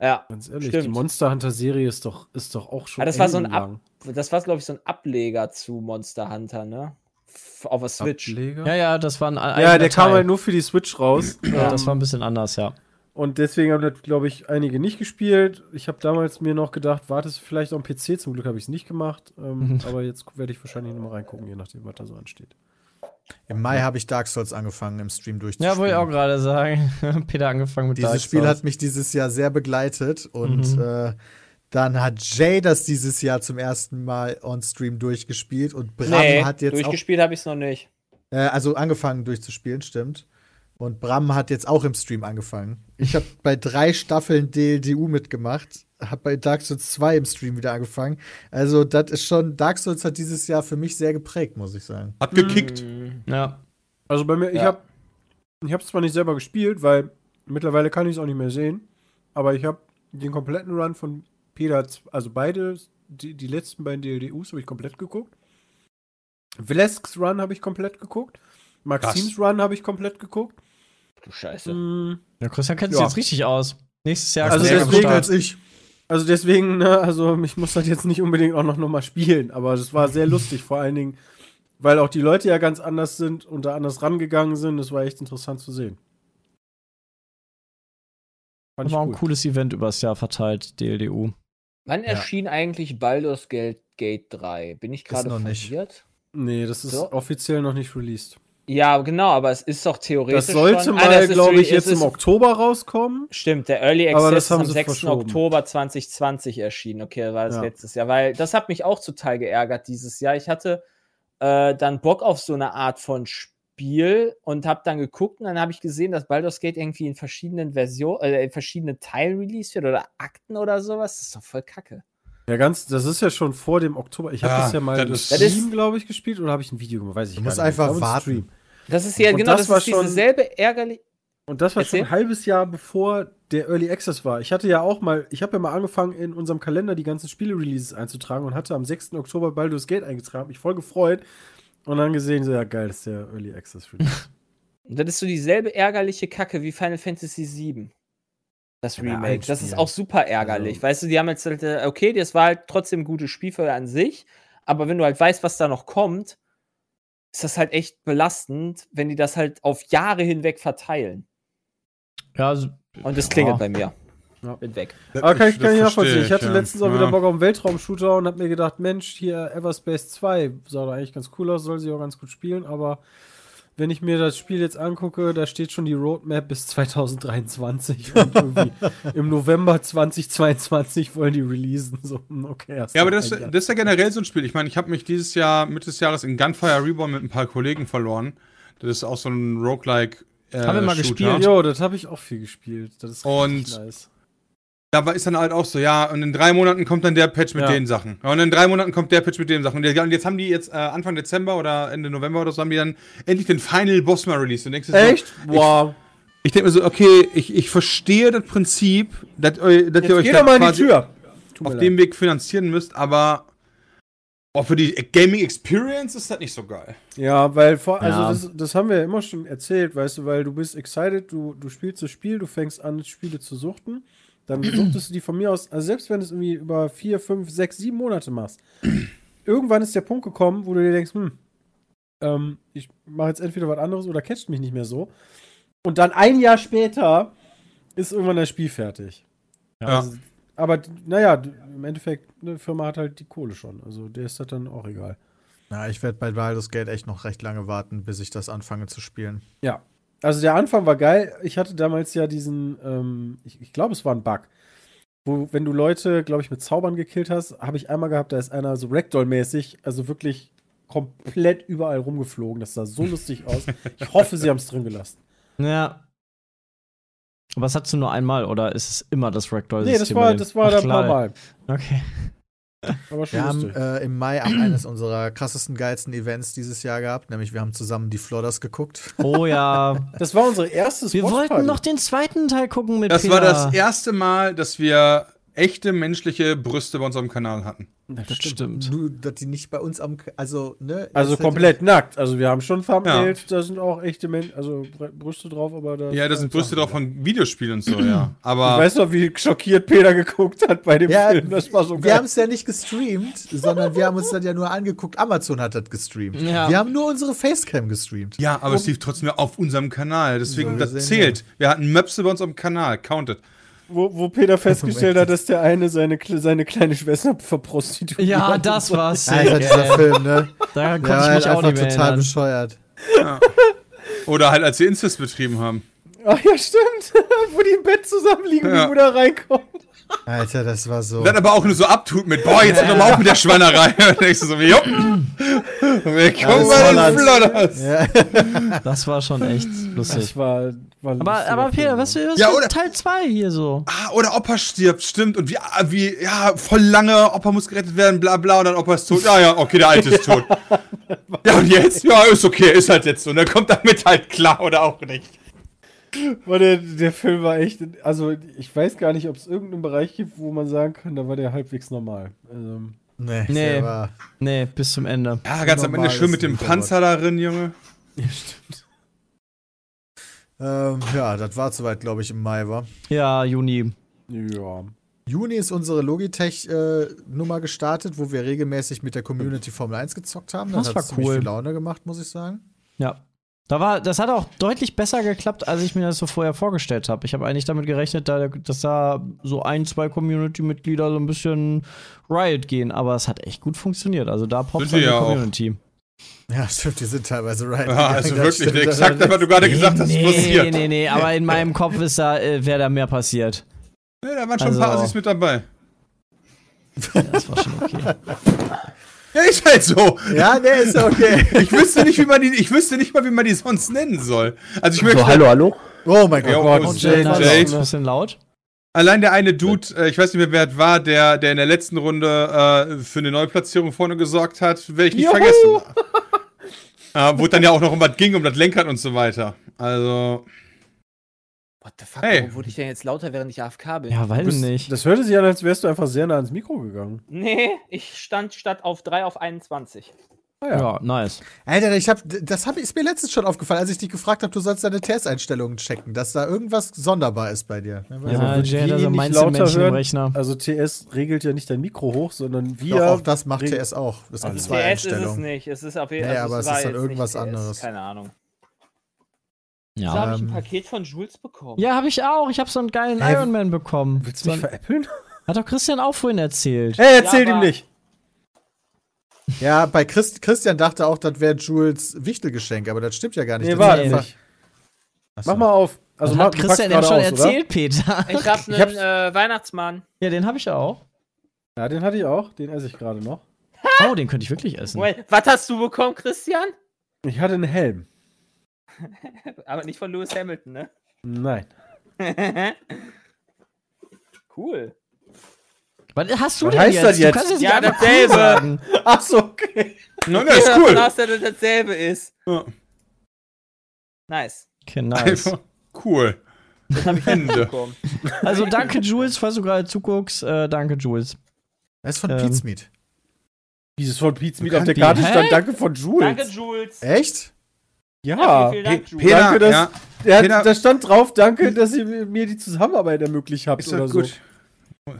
[SPEAKER 4] Ja.
[SPEAKER 6] ganz ehrlich, die
[SPEAKER 4] Stimmt.
[SPEAKER 6] Monster Hunter-Serie ist doch, ist doch auch schon.
[SPEAKER 4] Ah, das war so ein
[SPEAKER 6] ellenlang.
[SPEAKER 4] Das war, glaube ich, so ein Ableger zu Monster Hunter, ne? F- Auf der Switch.
[SPEAKER 6] Ableger?
[SPEAKER 1] Ja, ja, das war ein ein
[SPEAKER 6] Ja,
[SPEAKER 1] eigener
[SPEAKER 6] der kam
[SPEAKER 1] Teil.
[SPEAKER 6] halt nur für die Switch raus.
[SPEAKER 1] Ja,
[SPEAKER 6] ähm,
[SPEAKER 1] das war ein bisschen anders, ja.
[SPEAKER 6] und deswegen haben das, glaube ich, einige nicht gespielt. Ich habe damals mir noch gedacht, wartest du vielleicht am PC. Zum Glück habe ich es nicht gemacht. Ähm,
[SPEAKER 1] Mhm.
[SPEAKER 6] aber jetzt werde ich wahrscheinlich nochmal reingucken, je nachdem, was da so ansteht.
[SPEAKER 2] Im Mai habe ich Dark Souls angefangen, im Stream durchzuspielen.
[SPEAKER 1] Ja, wollte ich auch gerade sagen. Peter angefangen mit Dark
[SPEAKER 2] Dieses Spiel
[SPEAKER 1] Souls. Mhm.
[SPEAKER 2] hat mich dieses Jahr sehr begleitet und äh, dann hat Jay das dieses Jahr zum ersten Mal on Stream durchgespielt und Bram
[SPEAKER 4] Nee,
[SPEAKER 2] hat jetzt auch,
[SPEAKER 4] durchgespielt habe ich es noch nicht.
[SPEAKER 2] äh, also angefangen durchzuspielen, stimmt. Und Bram hat jetzt auch im Stream angefangen. Ich habe bei drei Staffeln DLDU mitgemacht, habe bei Dark Souls 2 im Stream wieder angefangen. Also das ist schon, Dark Souls hat dieses Jahr für mich sehr geprägt, muss ich sagen.
[SPEAKER 5] Hat gekickt.
[SPEAKER 4] Hm.
[SPEAKER 1] Ja.
[SPEAKER 6] Also bei mir, ich
[SPEAKER 4] Ja.
[SPEAKER 6] habe ich es zwar nicht selber gespielt, weil mittlerweile kann ich es auch nicht mehr sehen. Aber ich habe den kompletten Run von Peter, z- also beide, die, die letzten beiden DLDUs habe ich komplett geguckt. Velesks Run habe ich komplett geguckt. Maxims Run habe ich komplett geguckt.
[SPEAKER 4] Du Scheiße.
[SPEAKER 6] Mm,
[SPEAKER 1] Ja, Christian kennt
[SPEAKER 6] Ja.
[SPEAKER 1] sich jetzt richtig aus. Nächstes Jahr
[SPEAKER 6] Also
[SPEAKER 1] kommt der
[SPEAKER 6] deswegen-
[SPEAKER 1] Start.
[SPEAKER 2] als ich.
[SPEAKER 6] Also deswegen, ne, also ich muss das jetzt nicht unbedingt auch noch, noch mal spielen, aber das war sehr lustig, vor allen Dingen, weil auch die Leute ja ganz anders sind und da anders rangegangen sind. Das war echt interessant zu sehen.
[SPEAKER 1] Das
[SPEAKER 6] Fand ich
[SPEAKER 1] war auch ein
[SPEAKER 6] cool.
[SPEAKER 1] cooles Event übers Jahr verteilt, DLDU.
[SPEAKER 4] Wann
[SPEAKER 2] Ja.
[SPEAKER 4] erschien eigentlich Baldur's Gate, Gate 3? Bin ich gerade
[SPEAKER 2] noch nicht.
[SPEAKER 4] verwirrt?
[SPEAKER 6] Nee, das ist
[SPEAKER 4] So.
[SPEAKER 6] offiziell noch nicht released.
[SPEAKER 4] Ja, genau, aber es ist doch theoretisch.
[SPEAKER 6] Das sollte
[SPEAKER 4] schon, Ah, das
[SPEAKER 6] mal,
[SPEAKER 4] ist
[SPEAKER 6] glaube
[SPEAKER 4] re-
[SPEAKER 6] ich,
[SPEAKER 4] es
[SPEAKER 6] jetzt
[SPEAKER 4] ist,
[SPEAKER 6] im Oktober rauskommen.
[SPEAKER 4] Stimmt, der Early
[SPEAKER 6] Aber
[SPEAKER 4] Access
[SPEAKER 6] das
[SPEAKER 4] ist
[SPEAKER 6] haben
[SPEAKER 4] am
[SPEAKER 6] sie
[SPEAKER 4] 6.
[SPEAKER 6] verschoben.
[SPEAKER 4] Oktober 2020 erschienen. Okay, das war das
[SPEAKER 6] Ja.
[SPEAKER 4] letztes Jahr, weil das hat mich auch total geärgert dieses Jahr. Ich hatte äh, dann Bock auf so eine Art von Spiel und habe dann geguckt und dann habe ich gesehen, dass Baldur's Gate irgendwie in verschiedenen Versionen, äh, in verschiedenen Teilen released wird oder Akten oder sowas. Das ist doch voll Kacke.
[SPEAKER 6] Ja, ganz, das ist ja schon vor dem Oktober. Ich habe
[SPEAKER 5] Ja,
[SPEAKER 6] das ja mal
[SPEAKER 5] das
[SPEAKER 6] im
[SPEAKER 5] ist-
[SPEAKER 4] Das
[SPEAKER 6] Stream,
[SPEAKER 4] ist-
[SPEAKER 6] glaube ich, gespielt oder habe ich ein Video gemacht? Weiß ich
[SPEAKER 2] Du
[SPEAKER 6] gar
[SPEAKER 2] musst
[SPEAKER 6] nicht. mehr. Ich
[SPEAKER 2] einfach
[SPEAKER 6] glaube, im
[SPEAKER 2] warten.
[SPEAKER 6] Stream.
[SPEAKER 4] Das ist ja
[SPEAKER 6] Und
[SPEAKER 4] genau
[SPEAKER 6] das
[SPEAKER 4] das,
[SPEAKER 6] war
[SPEAKER 4] ist
[SPEAKER 6] schon-
[SPEAKER 4] dieselbe ärgerlich.
[SPEAKER 6] Und das war schon
[SPEAKER 4] Erzähl.
[SPEAKER 6] ein halbes Jahr bevor der Early Access war. Ich hatte ja auch mal, ich habe ja mal angefangen, in unserem Kalender die ganzen Spiele-Releases einzutragen und hatte am 6. Oktober Baldur's Gate eingetragen. Hab mich voll gefreut und dann gesehen, so, ja, geil, das ist der Early Access Release.
[SPEAKER 4] Und das ist so dieselbe ärgerliche Kacke wie Final Fantasy VII. Das
[SPEAKER 6] Ja, bei
[SPEAKER 4] Remake.
[SPEAKER 6] allen
[SPEAKER 4] das ist
[SPEAKER 6] Spielen.
[SPEAKER 4] auch super ärgerlich.
[SPEAKER 6] Also-
[SPEAKER 4] Weißt du, die haben jetzt, halt, äh, okay, das war halt trotzdem ein gutes Spiel für an sich, aber wenn du halt weißt, was da noch kommt, ist das halt echt belastend, wenn die das halt auf Jahre hinweg verteilen.
[SPEAKER 1] Ja, also,
[SPEAKER 4] Und das klingelt
[SPEAKER 1] Ja.
[SPEAKER 4] bei mir.
[SPEAKER 6] Ja.
[SPEAKER 4] Bin weg.
[SPEAKER 6] Aber kann ich,
[SPEAKER 5] Das
[SPEAKER 6] kann ich nachvollziehen.
[SPEAKER 5] verstehe
[SPEAKER 6] Ich hatte
[SPEAKER 5] ja.
[SPEAKER 6] letztens auch
[SPEAKER 5] Ja.
[SPEAKER 6] wieder Bock auf einen Weltraum-Shooter und habe mir gedacht, Mensch, hier Everspace 2 sah doch eigentlich ganz cool aus, soll sich auch ganz gut spielen, aber wenn ich mir das Spiel jetzt angucke, da steht schon die Roadmap bis 2023 und irgendwie im November 2022 wollen die releasen. So, hm, okay. hast
[SPEAKER 5] Ja, aber
[SPEAKER 6] du
[SPEAKER 5] das,
[SPEAKER 6] ein Jahr.
[SPEAKER 5] das ist ja generell so ein Spiel. Ich meine, ich habe mich dieses Jahr, Mitte des Jahres, in Gunfire Reborn mit ein paar Kollegen verloren. Das ist auch so ein Roguelike. Äh,
[SPEAKER 1] Haben wir mal
[SPEAKER 5] Shooter.
[SPEAKER 1] gespielt,
[SPEAKER 6] Jo, das habe ich auch viel gespielt. Das ist richtig
[SPEAKER 5] Und-
[SPEAKER 6] nice.
[SPEAKER 5] Da war- ist dann halt auch so, ja, und in drei Monaten kommt dann der Patch mit
[SPEAKER 6] Ja.
[SPEAKER 5] den Sachen. Ja, Und in drei Monaten kommt der Patch mit den Sachen. Und ja, und jetzt haben die jetzt äh, Anfang Dezember oder Ende November oder so, haben die dann endlich den Final Boss mal released. Und denkst du so,
[SPEAKER 6] Echt?
[SPEAKER 5] Ich,
[SPEAKER 6] Wow.
[SPEAKER 5] ich denke mir so, okay, ich, ich verstehe das Prinzip, dass, eu, dass ihr euch
[SPEAKER 6] Geh
[SPEAKER 5] da
[SPEAKER 6] doch mal in die
[SPEAKER 5] quasi
[SPEAKER 6] Tür. Tut
[SPEAKER 5] auf
[SPEAKER 6] mir
[SPEAKER 5] dem Weg finanzieren müsst, aber boah, für die Gaming Experience ist das nicht so geil.
[SPEAKER 6] Ja, weil vor, also
[SPEAKER 1] Ja.
[SPEAKER 6] Das, das haben wir ja immer schon erzählt, weißt du, weil du bist excited, du, du spielst das Spiel, du fängst an, Spiele zu suchten, dann suchtest du die von mir aus, also selbst wenn du es irgendwie über vier, fünf, sechs, sieben Monate machst, irgendwann ist der Punkt gekommen, wo du dir denkst, hm, ähm, ich mache jetzt entweder was anderes oder catcht mich nicht mehr so. Und dann ein Jahr später ist irgendwann das Spiel fertig.
[SPEAKER 5] Ja.
[SPEAKER 6] Also, aber naja, im Endeffekt, eine Firma hat halt die Kohle schon, also der ist das dann auch egal.
[SPEAKER 2] Ja, ich werde bei Baldur's Gate echt noch recht lange warten, bis ich das anfange zu spielen.
[SPEAKER 6] Ja. Also der Anfang war geil. Ich hatte damals ja diesen, ähm, ich, ich glaube, es war ein Bug. Wo, wenn du Leute, glaube ich, mit Zaubern gekillt hast, habe ich einmal gehabt, da ist einer so Ragdoll-mäßig, also wirklich komplett überall rumgeflogen. Das sah so lustig aus. Ich hoffe, sie haben es drin gelassen.
[SPEAKER 1] ja. Aber das hattest du nur einmal oder ist es immer das Ragdoll-System?
[SPEAKER 6] Nee, das war, das war da ein paar Mal.
[SPEAKER 1] Mal. Okay.
[SPEAKER 6] Aber schon
[SPEAKER 2] Wir haben
[SPEAKER 6] lustig.
[SPEAKER 2] äh, im Mai auch eines unserer krassesten, geilsten Events dieses Jahr gehabt, nämlich wir haben zusammen die Flodders geguckt.
[SPEAKER 1] Oh ja.
[SPEAKER 6] Das war unsere erste
[SPEAKER 1] Wir
[SPEAKER 6] Squash
[SPEAKER 1] wollten
[SPEAKER 6] Party.
[SPEAKER 1] noch den zweiten Teil gucken mit
[SPEAKER 5] Das
[SPEAKER 1] Pina.
[SPEAKER 5] war das erste Mal, dass wir echte menschliche Brüste bei unserem Kanal hatten.
[SPEAKER 1] Das stimmt.
[SPEAKER 2] Nur, dass die nicht bei uns am, also, ne?
[SPEAKER 6] Also
[SPEAKER 2] das hätte-
[SPEAKER 6] komplett nackt. Also wir haben schon Thumbnails,
[SPEAKER 5] Ja.
[SPEAKER 6] da sind auch echte Menschen, also Br- Brüste drauf, aber da
[SPEAKER 5] Ja, da sind Brüste drauf von Videospielen und so, ja.
[SPEAKER 6] Ich
[SPEAKER 5] Aber
[SPEAKER 6] weiß noch, wie schockiert Peter geguckt hat bei dem
[SPEAKER 2] Ja,
[SPEAKER 6] Film. Das war so
[SPEAKER 2] Wir
[SPEAKER 6] geil.
[SPEAKER 2] haben es ja nicht gestreamt, sondern wir haben uns das ja nur angeguckt. Amazon hat das gestreamt.
[SPEAKER 1] Ja.
[SPEAKER 2] Wir haben nur unsere Facecam gestreamt.
[SPEAKER 5] ja, aber es lief trotzdem auf unserem Kanal. Deswegen,
[SPEAKER 2] Ja,
[SPEAKER 5] das
[SPEAKER 2] wir sehen,
[SPEAKER 5] zählt. Wir hatten Möpse bei unserem Kanal. Counted.
[SPEAKER 6] Wo, wo Peter festgestellt hat, dass der eine seine, kle- seine kleine Schwester verprostituiert.
[SPEAKER 1] Ja,
[SPEAKER 6] hat.
[SPEAKER 1] das war's.
[SPEAKER 2] Ah, Alter, dieser Film, ne?
[SPEAKER 1] Da konnte
[SPEAKER 2] Der war
[SPEAKER 1] ich
[SPEAKER 2] halt
[SPEAKER 1] mich auch
[SPEAKER 2] einfach
[SPEAKER 1] nicht mehr
[SPEAKER 2] total
[SPEAKER 1] erinnern.
[SPEAKER 2] bescheuert.
[SPEAKER 5] Oder halt, als sie Incest betrieben haben.
[SPEAKER 6] Ach Ah, ja, stimmt. wo die im Bett zusammenliegen und
[SPEAKER 5] Ja.
[SPEAKER 6] die Mutter reinkommt.
[SPEAKER 2] Alter, das war so.
[SPEAKER 5] Dann aber auch nur so abtut mit, boah, jetzt hört mal auf mit der Schweinerei. Und denkst du so, jupp. Willkommen bei
[SPEAKER 2] Ja, das
[SPEAKER 5] den
[SPEAKER 2] ist
[SPEAKER 5] Flodders. Ja.
[SPEAKER 2] Ja.
[SPEAKER 1] Das war schon echt lustig.
[SPEAKER 6] Das war, war ein
[SPEAKER 1] Aber,
[SPEAKER 6] lustiger
[SPEAKER 1] aber Peter,
[SPEAKER 6] Film.
[SPEAKER 1] was, was
[SPEAKER 5] Ja,
[SPEAKER 1] ist
[SPEAKER 5] oder-
[SPEAKER 1] Teil 2 hier so?
[SPEAKER 5] Ah, oder Opa stirbt, stimmt. Und wie, ah, wie, ja, voll lange, Opa muss gerettet werden, bla bla. Und dann Opa ist tot. Ja, ja, okay, der Alte ist tot. Ja, und jetzt? Ja, ist okay, ist halt jetzt so. Und dann kommt damit halt klar oder auch nicht.
[SPEAKER 6] War der, der Film war echt. Also, ich weiß gar nicht, ob es irgendeinen Bereich gibt, wo man sagen kann, da war der halbwegs normal. Also,
[SPEAKER 2] Nee,
[SPEAKER 1] Nee.
[SPEAKER 2] der war-
[SPEAKER 1] Nee, bis zum Ende.
[SPEAKER 5] Ja, ganz am Ende
[SPEAKER 2] Normales
[SPEAKER 5] schön mit dem
[SPEAKER 2] Motorrad.
[SPEAKER 5] Panzer darin, Junge.
[SPEAKER 6] ja, stimmt.
[SPEAKER 2] Ähm, ja, das war soweit, glaube ich, im Mai, war.
[SPEAKER 1] Ja, Juni.
[SPEAKER 6] Ja.
[SPEAKER 2] Juni ist unsere Logitech-Nummer gestartet, wo wir regelmäßig mit der Community Formel 1 gezockt haben.
[SPEAKER 1] Das
[SPEAKER 2] hat
[SPEAKER 1] war
[SPEAKER 2] ziemlich
[SPEAKER 1] cool.
[SPEAKER 2] viel Laune gemacht, muss ich sagen.
[SPEAKER 1] Ja. Da war, das hat auch deutlich besser geklappt, als ich mir das so vorher vorgestellt habe. Ich habe eigentlich damit gerechnet, da, dass da so ein, zwei Community-Mitglieder so ein bisschen Riot gehen, aber es hat echt gut funktioniert. Also da Props
[SPEAKER 5] Sind
[SPEAKER 1] an
[SPEAKER 5] die
[SPEAKER 1] die
[SPEAKER 5] ja auch.
[SPEAKER 1] Community.
[SPEAKER 2] Ja, stimmt, die sind teilweise right.
[SPEAKER 5] Ja, also
[SPEAKER 2] Das
[SPEAKER 5] wirklich
[SPEAKER 2] stimmt, das
[SPEAKER 5] exakt, das, was du gerade gesagt hast,
[SPEAKER 1] nee,
[SPEAKER 5] passiert.
[SPEAKER 1] Nee, nee, nee, aber in meinem Kopf ist da, äh, wäre da mehr passiert.
[SPEAKER 5] Ja, da waren schon
[SPEAKER 1] Also-
[SPEAKER 5] ein paar Assis mit dabei.
[SPEAKER 1] Das war schon okay.
[SPEAKER 5] Ja, ist halt so.
[SPEAKER 2] Ja, nee, ist okay.
[SPEAKER 5] Ich wüsste nicht, wie man die, ich wüsste nicht mal, wie man die sonst nennen soll. Also ich möchte,
[SPEAKER 7] So, hallo, hallo?
[SPEAKER 2] Oh mein
[SPEAKER 5] Ja,
[SPEAKER 2] Gott.
[SPEAKER 5] Gott.
[SPEAKER 1] Und
[SPEAKER 5] Jade,
[SPEAKER 1] Jade, war
[SPEAKER 5] Jade.
[SPEAKER 1] Jade. Also, ein bisschen laut.
[SPEAKER 5] allein der eine Dude, äh, ich weiß nicht mehr, wer es war, der, der in der letzten Runde äh, für eine Neuplatzierung vorne gesorgt hat, werde ich nicht
[SPEAKER 6] Juhu!
[SPEAKER 5] vergessen. Äh, wo es dann ja auch noch um was ging, um das Lenkrad und so weiter. Also,
[SPEAKER 4] What the fuck?
[SPEAKER 5] Hey.
[SPEAKER 4] Warum wurde ich denn jetzt lauter, während ich AFK bin?
[SPEAKER 1] Ja, weiß
[SPEAKER 6] Das-
[SPEAKER 1] nicht.
[SPEAKER 6] Das hörte sich an, als wärst du einfach sehr nah ans Mikro gegangen.
[SPEAKER 4] Nee, ich stand statt auf 3 auf 21.
[SPEAKER 6] Ah, ja.
[SPEAKER 1] ja, nice.
[SPEAKER 2] Alter, ich hab, das hab, ist mir letztens schon aufgefallen, als ich dich gefragt habe, du sollst deine Testeinstellungen checken, dass da irgendwas sonderbar ist bei dir.
[SPEAKER 1] Ja,
[SPEAKER 6] wenn
[SPEAKER 1] Jade,
[SPEAKER 6] wir
[SPEAKER 1] also
[SPEAKER 6] ihn nicht
[SPEAKER 1] meinst
[SPEAKER 6] lauter
[SPEAKER 1] Menschen
[SPEAKER 6] hören-
[SPEAKER 1] im Rechner.
[SPEAKER 6] Also TS regelt ja nicht dein Mikro hoch, sondern wir.
[SPEAKER 2] Doch, auch das macht
[SPEAKER 6] regen-
[SPEAKER 2] TS auch. Das sind
[SPEAKER 6] Also
[SPEAKER 2] zwei
[SPEAKER 4] ist es
[SPEAKER 2] Einstellungen.
[SPEAKER 4] nicht. Es ist auf jeden
[SPEAKER 2] Nee,
[SPEAKER 4] Fall.
[SPEAKER 2] aber es
[SPEAKER 4] war
[SPEAKER 2] ist dann
[SPEAKER 4] jetzt
[SPEAKER 2] irgendwas
[SPEAKER 4] nicht TS,
[SPEAKER 2] anderes.
[SPEAKER 4] Keine Ahnung. Da
[SPEAKER 1] Ja.
[SPEAKER 4] habe ich ein
[SPEAKER 2] Ähm.
[SPEAKER 4] Paket von Jules bekommen.
[SPEAKER 1] Ja, habe ich auch. Ich habe so einen geilen
[SPEAKER 6] Hä?
[SPEAKER 1] Iron Man bekommen.
[SPEAKER 6] Willst
[SPEAKER 1] So
[SPEAKER 6] du mich
[SPEAKER 1] ein-
[SPEAKER 6] veräppeln?
[SPEAKER 1] hat doch Christian auch vorhin erzählt.
[SPEAKER 6] Hey, erzähl
[SPEAKER 4] Ja,
[SPEAKER 6] ihm
[SPEAKER 4] aber-
[SPEAKER 6] nicht.
[SPEAKER 2] Ja, bei Christ, Christian dachte auch, das wäre Jules Wichtelgeschenk, aber das stimmt ja gar nicht.
[SPEAKER 6] Nee,
[SPEAKER 2] Das
[SPEAKER 6] warte
[SPEAKER 2] ist einfach-
[SPEAKER 6] nicht. Mach mal auf. Also,
[SPEAKER 1] Das
[SPEAKER 6] mach,
[SPEAKER 1] hat
[SPEAKER 6] du packst
[SPEAKER 1] Christian ja
[SPEAKER 6] gerade
[SPEAKER 1] schon
[SPEAKER 6] aus, oder?
[SPEAKER 1] erzählt, Peter.
[SPEAKER 4] Ich habe
[SPEAKER 6] Ich hab's-
[SPEAKER 4] einen äh, Weihnachtsmann.
[SPEAKER 1] Ja, den habe ich ja auch.
[SPEAKER 6] Ja, den hatte ich auch. Den esse ich gerade noch.
[SPEAKER 1] Oh, den könnte ich wirklich essen.
[SPEAKER 4] Moment, was hast du bekommen, Christian?
[SPEAKER 6] Ich hatte einen Helm.
[SPEAKER 4] Aber nicht von Lewis Hamilton, ne?
[SPEAKER 6] Nein.
[SPEAKER 4] cool.
[SPEAKER 1] Was hast du
[SPEAKER 6] Was
[SPEAKER 1] denn
[SPEAKER 6] heißt
[SPEAKER 1] jetzt?
[SPEAKER 6] das jetzt?
[SPEAKER 1] Du kannst jetzt
[SPEAKER 4] Ja,
[SPEAKER 1] nicht einfach
[SPEAKER 4] dasselbe.
[SPEAKER 1] cool sagen.
[SPEAKER 6] Achso, okay.
[SPEAKER 5] na, na, ist
[SPEAKER 4] Ich gehe davon
[SPEAKER 5] cool.
[SPEAKER 4] aus, dass das dasselbe ist.
[SPEAKER 5] Ja.
[SPEAKER 4] Nice.
[SPEAKER 1] Okay, nice.
[SPEAKER 5] Einfach cool. Ende.
[SPEAKER 4] Komm.
[SPEAKER 1] Also danke, Jules, falls du gerade zuguckst. Äh, danke, Jules.
[SPEAKER 2] Das ist von
[SPEAKER 1] Ähm.
[SPEAKER 2] Pete's Meat.
[SPEAKER 6] Dieses von Pete's Meat
[SPEAKER 5] Du
[SPEAKER 6] auf der
[SPEAKER 5] kannst-
[SPEAKER 6] Karte
[SPEAKER 1] Hä?
[SPEAKER 6] stand. Danke von Jules.
[SPEAKER 4] Danke, Jules.
[SPEAKER 2] Echt?
[SPEAKER 6] Ja.
[SPEAKER 4] vielen, vielen
[SPEAKER 5] Hey,
[SPEAKER 4] Dank, Jules.
[SPEAKER 5] Peter,
[SPEAKER 6] Danke, dass-
[SPEAKER 5] ja,
[SPEAKER 6] Der hat,
[SPEAKER 5] Peter-
[SPEAKER 6] da stand drauf, danke, dass ihr mir die Zusammenarbeit ermöglicht habt
[SPEAKER 5] ist
[SPEAKER 6] oder
[SPEAKER 5] das
[SPEAKER 6] so.
[SPEAKER 5] gut.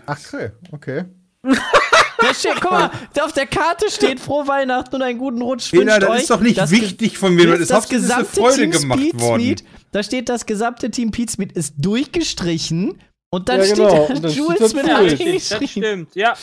[SPEAKER 2] Ach, Grill. Okay.
[SPEAKER 1] Da steht, guck mal, da auf der Karte steht frohe Weihnachten und einen guten Rutsch.
[SPEAKER 5] Peter,
[SPEAKER 1] wünscht
[SPEAKER 5] das
[SPEAKER 1] euch.
[SPEAKER 5] ist doch nicht
[SPEAKER 1] Das ge-
[SPEAKER 5] wichtig von mir. Das ist
[SPEAKER 1] das
[SPEAKER 5] hauptsächlich eine
[SPEAKER 1] gesamte
[SPEAKER 5] Freude
[SPEAKER 1] Team
[SPEAKER 5] gemacht worden.
[SPEAKER 1] Speedsmeet, da steht, das gesamte Team Pizmeet ist durchgestrichen und dann
[SPEAKER 6] Ja,
[SPEAKER 1] steht
[SPEAKER 6] genau.
[SPEAKER 1] da
[SPEAKER 6] Und dann steht
[SPEAKER 1] Jules
[SPEAKER 6] das
[SPEAKER 1] mit
[SPEAKER 6] Jules.
[SPEAKER 4] Das
[SPEAKER 1] angeschrieben.
[SPEAKER 4] stimmt, ja.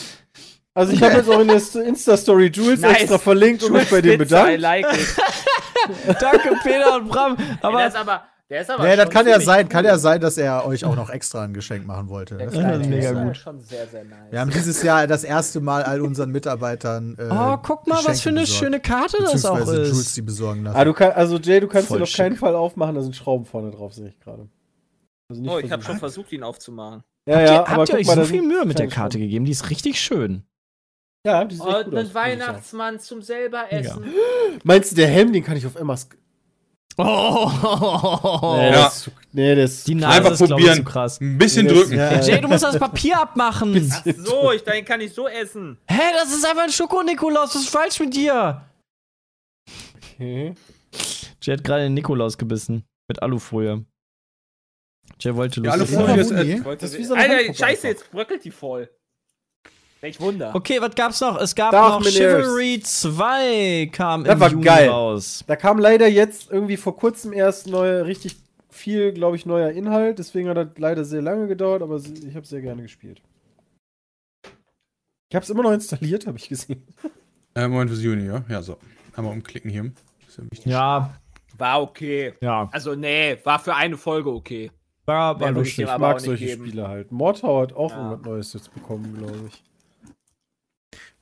[SPEAKER 6] Also ich habe jetzt auch in der St- Insta-Story Jules
[SPEAKER 4] Nice.
[SPEAKER 6] extra verlinkt und mich bei dem
[SPEAKER 4] Spitze, I
[SPEAKER 6] bedankt.
[SPEAKER 4] like it.
[SPEAKER 1] Danke, Peter und Bram.
[SPEAKER 4] aber, der
[SPEAKER 1] Aber
[SPEAKER 4] ist aber, der ist aber
[SPEAKER 2] Nee, das
[SPEAKER 4] schon
[SPEAKER 2] kann ja
[SPEAKER 4] ziemlich
[SPEAKER 2] sein. Kann
[SPEAKER 4] cool.
[SPEAKER 2] ja sein, dass er euch auch noch extra ein Geschenk machen wollte.
[SPEAKER 4] Der
[SPEAKER 2] Das
[SPEAKER 1] Ja,
[SPEAKER 4] Kleine
[SPEAKER 2] kann
[SPEAKER 1] das
[SPEAKER 2] ja
[SPEAKER 1] ist mega
[SPEAKER 2] sein.
[SPEAKER 4] aber
[SPEAKER 1] gut.
[SPEAKER 4] schon sehr, sehr nice.
[SPEAKER 2] Wir haben dieses Jahr das erste Mal all unseren Mitarbeitern. Äh,
[SPEAKER 1] oh,
[SPEAKER 6] Ah,
[SPEAKER 1] guck mal, was
[SPEAKER 2] Geschenke
[SPEAKER 1] für eine
[SPEAKER 2] besorgt.
[SPEAKER 1] schöne Karte das auch
[SPEAKER 2] Beziehungsweise Jules
[SPEAKER 1] ist.
[SPEAKER 2] die besorgen lassen.
[SPEAKER 6] Ah, du kann, also Jay, du kannst
[SPEAKER 1] Voll
[SPEAKER 6] den auf keinen Fall aufmachen, da sind Schrauben vorne drauf, sehe ich gerade. Also nicht
[SPEAKER 4] Oh, ich habe schon
[SPEAKER 6] versucht.
[SPEAKER 4] versucht, ihn aufzumachen.
[SPEAKER 6] Ja, ja, aber
[SPEAKER 1] Habt ihr
[SPEAKER 6] guck
[SPEAKER 1] euch
[SPEAKER 6] mal,
[SPEAKER 1] so
[SPEAKER 6] da
[SPEAKER 1] viel
[SPEAKER 6] sind
[SPEAKER 1] Mühe mit der
[SPEAKER 6] kleine
[SPEAKER 1] Karte gegeben? Die ist richtig schön.
[SPEAKER 6] Schrauben. Ja, die sieht echt
[SPEAKER 4] Und
[SPEAKER 6] gut aus, muss
[SPEAKER 4] Oh, einen
[SPEAKER 6] ich sagen.
[SPEAKER 4] Weihnachtsmann zum selber
[SPEAKER 1] Mega.
[SPEAKER 4] essen.
[SPEAKER 6] Meinst du, der Helm, den kann ich auf Emmas...
[SPEAKER 1] Oh,
[SPEAKER 6] Nee,
[SPEAKER 5] Ja.
[SPEAKER 6] das ist zu, nee, das ist
[SPEAKER 1] die
[SPEAKER 6] zu
[SPEAKER 1] Nase
[SPEAKER 5] Einfach
[SPEAKER 1] ist, glaube ich,
[SPEAKER 5] probieren.
[SPEAKER 1] zu krass.
[SPEAKER 5] Ein bisschen
[SPEAKER 6] Das-
[SPEAKER 5] drücken.
[SPEAKER 6] ja,
[SPEAKER 1] Jay, du musst das Papier abmachen.
[SPEAKER 4] Ach so, ich, den kann ich so essen.
[SPEAKER 1] Hä, das ist einfach ein Schoko-Nikolaus. Was ist falsch mit dir?
[SPEAKER 6] okay.
[SPEAKER 1] Jay hat gerade den Nikolaus gebissen. Mit Alufolie. Jay wollte
[SPEAKER 5] Ja,
[SPEAKER 1] lustig sein.
[SPEAKER 5] Alufolie ist äh,
[SPEAKER 2] Uni?
[SPEAKER 4] Ich wollte
[SPEAKER 6] Das ist wie
[SPEAKER 4] se-
[SPEAKER 6] so eine
[SPEAKER 4] Alter,
[SPEAKER 6] Handpuppe
[SPEAKER 4] scheiße,
[SPEAKER 6] einfach.
[SPEAKER 4] jetzt bröckelt die voll. Welch Wunder.
[SPEAKER 1] Okay, was gab's noch? Es gab noch
[SPEAKER 6] Darth Miners.
[SPEAKER 1] Chivalry 2 kam
[SPEAKER 6] Das
[SPEAKER 1] im
[SPEAKER 6] war
[SPEAKER 1] Juni
[SPEAKER 6] geil.
[SPEAKER 1] raus.
[SPEAKER 6] Da kam leider jetzt irgendwie vor kurzem erst neue, richtig viel, glaube ich, neuer Inhalt. Deswegen hat das leider sehr lange gedauert, aber se- ich habe sehr gerne gespielt. Ich habe es immer noch installiert, habe ich gesehen.
[SPEAKER 5] äh, Moment, bis Juni, ja? Ja, so. Einmal umklicken hier. Ist ja wichtig.
[SPEAKER 1] Ja,
[SPEAKER 4] War okay.
[SPEAKER 1] ja.
[SPEAKER 4] Also, nee, war für eine Folge okay.
[SPEAKER 1] War, war
[SPEAKER 4] Ja,
[SPEAKER 1] lustig.
[SPEAKER 4] dem
[SPEAKER 6] ich
[SPEAKER 4] aber auch
[SPEAKER 6] mag
[SPEAKER 4] nicht
[SPEAKER 6] solche
[SPEAKER 4] geben.
[SPEAKER 6] Spiele halt. Mordhau hat auch
[SPEAKER 4] Ja.
[SPEAKER 6] irgendwas Neues jetzt bekommen, glaube ich.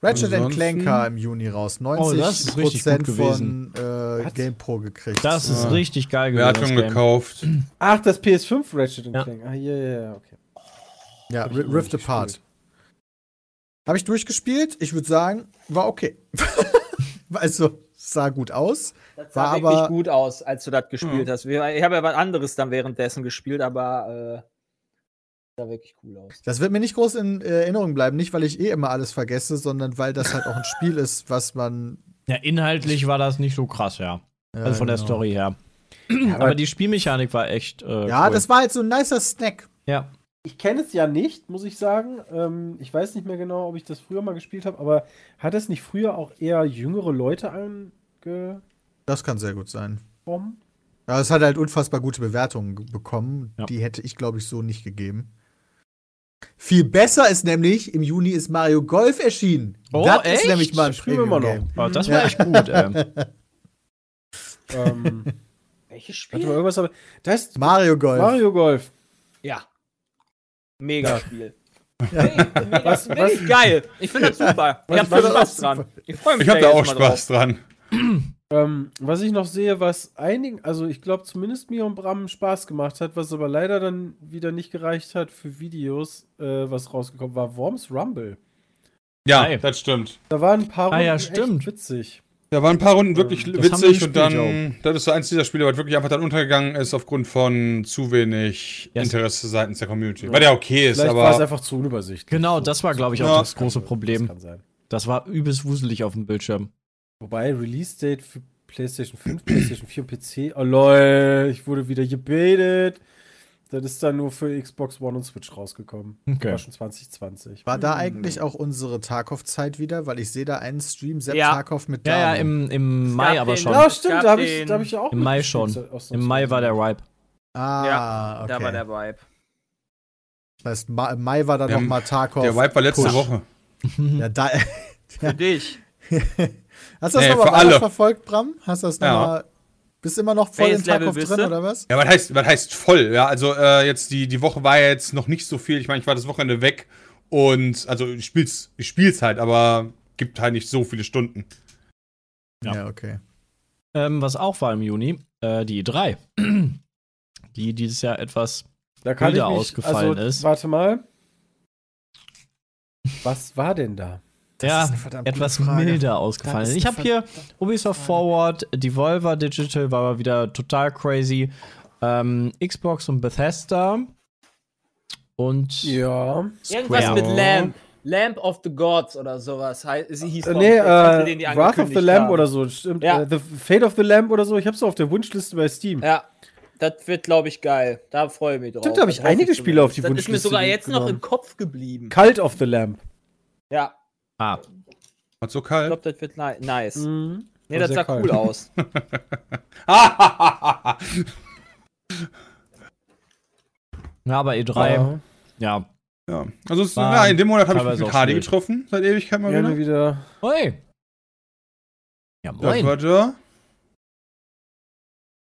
[SPEAKER 2] Ratchet
[SPEAKER 5] Ansonsten-
[SPEAKER 2] Clank kam im Juni raus. 90%
[SPEAKER 1] Oh, das ist richtig gut gewesen.
[SPEAKER 2] von äh,
[SPEAKER 6] Was?
[SPEAKER 2] GamePro gekriegt.
[SPEAKER 1] Das ist
[SPEAKER 5] Ja.
[SPEAKER 1] richtig geil
[SPEAKER 5] Wer
[SPEAKER 1] gewesen.
[SPEAKER 5] hat
[SPEAKER 1] das
[SPEAKER 5] schon
[SPEAKER 1] Game.
[SPEAKER 5] gekauft?
[SPEAKER 6] Ach, das PS5 Ratchet
[SPEAKER 1] Ja.
[SPEAKER 6] Clank. Ah, ja, ja, ja, okay.
[SPEAKER 2] ja,
[SPEAKER 6] hab ich
[SPEAKER 2] Ri-
[SPEAKER 6] noch
[SPEAKER 2] Rift
[SPEAKER 6] nicht
[SPEAKER 2] Apart.
[SPEAKER 6] gespielt.
[SPEAKER 2] Habe ich durchgespielt. Ich würde sagen, war okay. also, sah gut aus.
[SPEAKER 4] Das
[SPEAKER 2] War
[SPEAKER 4] sah wirklich
[SPEAKER 2] aber-
[SPEAKER 4] gut aus, als du das gespielt hast. Wir- Ich habe ja was anderes dann währenddessen gespielt, aber äh, sah wirklich cool aus.
[SPEAKER 2] Das wird mir nicht groß in äh, Erinnerung bleiben. Nicht, weil ich eh immer alles vergesse, sondern weil das halt auch ein Spiel ist, was man.
[SPEAKER 1] Ja, inhaltlich war das nicht so krass, ja.
[SPEAKER 2] Ja,
[SPEAKER 1] Also von der
[SPEAKER 2] genau.
[SPEAKER 1] Story her. aber, die Spielmechanik war echt. Äh,
[SPEAKER 2] Ja,
[SPEAKER 1] cool.
[SPEAKER 2] das war halt so ein nicer Snack.
[SPEAKER 1] Ja.
[SPEAKER 6] Ich kenne es ja nicht, muss ich sagen. Ähm, ich weiß nicht mehr genau, ob ich das früher mal gespielt habe, aber hat es nicht früher auch eher jüngere Leute angekommen?
[SPEAKER 2] Das kann sehr gut sein. Ja, es hat halt unfassbar gute Bewertungen ge- bekommen.
[SPEAKER 1] Ja.
[SPEAKER 2] Die hätte ich, glaube ich, so nicht gegeben. Viel besser ist nämlich, im Juni ist Mario Golf erschienen.
[SPEAKER 1] Oh,
[SPEAKER 2] das
[SPEAKER 1] echt?
[SPEAKER 2] ist nämlich mal ein
[SPEAKER 6] Spielen wir mal
[SPEAKER 2] Premium-Game.
[SPEAKER 1] Oh, das war echt gut, ey.
[SPEAKER 6] Ähm,
[SPEAKER 4] Welches
[SPEAKER 6] warte
[SPEAKER 4] Spiel?
[SPEAKER 6] mal, irgendwas habe Da ist
[SPEAKER 2] Mario Golf.
[SPEAKER 6] Mario Golf.
[SPEAKER 4] Ja. Mega Spiel. Was,
[SPEAKER 6] Was- was-
[SPEAKER 4] Geil. Ich finde das super. Ich hab
[SPEAKER 6] was-
[SPEAKER 4] da Spaß dran. Ich freue mich
[SPEAKER 5] Ich habe da
[SPEAKER 4] jetzt
[SPEAKER 5] auch
[SPEAKER 4] mal
[SPEAKER 5] Spaß dran.
[SPEAKER 6] Ähm, was ich noch sehe, was einigen, also ich glaube zumindest mir und Bram Spaß gemacht hat, was aber leider dann wieder nicht gereicht hat für Videos, äh, was rausgekommen war, Worms Rumble.
[SPEAKER 5] Ja,
[SPEAKER 1] Hi.
[SPEAKER 5] das stimmt.
[SPEAKER 6] Da waren ein paar
[SPEAKER 1] Ah ja,
[SPEAKER 6] echt
[SPEAKER 1] stimmt.
[SPEAKER 6] witzig.
[SPEAKER 5] Da waren ein paar Runden wirklich
[SPEAKER 1] das haben wir
[SPEAKER 5] witzig und
[SPEAKER 1] gespielt,
[SPEAKER 5] dann, das ist so eins dieser Spiele, was wirklich einfach dann untergegangen ist aufgrund von zu wenig
[SPEAKER 1] Yes.
[SPEAKER 5] Interesse seitens der Community. Was ja okay ist,
[SPEAKER 6] Vielleicht war es
[SPEAKER 5] aber
[SPEAKER 6] einfach zu unübersichtlich.
[SPEAKER 1] Genau, das war, glaube ich, auch
[SPEAKER 5] Ja.
[SPEAKER 1] das große Problem.
[SPEAKER 6] kann sein.
[SPEAKER 1] Das war übelst wuselig auf dem Bildschirm.
[SPEAKER 6] Wobei Release Date für PlayStation 5, PlayStation 4 und PC. Oh lol, ich wurde wieder gebetet. Das ist dann nur für Xbox One und Switch rausgekommen.
[SPEAKER 1] Okay.
[SPEAKER 6] War schon 2020.
[SPEAKER 2] War da eigentlich auch unsere Tarkov-Zeit wieder? Weil ich sehe da einen Stream, Sepp
[SPEAKER 4] Ja.
[SPEAKER 2] Tarkov mit
[SPEAKER 1] Ja, ja,
[SPEAKER 2] Dame.
[SPEAKER 1] im, im Mai
[SPEAKER 4] gab
[SPEAKER 1] aber
[SPEAKER 4] den-
[SPEAKER 1] schon.
[SPEAKER 6] Ja,
[SPEAKER 4] Es
[SPEAKER 6] stimmt,
[SPEAKER 4] gab
[SPEAKER 6] da habe ich,
[SPEAKER 4] den-
[SPEAKER 6] da hab ich auch
[SPEAKER 1] Im Mai
[SPEAKER 6] mitgespielt,
[SPEAKER 1] schon.
[SPEAKER 6] aus-
[SPEAKER 1] Im Mai war der Ripe.
[SPEAKER 2] Ah,
[SPEAKER 4] Ja,
[SPEAKER 2] okay.
[SPEAKER 4] Da war der Vibe.
[SPEAKER 2] Das heißt, Ma- im Mai war dann
[SPEAKER 5] Wir haben-
[SPEAKER 2] nochmal Tarkov.
[SPEAKER 5] der Vibe war letzte
[SPEAKER 2] Push.
[SPEAKER 5] Woche.
[SPEAKER 2] Ja, da,
[SPEAKER 4] Für dich.
[SPEAKER 2] hast du das
[SPEAKER 5] Nee,
[SPEAKER 2] nochmal
[SPEAKER 5] für alle.
[SPEAKER 2] weiter verfolgt, Bram? Hast du das
[SPEAKER 5] Ja.
[SPEAKER 2] nochmal. Bist immer noch voll in
[SPEAKER 4] Welches Level
[SPEAKER 2] Tarkov
[SPEAKER 4] bist
[SPEAKER 2] drin,
[SPEAKER 4] du?
[SPEAKER 2] oder was?
[SPEAKER 5] Ja, was heißt, was heißt voll? Ja, also äh, jetzt die, die Woche war ja jetzt noch nicht so viel. Ich meine, ich war das Wochenende weg und also ich spiel's, ich spiel's halt, aber gibt halt nicht so viele Stunden.
[SPEAKER 1] Ja.
[SPEAKER 2] ja okay.
[SPEAKER 1] Ähm, was auch war im Juni, äh, die E3. Die dieses Jahr etwas.
[SPEAKER 6] Da kann ich
[SPEAKER 1] Bilder
[SPEAKER 6] mich,
[SPEAKER 1] ausgefallen
[SPEAKER 6] also,
[SPEAKER 1] ist.
[SPEAKER 6] Warte mal. Was war denn da?
[SPEAKER 1] Ja,
[SPEAKER 2] eine verdammt gute
[SPEAKER 1] etwas
[SPEAKER 2] Frage.
[SPEAKER 1] milder
[SPEAKER 2] Das
[SPEAKER 1] ausgefallen.
[SPEAKER 2] ist
[SPEAKER 1] Ich
[SPEAKER 2] eine
[SPEAKER 1] habe hier Ubisoft Forward, Devolver Digital war mal wieder total crazy. Ähm, Xbox und Bethesda. Und
[SPEAKER 6] Ja.
[SPEAKER 4] Irgendwas
[SPEAKER 1] Square.
[SPEAKER 4] mit Lamp. Lamp of the Gods oder sowas. hei- Sie hieß
[SPEAKER 6] Äh,
[SPEAKER 4] doch
[SPEAKER 6] nee,
[SPEAKER 4] der Titel, den die
[SPEAKER 6] äh, Wrath of
[SPEAKER 4] angekündigt
[SPEAKER 6] the Lamb
[SPEAKER 4] haben.
[SPEAKER 6] oder so. Stimmt.
[SPEAKER 4] Ja.
[SPEAKER 6] Äh, the Fate of the Lamb oder so. Ich hab's auf der Wunschliste bei Steam.
[SPEAKER 4] Ja, das wird, glaube ich, geil. Da freue ich mich drauf.
[SPEAKER 6] Stimmt, da hab ich
[SPEAKER 4] Das hoffe
[SPEAKER 6] einige
[SPEAKER 4] zumindest.
[SPEAKER 6] Spiele auf die
[SPEAKER 4] Das ist mir
[SPEAKER 6] Wunschliste
[SPEAKER 4] sogar jetzt noch
[SPEAKER 6] genommen.
[SPEAKER 4] im Kopf geblieben.
[SPEAKER 6] Cult of the Lamb.
[SPEAKER 4] Ja,
[SPEAKER 1] Ah,
[SPEAKER 5] War so
[SPEAKER 4] ich
[SPEAKER 5] kalt.
[SPEAKER 4] glaube, das wird ni nice.
[SPEAKER 6] Mhm.
[SPEAKER 4] Nee,
[SPEAKER 6] War
[SPEAKER 4] das
[SPEAKER 6] sehr
[SPEAKER 4] sah
[SPEAKER 6] kalt.
[SPEAKER 4] cool aus.
[SPEAKER 1] ja, aber E3, ja.
[SPEAKER 6] Ja,
[SPEAKER 5] ja. Also es,
[SPEAKER 1] War
[SPEAKER 5] ja, in dem Monat habe ich mich
[SPEAKER 1] teilweise
[SPEAKER 5] mit
[SPEAKER 1] auch
[SPEAKER 5] Hardy
[SPEAKER 1] schwierig.
[SPEAKER 5] getroffen, seit Ewigkeit mal
[SPEAKER 6] gerne
[SPEAKER 5] wieder.
[SPEAKER 6] wieder.
[SPEAKER 1] Oi. Ja,
[SPEAKER 5] Das
[SPEAKER 1] moin.
[SPEAKER 5] war der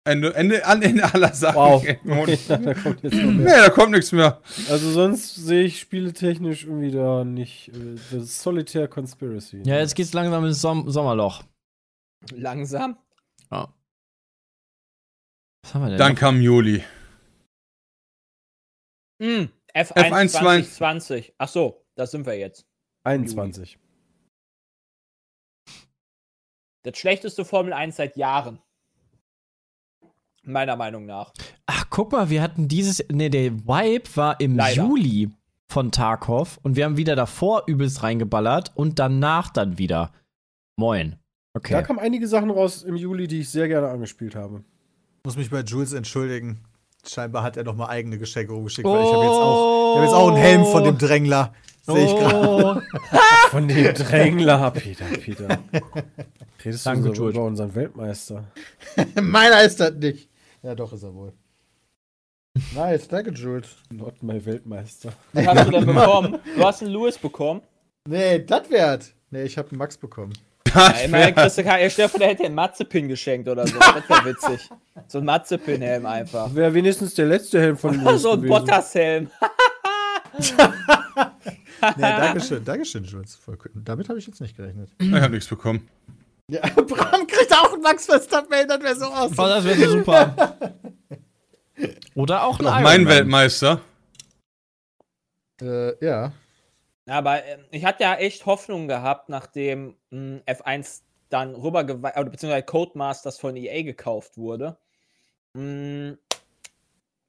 [SPEAKER 5] Ende, Ende, an Ende aller Sachen.
[SPEAKER 6] Wow.
[SPEAKER 5] nee,
[SPEAKER 6] Ja, da kommt jetzt noch mehr.
[SPEAKER 5] da kommt nichts mehr.
[SPEAKER 6] Also sonst sehe ich spieletechnisch irgendwie da nicht. Äh, the Solitaire Conspiracy.
[SPEAKER 1] Ja, jetzt geht's langsam ins Som Sommerloch.
[SPEAKER 4] Langsam.
[SPEAKER 1] Was haben wir denn?
[SPEAKER 5] Dann kam Juli.
[SPEAKER 4] Mm,
[SPEAKER 5] F1
[SPEAKER 4] F1 2020. Ach so, das sind wir jetzt.
[SPEAKER 6] 21.
[SPEAKER 4] Das schlechteste Formel 1 seit Jahren. Meiner Meinung nach.
[SPEAKER 1] Ach, guck mal, wir hatten dieses. Ne, der Vibe war im
[SPEAKER 4] Leider.
[SPEAKER 1] Juli von Tarkov und wir haben wieder davor übelst reingeballert und danach dann wieder. Moin.
[SPEAKER 6] Da
[SPEAKER 1] Okay.
[SPEAKER 6] kamen einige Sachen raus im Juli, die ich sehr gerne angespielt habe.
[SPEAKER 2] Muss mich bei Jules entschuldigen. Scheinbar hat er nochmal eigene Geschenke rumgeschickt, weil ich habe jetzt auch. Ich habe jetzt auch einen Helm von dem Drängler. Sehe ich gerade.
[SPEAKER 1] Oh.
[SPEAKER 6] Von dem Drängler, Peter, Peter. Redest
[SPEAKER 1] Danke,
[SPEAKER 6] du so
[SPEAKER 1] George.
[SPEAKER 6] über unseren Weltmeister?
[SPEAKER 2] Meiner ist das nicht. Ja, doch, ist er wohl. Nice, danke, Jules.
[SPEAKER 6] Not my Weltmeister.
[SPEAKER 4] Was hast du denn bekommen? Du hast einen Lewis bekommen.
[SPEAKER 2] Nee, das wert. Nee, ich habe einen Max bekommen.
[SPEAKER 4] Ja, immerhin kriegst du keinen. Stefan, der hätte dir einen Matzepin geschenkt oder so. Das wäre witzig. So ein Matzepin-Helm einfach.
[SPEAKER 6] Wäre wenigstens der letzte Helm von Lewis
[SPEAKER 4] so ein
[SPEAKER 6] gewesen.
[SPEAKER 4] Bottas-Helm.
[SPEAKER 2] Nee, Dankeschön, Dankeschön, Jules. Voll cool. Damit habe ich jetzt nicht gerechnet.
[SPEAKER 5] Ich habe nichts bekommen.
[SPEAKER 2] Ja, Bram kriegt auch einen Max Verstappen, das wäre so aus.
[SPEAKER 1] Oh, das wäre super. Oder auch ein
[SPEAKER 5] Auch
[SPEAKER 1] Iron
[SPEAKER 5] mein
[SPEAKER 1] Man.
[SPEAKER 5] Weltmeister.
[SPEAKER 2] Äh, ja.
[SPEAKER 4] Aber ähm, ich hatte ja echt Hoffnung gehabt, nachdem mh, F1 dann rübergeweiht, oder beziehungsweise Codemasters von EA gekauft wurde. Mh,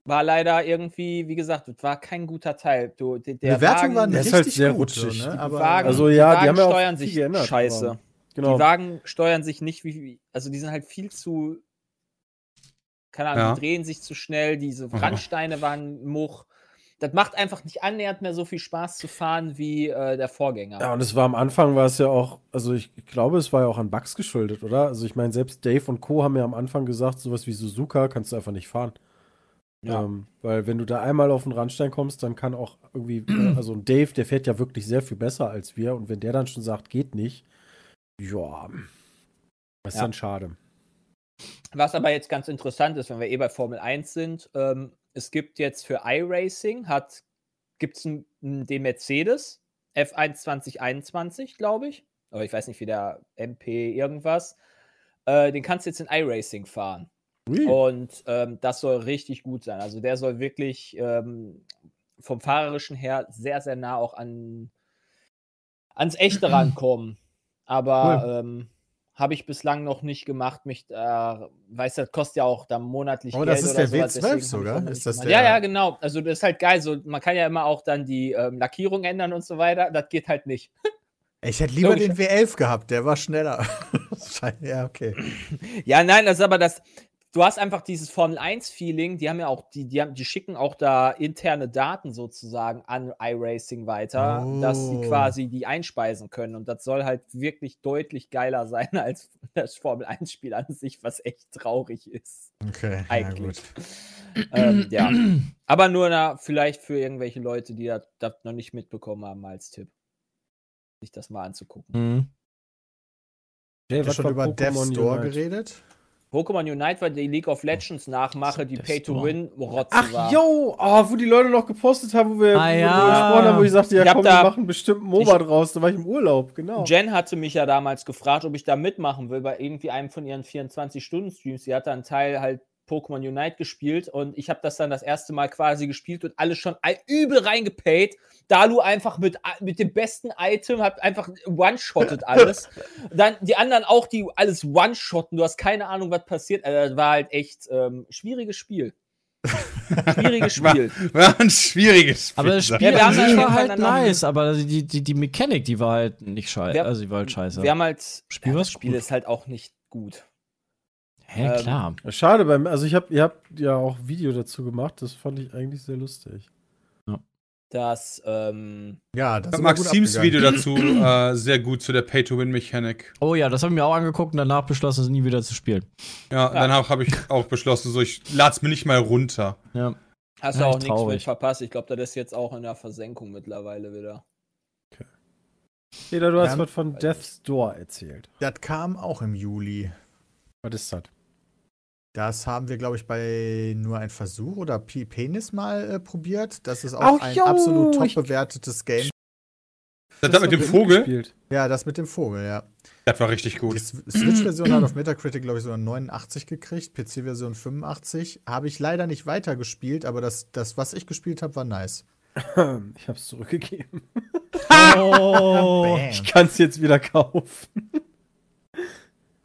[SPEAKER 4] war leider irgendwie, wie gesagt, das war kein guter Teil. Du, de-
[SPEAKER 2] Die
[SPEAKER 4] der
[SPEAKER 2] Bewertung war
[SPEAKER 4] Wagen,
[SPEAKER 6] der
[SPEAKER 2] nicht
[SPEAKER 6] ist halt
[SPEAKER 2] richtig
[SPEAKER 6] sehr
[SPEAKER 2] gut,
[SPEAKER 6] rutschig.
[SPEAKER 2] So,
[SPEAKER 6] Die
[SPEAKER 2] ne? Aber
[SPEAKER 4] Wagen-
[SPEAKER 6] Also ja, die
[SPEAKER 4] Wagen
[SPEAKER 6] haben ja auch
[SPEAKER 4] steuern
[SPEAKER 6] viel
[SPEAKER 4] sich
[SPEAKER 6] geändert,
[SPEAKER 4] scheiße.
[SPEAKER 6] aber-
[SPEAKER 4] Die
[SPEAKER 6] Genau.
[SPEAKER 4] Wagen steuern sich nicht wie, wie, also die sind halt viel zu, keine Ahnung,
[SPEAKER 5] Ja.
[SPEAKER 4] die drehen sich zu schnell, diese
[SPEAKER 5] Ja.
[SPEAKER 4] Randsteine waren much. das macht einfach nicht annähernd mehr so viel Spaß zu fahren wie äh, der Vorgänger.
[SPEAKER 6] Ja, und es war am Anfang, war es ja auch, also ich glaube, es war ja auch an Bugs geschuldet, oder? Also ich meine, selbst Dave und Co. haben ja am Anfang gesagt, sowas wie Suzuka kannst du einfach nicht fahren.
[SPEAKER 4] Ja.
[SPEAKER 6] Ähm, weil wenn du da einmal auf den Randstein kommst, dann kann auch irgendwie, äh, also ein Dave, der fährt ja wirklich sehr viel besser als wir. Und wenn der dann schon sagt, geht nicht, ja, ist
[SPEAKER 4] Ja.
[SPEAKER 6] dann schade.
[SPEAKER 4] Was aber jetzt ganz interessant ist, wenn wir eh bei Formel 1 sind, ähm, es gibt jetzt für iRacing, hat, gibt es den Mercedes F1 2021, glaube ich, aber ich weiß nicht, wie der MP irgendwas, äh, den kannst du jetzt in iRacing fahren. Und ähm, das soll richtig gut sein. Also der soll wirklich ähm, vom fahrerischen her sehr, sehr nah auch an, ans Echte rankommen. Aber ähm, habe ich bislang noch nicht gemacht. Mich, da, weiß, das kostet ja auch dann monatlich
[SPEAKER 2] Aber
[SPEAKER 4] Geld
[SPEAKER 2] das ist
[SPEAKER 4] oder
[SPEAKER 2] der
[SPEAKER 4] sowas,
[SPEAKER 2] W12
[SPEAKER 4] deswegen hab ich
[SPEAKER 2] sogar?
[SPEAKER 4] noch nicht
[SPEAKER 2] Ist das
[SPEAKER 4] gemacht.
[SPEAKER 2] der-
[SPEAKER 4] Ja, ja, genau. Also das ist halt geil. So, man kann ja immer auch dann die ähm, Lackierung ändern und so weiter. Das geht halt nicht.
[SPEAKER 2] Ich hätte lieber
[SPEAKER 4] Logisch.
[SPEAKER 2] den W11 gehabt, der war schneller. Schein- ja, okay.
[SPEAKER 4] Ja, nein, das ist aber das. Du hast einfach dieses Formel 1-Feeling, die haben ja auch, die, die, haben, die schicken auch da interne Daten sozusagen an iRacing weiter, dass sie
[SPEAKER 2] Oh.
[SPEAKER 4] quasi die einspeisen können. Und das soll halt wirklich deutlich geiler sein als das Formel 1-Spiel an sich, was echt traurig ist.
[SPEAKER 2] Okay,
[SPEAKER 4] Eigentlich. ähm, ja. Aber nur na, vielleicht für irgendwelche Leute, die das, das noch nicht mitbekommen haben als Tipp. Sich das mal anzugucken.
[SPEAKER 1] Hm.
[SPEAKER 6] Jay,
[SPEAKER 2] Habt ihr
[SPEAKER 6] was
[SPEAKER 2] schon
[SPEAKER 6] war
[SPEAKER 2] über Death
[SPEAKER 6] Pokémon
[SPEAKER 2] Store
[SPEAKER 6] Unite?
[SPEAKER 2] geredet?
[SPEAKER 4] Pokémon Unite war die League of Legends nachmache, die
[SPEAKER 1] Das
[SPEAKER 4] Pay-to-Win-Rotze war.
[SPEAKER 6] Ach yo, ah, wo die Leute noch gepostet haben, wo wir,
[SPEAKER 1] Ah,
[SPEAKER 6] wo
[SPEAKER 1] ja.
[SPEAKER 6] wir gesprochen haben, wo ich sagte, ja
[SPEAKER 4] Ich hab
[SPEAKER 6] komm,
[SPEAKER 4] da-
[SPEAKER 6] wir machen bestimmt einen MOBA draus, da war ich im Urlaub, genau.
[SPEAKER 4] Jen hatte mich ja damals gefragt, ob ich da mitmachen will bei irgendwie einem von ihren 24-Stunden-Streams. Sie hat da einen Teil halt Pokémon Unite gespielt und ich habe das dann das erste Mal quasi gespielt und alles schon all- übel reingepaid. Dalu einfach mit, a- mit dem besten Item, hat einfach one-shottet alles. Dann die anderen auch, die alles one-shotten. Du hast keine Ahnung, was passiert. Also das war halt echt ähm, schwieriges Spiel. Schwieriges Spiel.
[SPEAKER 5] War ein schwieriges Spiel.
[SPEAKER 1] Aber das
[SPEAKER 5] sag
[SPEAKER 1] Spiel
[SPEAKER 4] wir
[SPEAKER 1] an
[SPEAKER 4] haben
[SPEAKER 1] sich
[SPEAKER 4] ja
[SPEAKER 1] war halt
[SPEAKER 4] miteinander-
[SPEAKER 1] nice, aber die, die, die Mechanik, die war halt nicht scheiße.
[SPEAKER 4] Wir-
[SPEAKER 1] Also, die war halt scheiße.
[SPEAKER 4] Wir haben halt,
[SPEAKER 1] Spiel
[SPEAKER 4] ja,
[SPEAKER 1] war's
[SPEAKER 4] das Spiel
[SPEAKER 1] gut.
[SPEAKER 4] ist halt auch nicht gut.
[SPEAKER 1] Hä,
[SPEAKER 4] ähm,
[SPEAKER 1] klar.
[SPEAKER 6] Schade, beim, also ich habe ihr habt ja auch ein Video dazu gemacht, das fand ich eigentlich sehr lustig.
[SPEAKER 4] Das, ähm,
[SPEAKER 2] Ja, das
[SPEAKER 5] ich.
[SPEAKER 2] ist
[SPEAKER 5] Maxims Video dazu äh, sehr gut zu der Pay-to-Win-Mechanik.
[SPEAKER 1] Oh ja, das habe ich mir auch angeguckt und danach beschlossen, es nie wieder zu spielen.
[SPEAKER 5] Ja, dann habe hab ich auch beschlossen, so ich lad's mir nicht mal runter.
[SPEAKER 1] Ja.
[SPEAKER 4] Hast
[SPEAKER 1] Ja,
[SPEAKER 4] du auch
[SPEAKER 1] echt
[SPEAKER 4] nichts mit
[SPEAKER 1] traurig.
[SPEAKER 4] verpasst. Ich glaube, das ist jetzt auch in der Versenkung mittlerweile wieder.
[SPEAKER 6] Jeder, du hast
[SPEAKER 2] Ja.
[SPEAKER 6] was von Death's Door erzählt.
[SPEAKER 2] Das kam auch im Juli.
[SPEAKER 6] Was ist das?
[SPEAKER 2] Das haben wir, glaube ich, bei nur ein Versuch oder P Penis mal äh, probiert. Das ist auch
[SPEAKER 6] Ach,
[SPEAKER 2] ein
[SPEAKER 6] jo,
[SPEAKER 2] absolut top
[SPEAKER 6] ich-
[SPEAKER 2] bewertetes Game.
[SPEAKER 5] Das, das mit dem Vogel,
[SPEAKER 2] Ja, das mit dem Vogel, ja.
[SPEAKER 5] das war richtig
[SPEAKER 2] Die
[SPEAKER 5] gut.
[SPEAKER 2] S- Switch-Version hat auf Metacritic, glaube ich, sogar 89 gekriegt, PC-Version 85. Habe ich leider nicht weitergespielt, aber das, das was ich gespielt habe, war nice.
[SPEAKER 6] Ich hab's zurückgegeben.
[SPEAKER 1] Oh.
[SPEAKER 2] Bam.
[SPEAKER 6] Ich kann's jetzt wieder kaufen.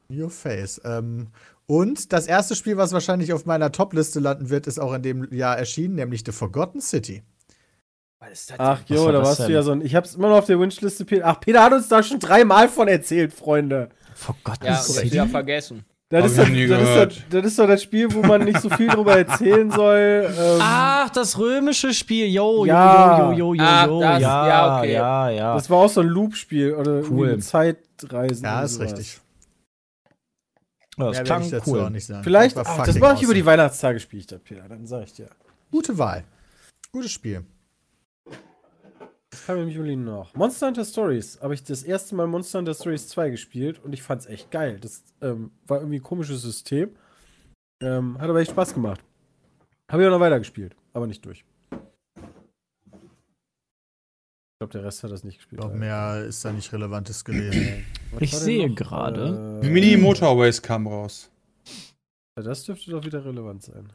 [SPEAKER 2] In Your face. Ähm, und das erste Spiel, was wahrscheinlich auf meiner Top-Liste landen wird, ist auch in dem Jahr erschienen, nämlich The Forgotten City.
[SPEAKER 4] Was ist das?
[SPEAKER 6] Ach jo,
[SPEAKER 1] war
[SPEAKER 6] da
[SPEAKER 1] das
[SPEAKER 6] warst du
[SPEAKER 1] denn?
[SPEAKER 6] ja so ein. Ich hab's immer noch auf der Winchliste. Peter- Ach, Peter hat uns da schon dreimal von erzählt, Freunde.
[SPEAKER 1] Vor Gott,
[SPEAKER 4] ja,
[SPEAKER 1] das
[SPEAKER 4] ich
[SPEAKER 1] ist
[SPEAKER 4] hab
[SPEAKER 1] richtig.
[SPEAKER 4] ja vergessen.
[SPEAKER 6] Das
[SPEAKER 5] Hab
[SPEAKER 6] ist,
[SPEAKER 5] ich
[SPEAKER 6] das,
[SPEAKER 5] nie
[SPEAKER 6] das, ist
[SPEAKER 5] gehört.
[SPEAKER 6] das, das ist doch das Spiel, wo man nicht so viel drüber erzählen soll. Ähm,
[SPEAKER 1] Ach, das römische Spiel. Jo,
[SPEAKER 6] Ja.
[SPEAKER 1] jo, jo, jo, jo,
[SPEAKER 4] Ach,
[SPEAKER 1] jo. ja,
[SPEAKER 4] das,
[SPEAKER 1] ja,
[SPEAKER 4] ja, okay.
[SPEAKER 1] ja, ja.
[SPEAKER 6] Das war auch so ein Loop-Spiel oder
[SPEAKER 1] Ah. Cool.
[SPEAKER 6] cool. Zeitreisen.
[SPEAKER 2] Ja,
[SPEAKER 6] und
[SPEAKER 2] ist
[SPEAKER 6] sowas.
[SPEAKER 2] richtig.
[SPEAKER 1] Das
[SPEAKER 2] Mehr werd
[SPEAKER 1] klang
[SPEAKER 2] ich dazu auch
[SPEAKER 1] cool.
[SPEAKER 2] nicht sagen.
[SPEAKER 6] Vielleicht,
[SPEAKER 2] war
[SPEAKER 6] ach, das
[SPEAKER 2] fucking
[SPEAKER 6] mache ich über die
[SPEAKER 2] awesome.
[SPEAKER 6] Weihnachtstage, spiele ich das, Peter. Dann sag ich dir.
[SPEAKER 2] Gute Wahl. Gutes Spiel.
[SPEAKER 6] Das kam nämlich Juli noch. Monster Hunter Stories habe ich das erste Mal Monster Hunter Stories 2 gespielt und ich fand's echt geil. Das ähm, war irgendwie ein komisches System. Ähm, hat aber echt Spaß gemacht. Habe ich auch noch weitergespielt, aber nicht durch. Ich glaube, der Rest hat das nicht
[SPEAKER 2] Ich
[SPEAKER 6] gespielt.
[SPEAKER 2] glaube, mehr ist da nicht Relevantes gewesen.
[SPEAKER 6] Was
[SPEAKER 1] Ich
[SPEAKER 6] war denn
[SPEAKER 1] sehe
[SPEAKER 6] noch?
[SPEAKER 1] gerade.
[SPEAKER 6] Äh,
[SPEAKER 5] Mini Motorways kam raus.
[SPEAKER 6] Das dürfte doch wieder relevant sein.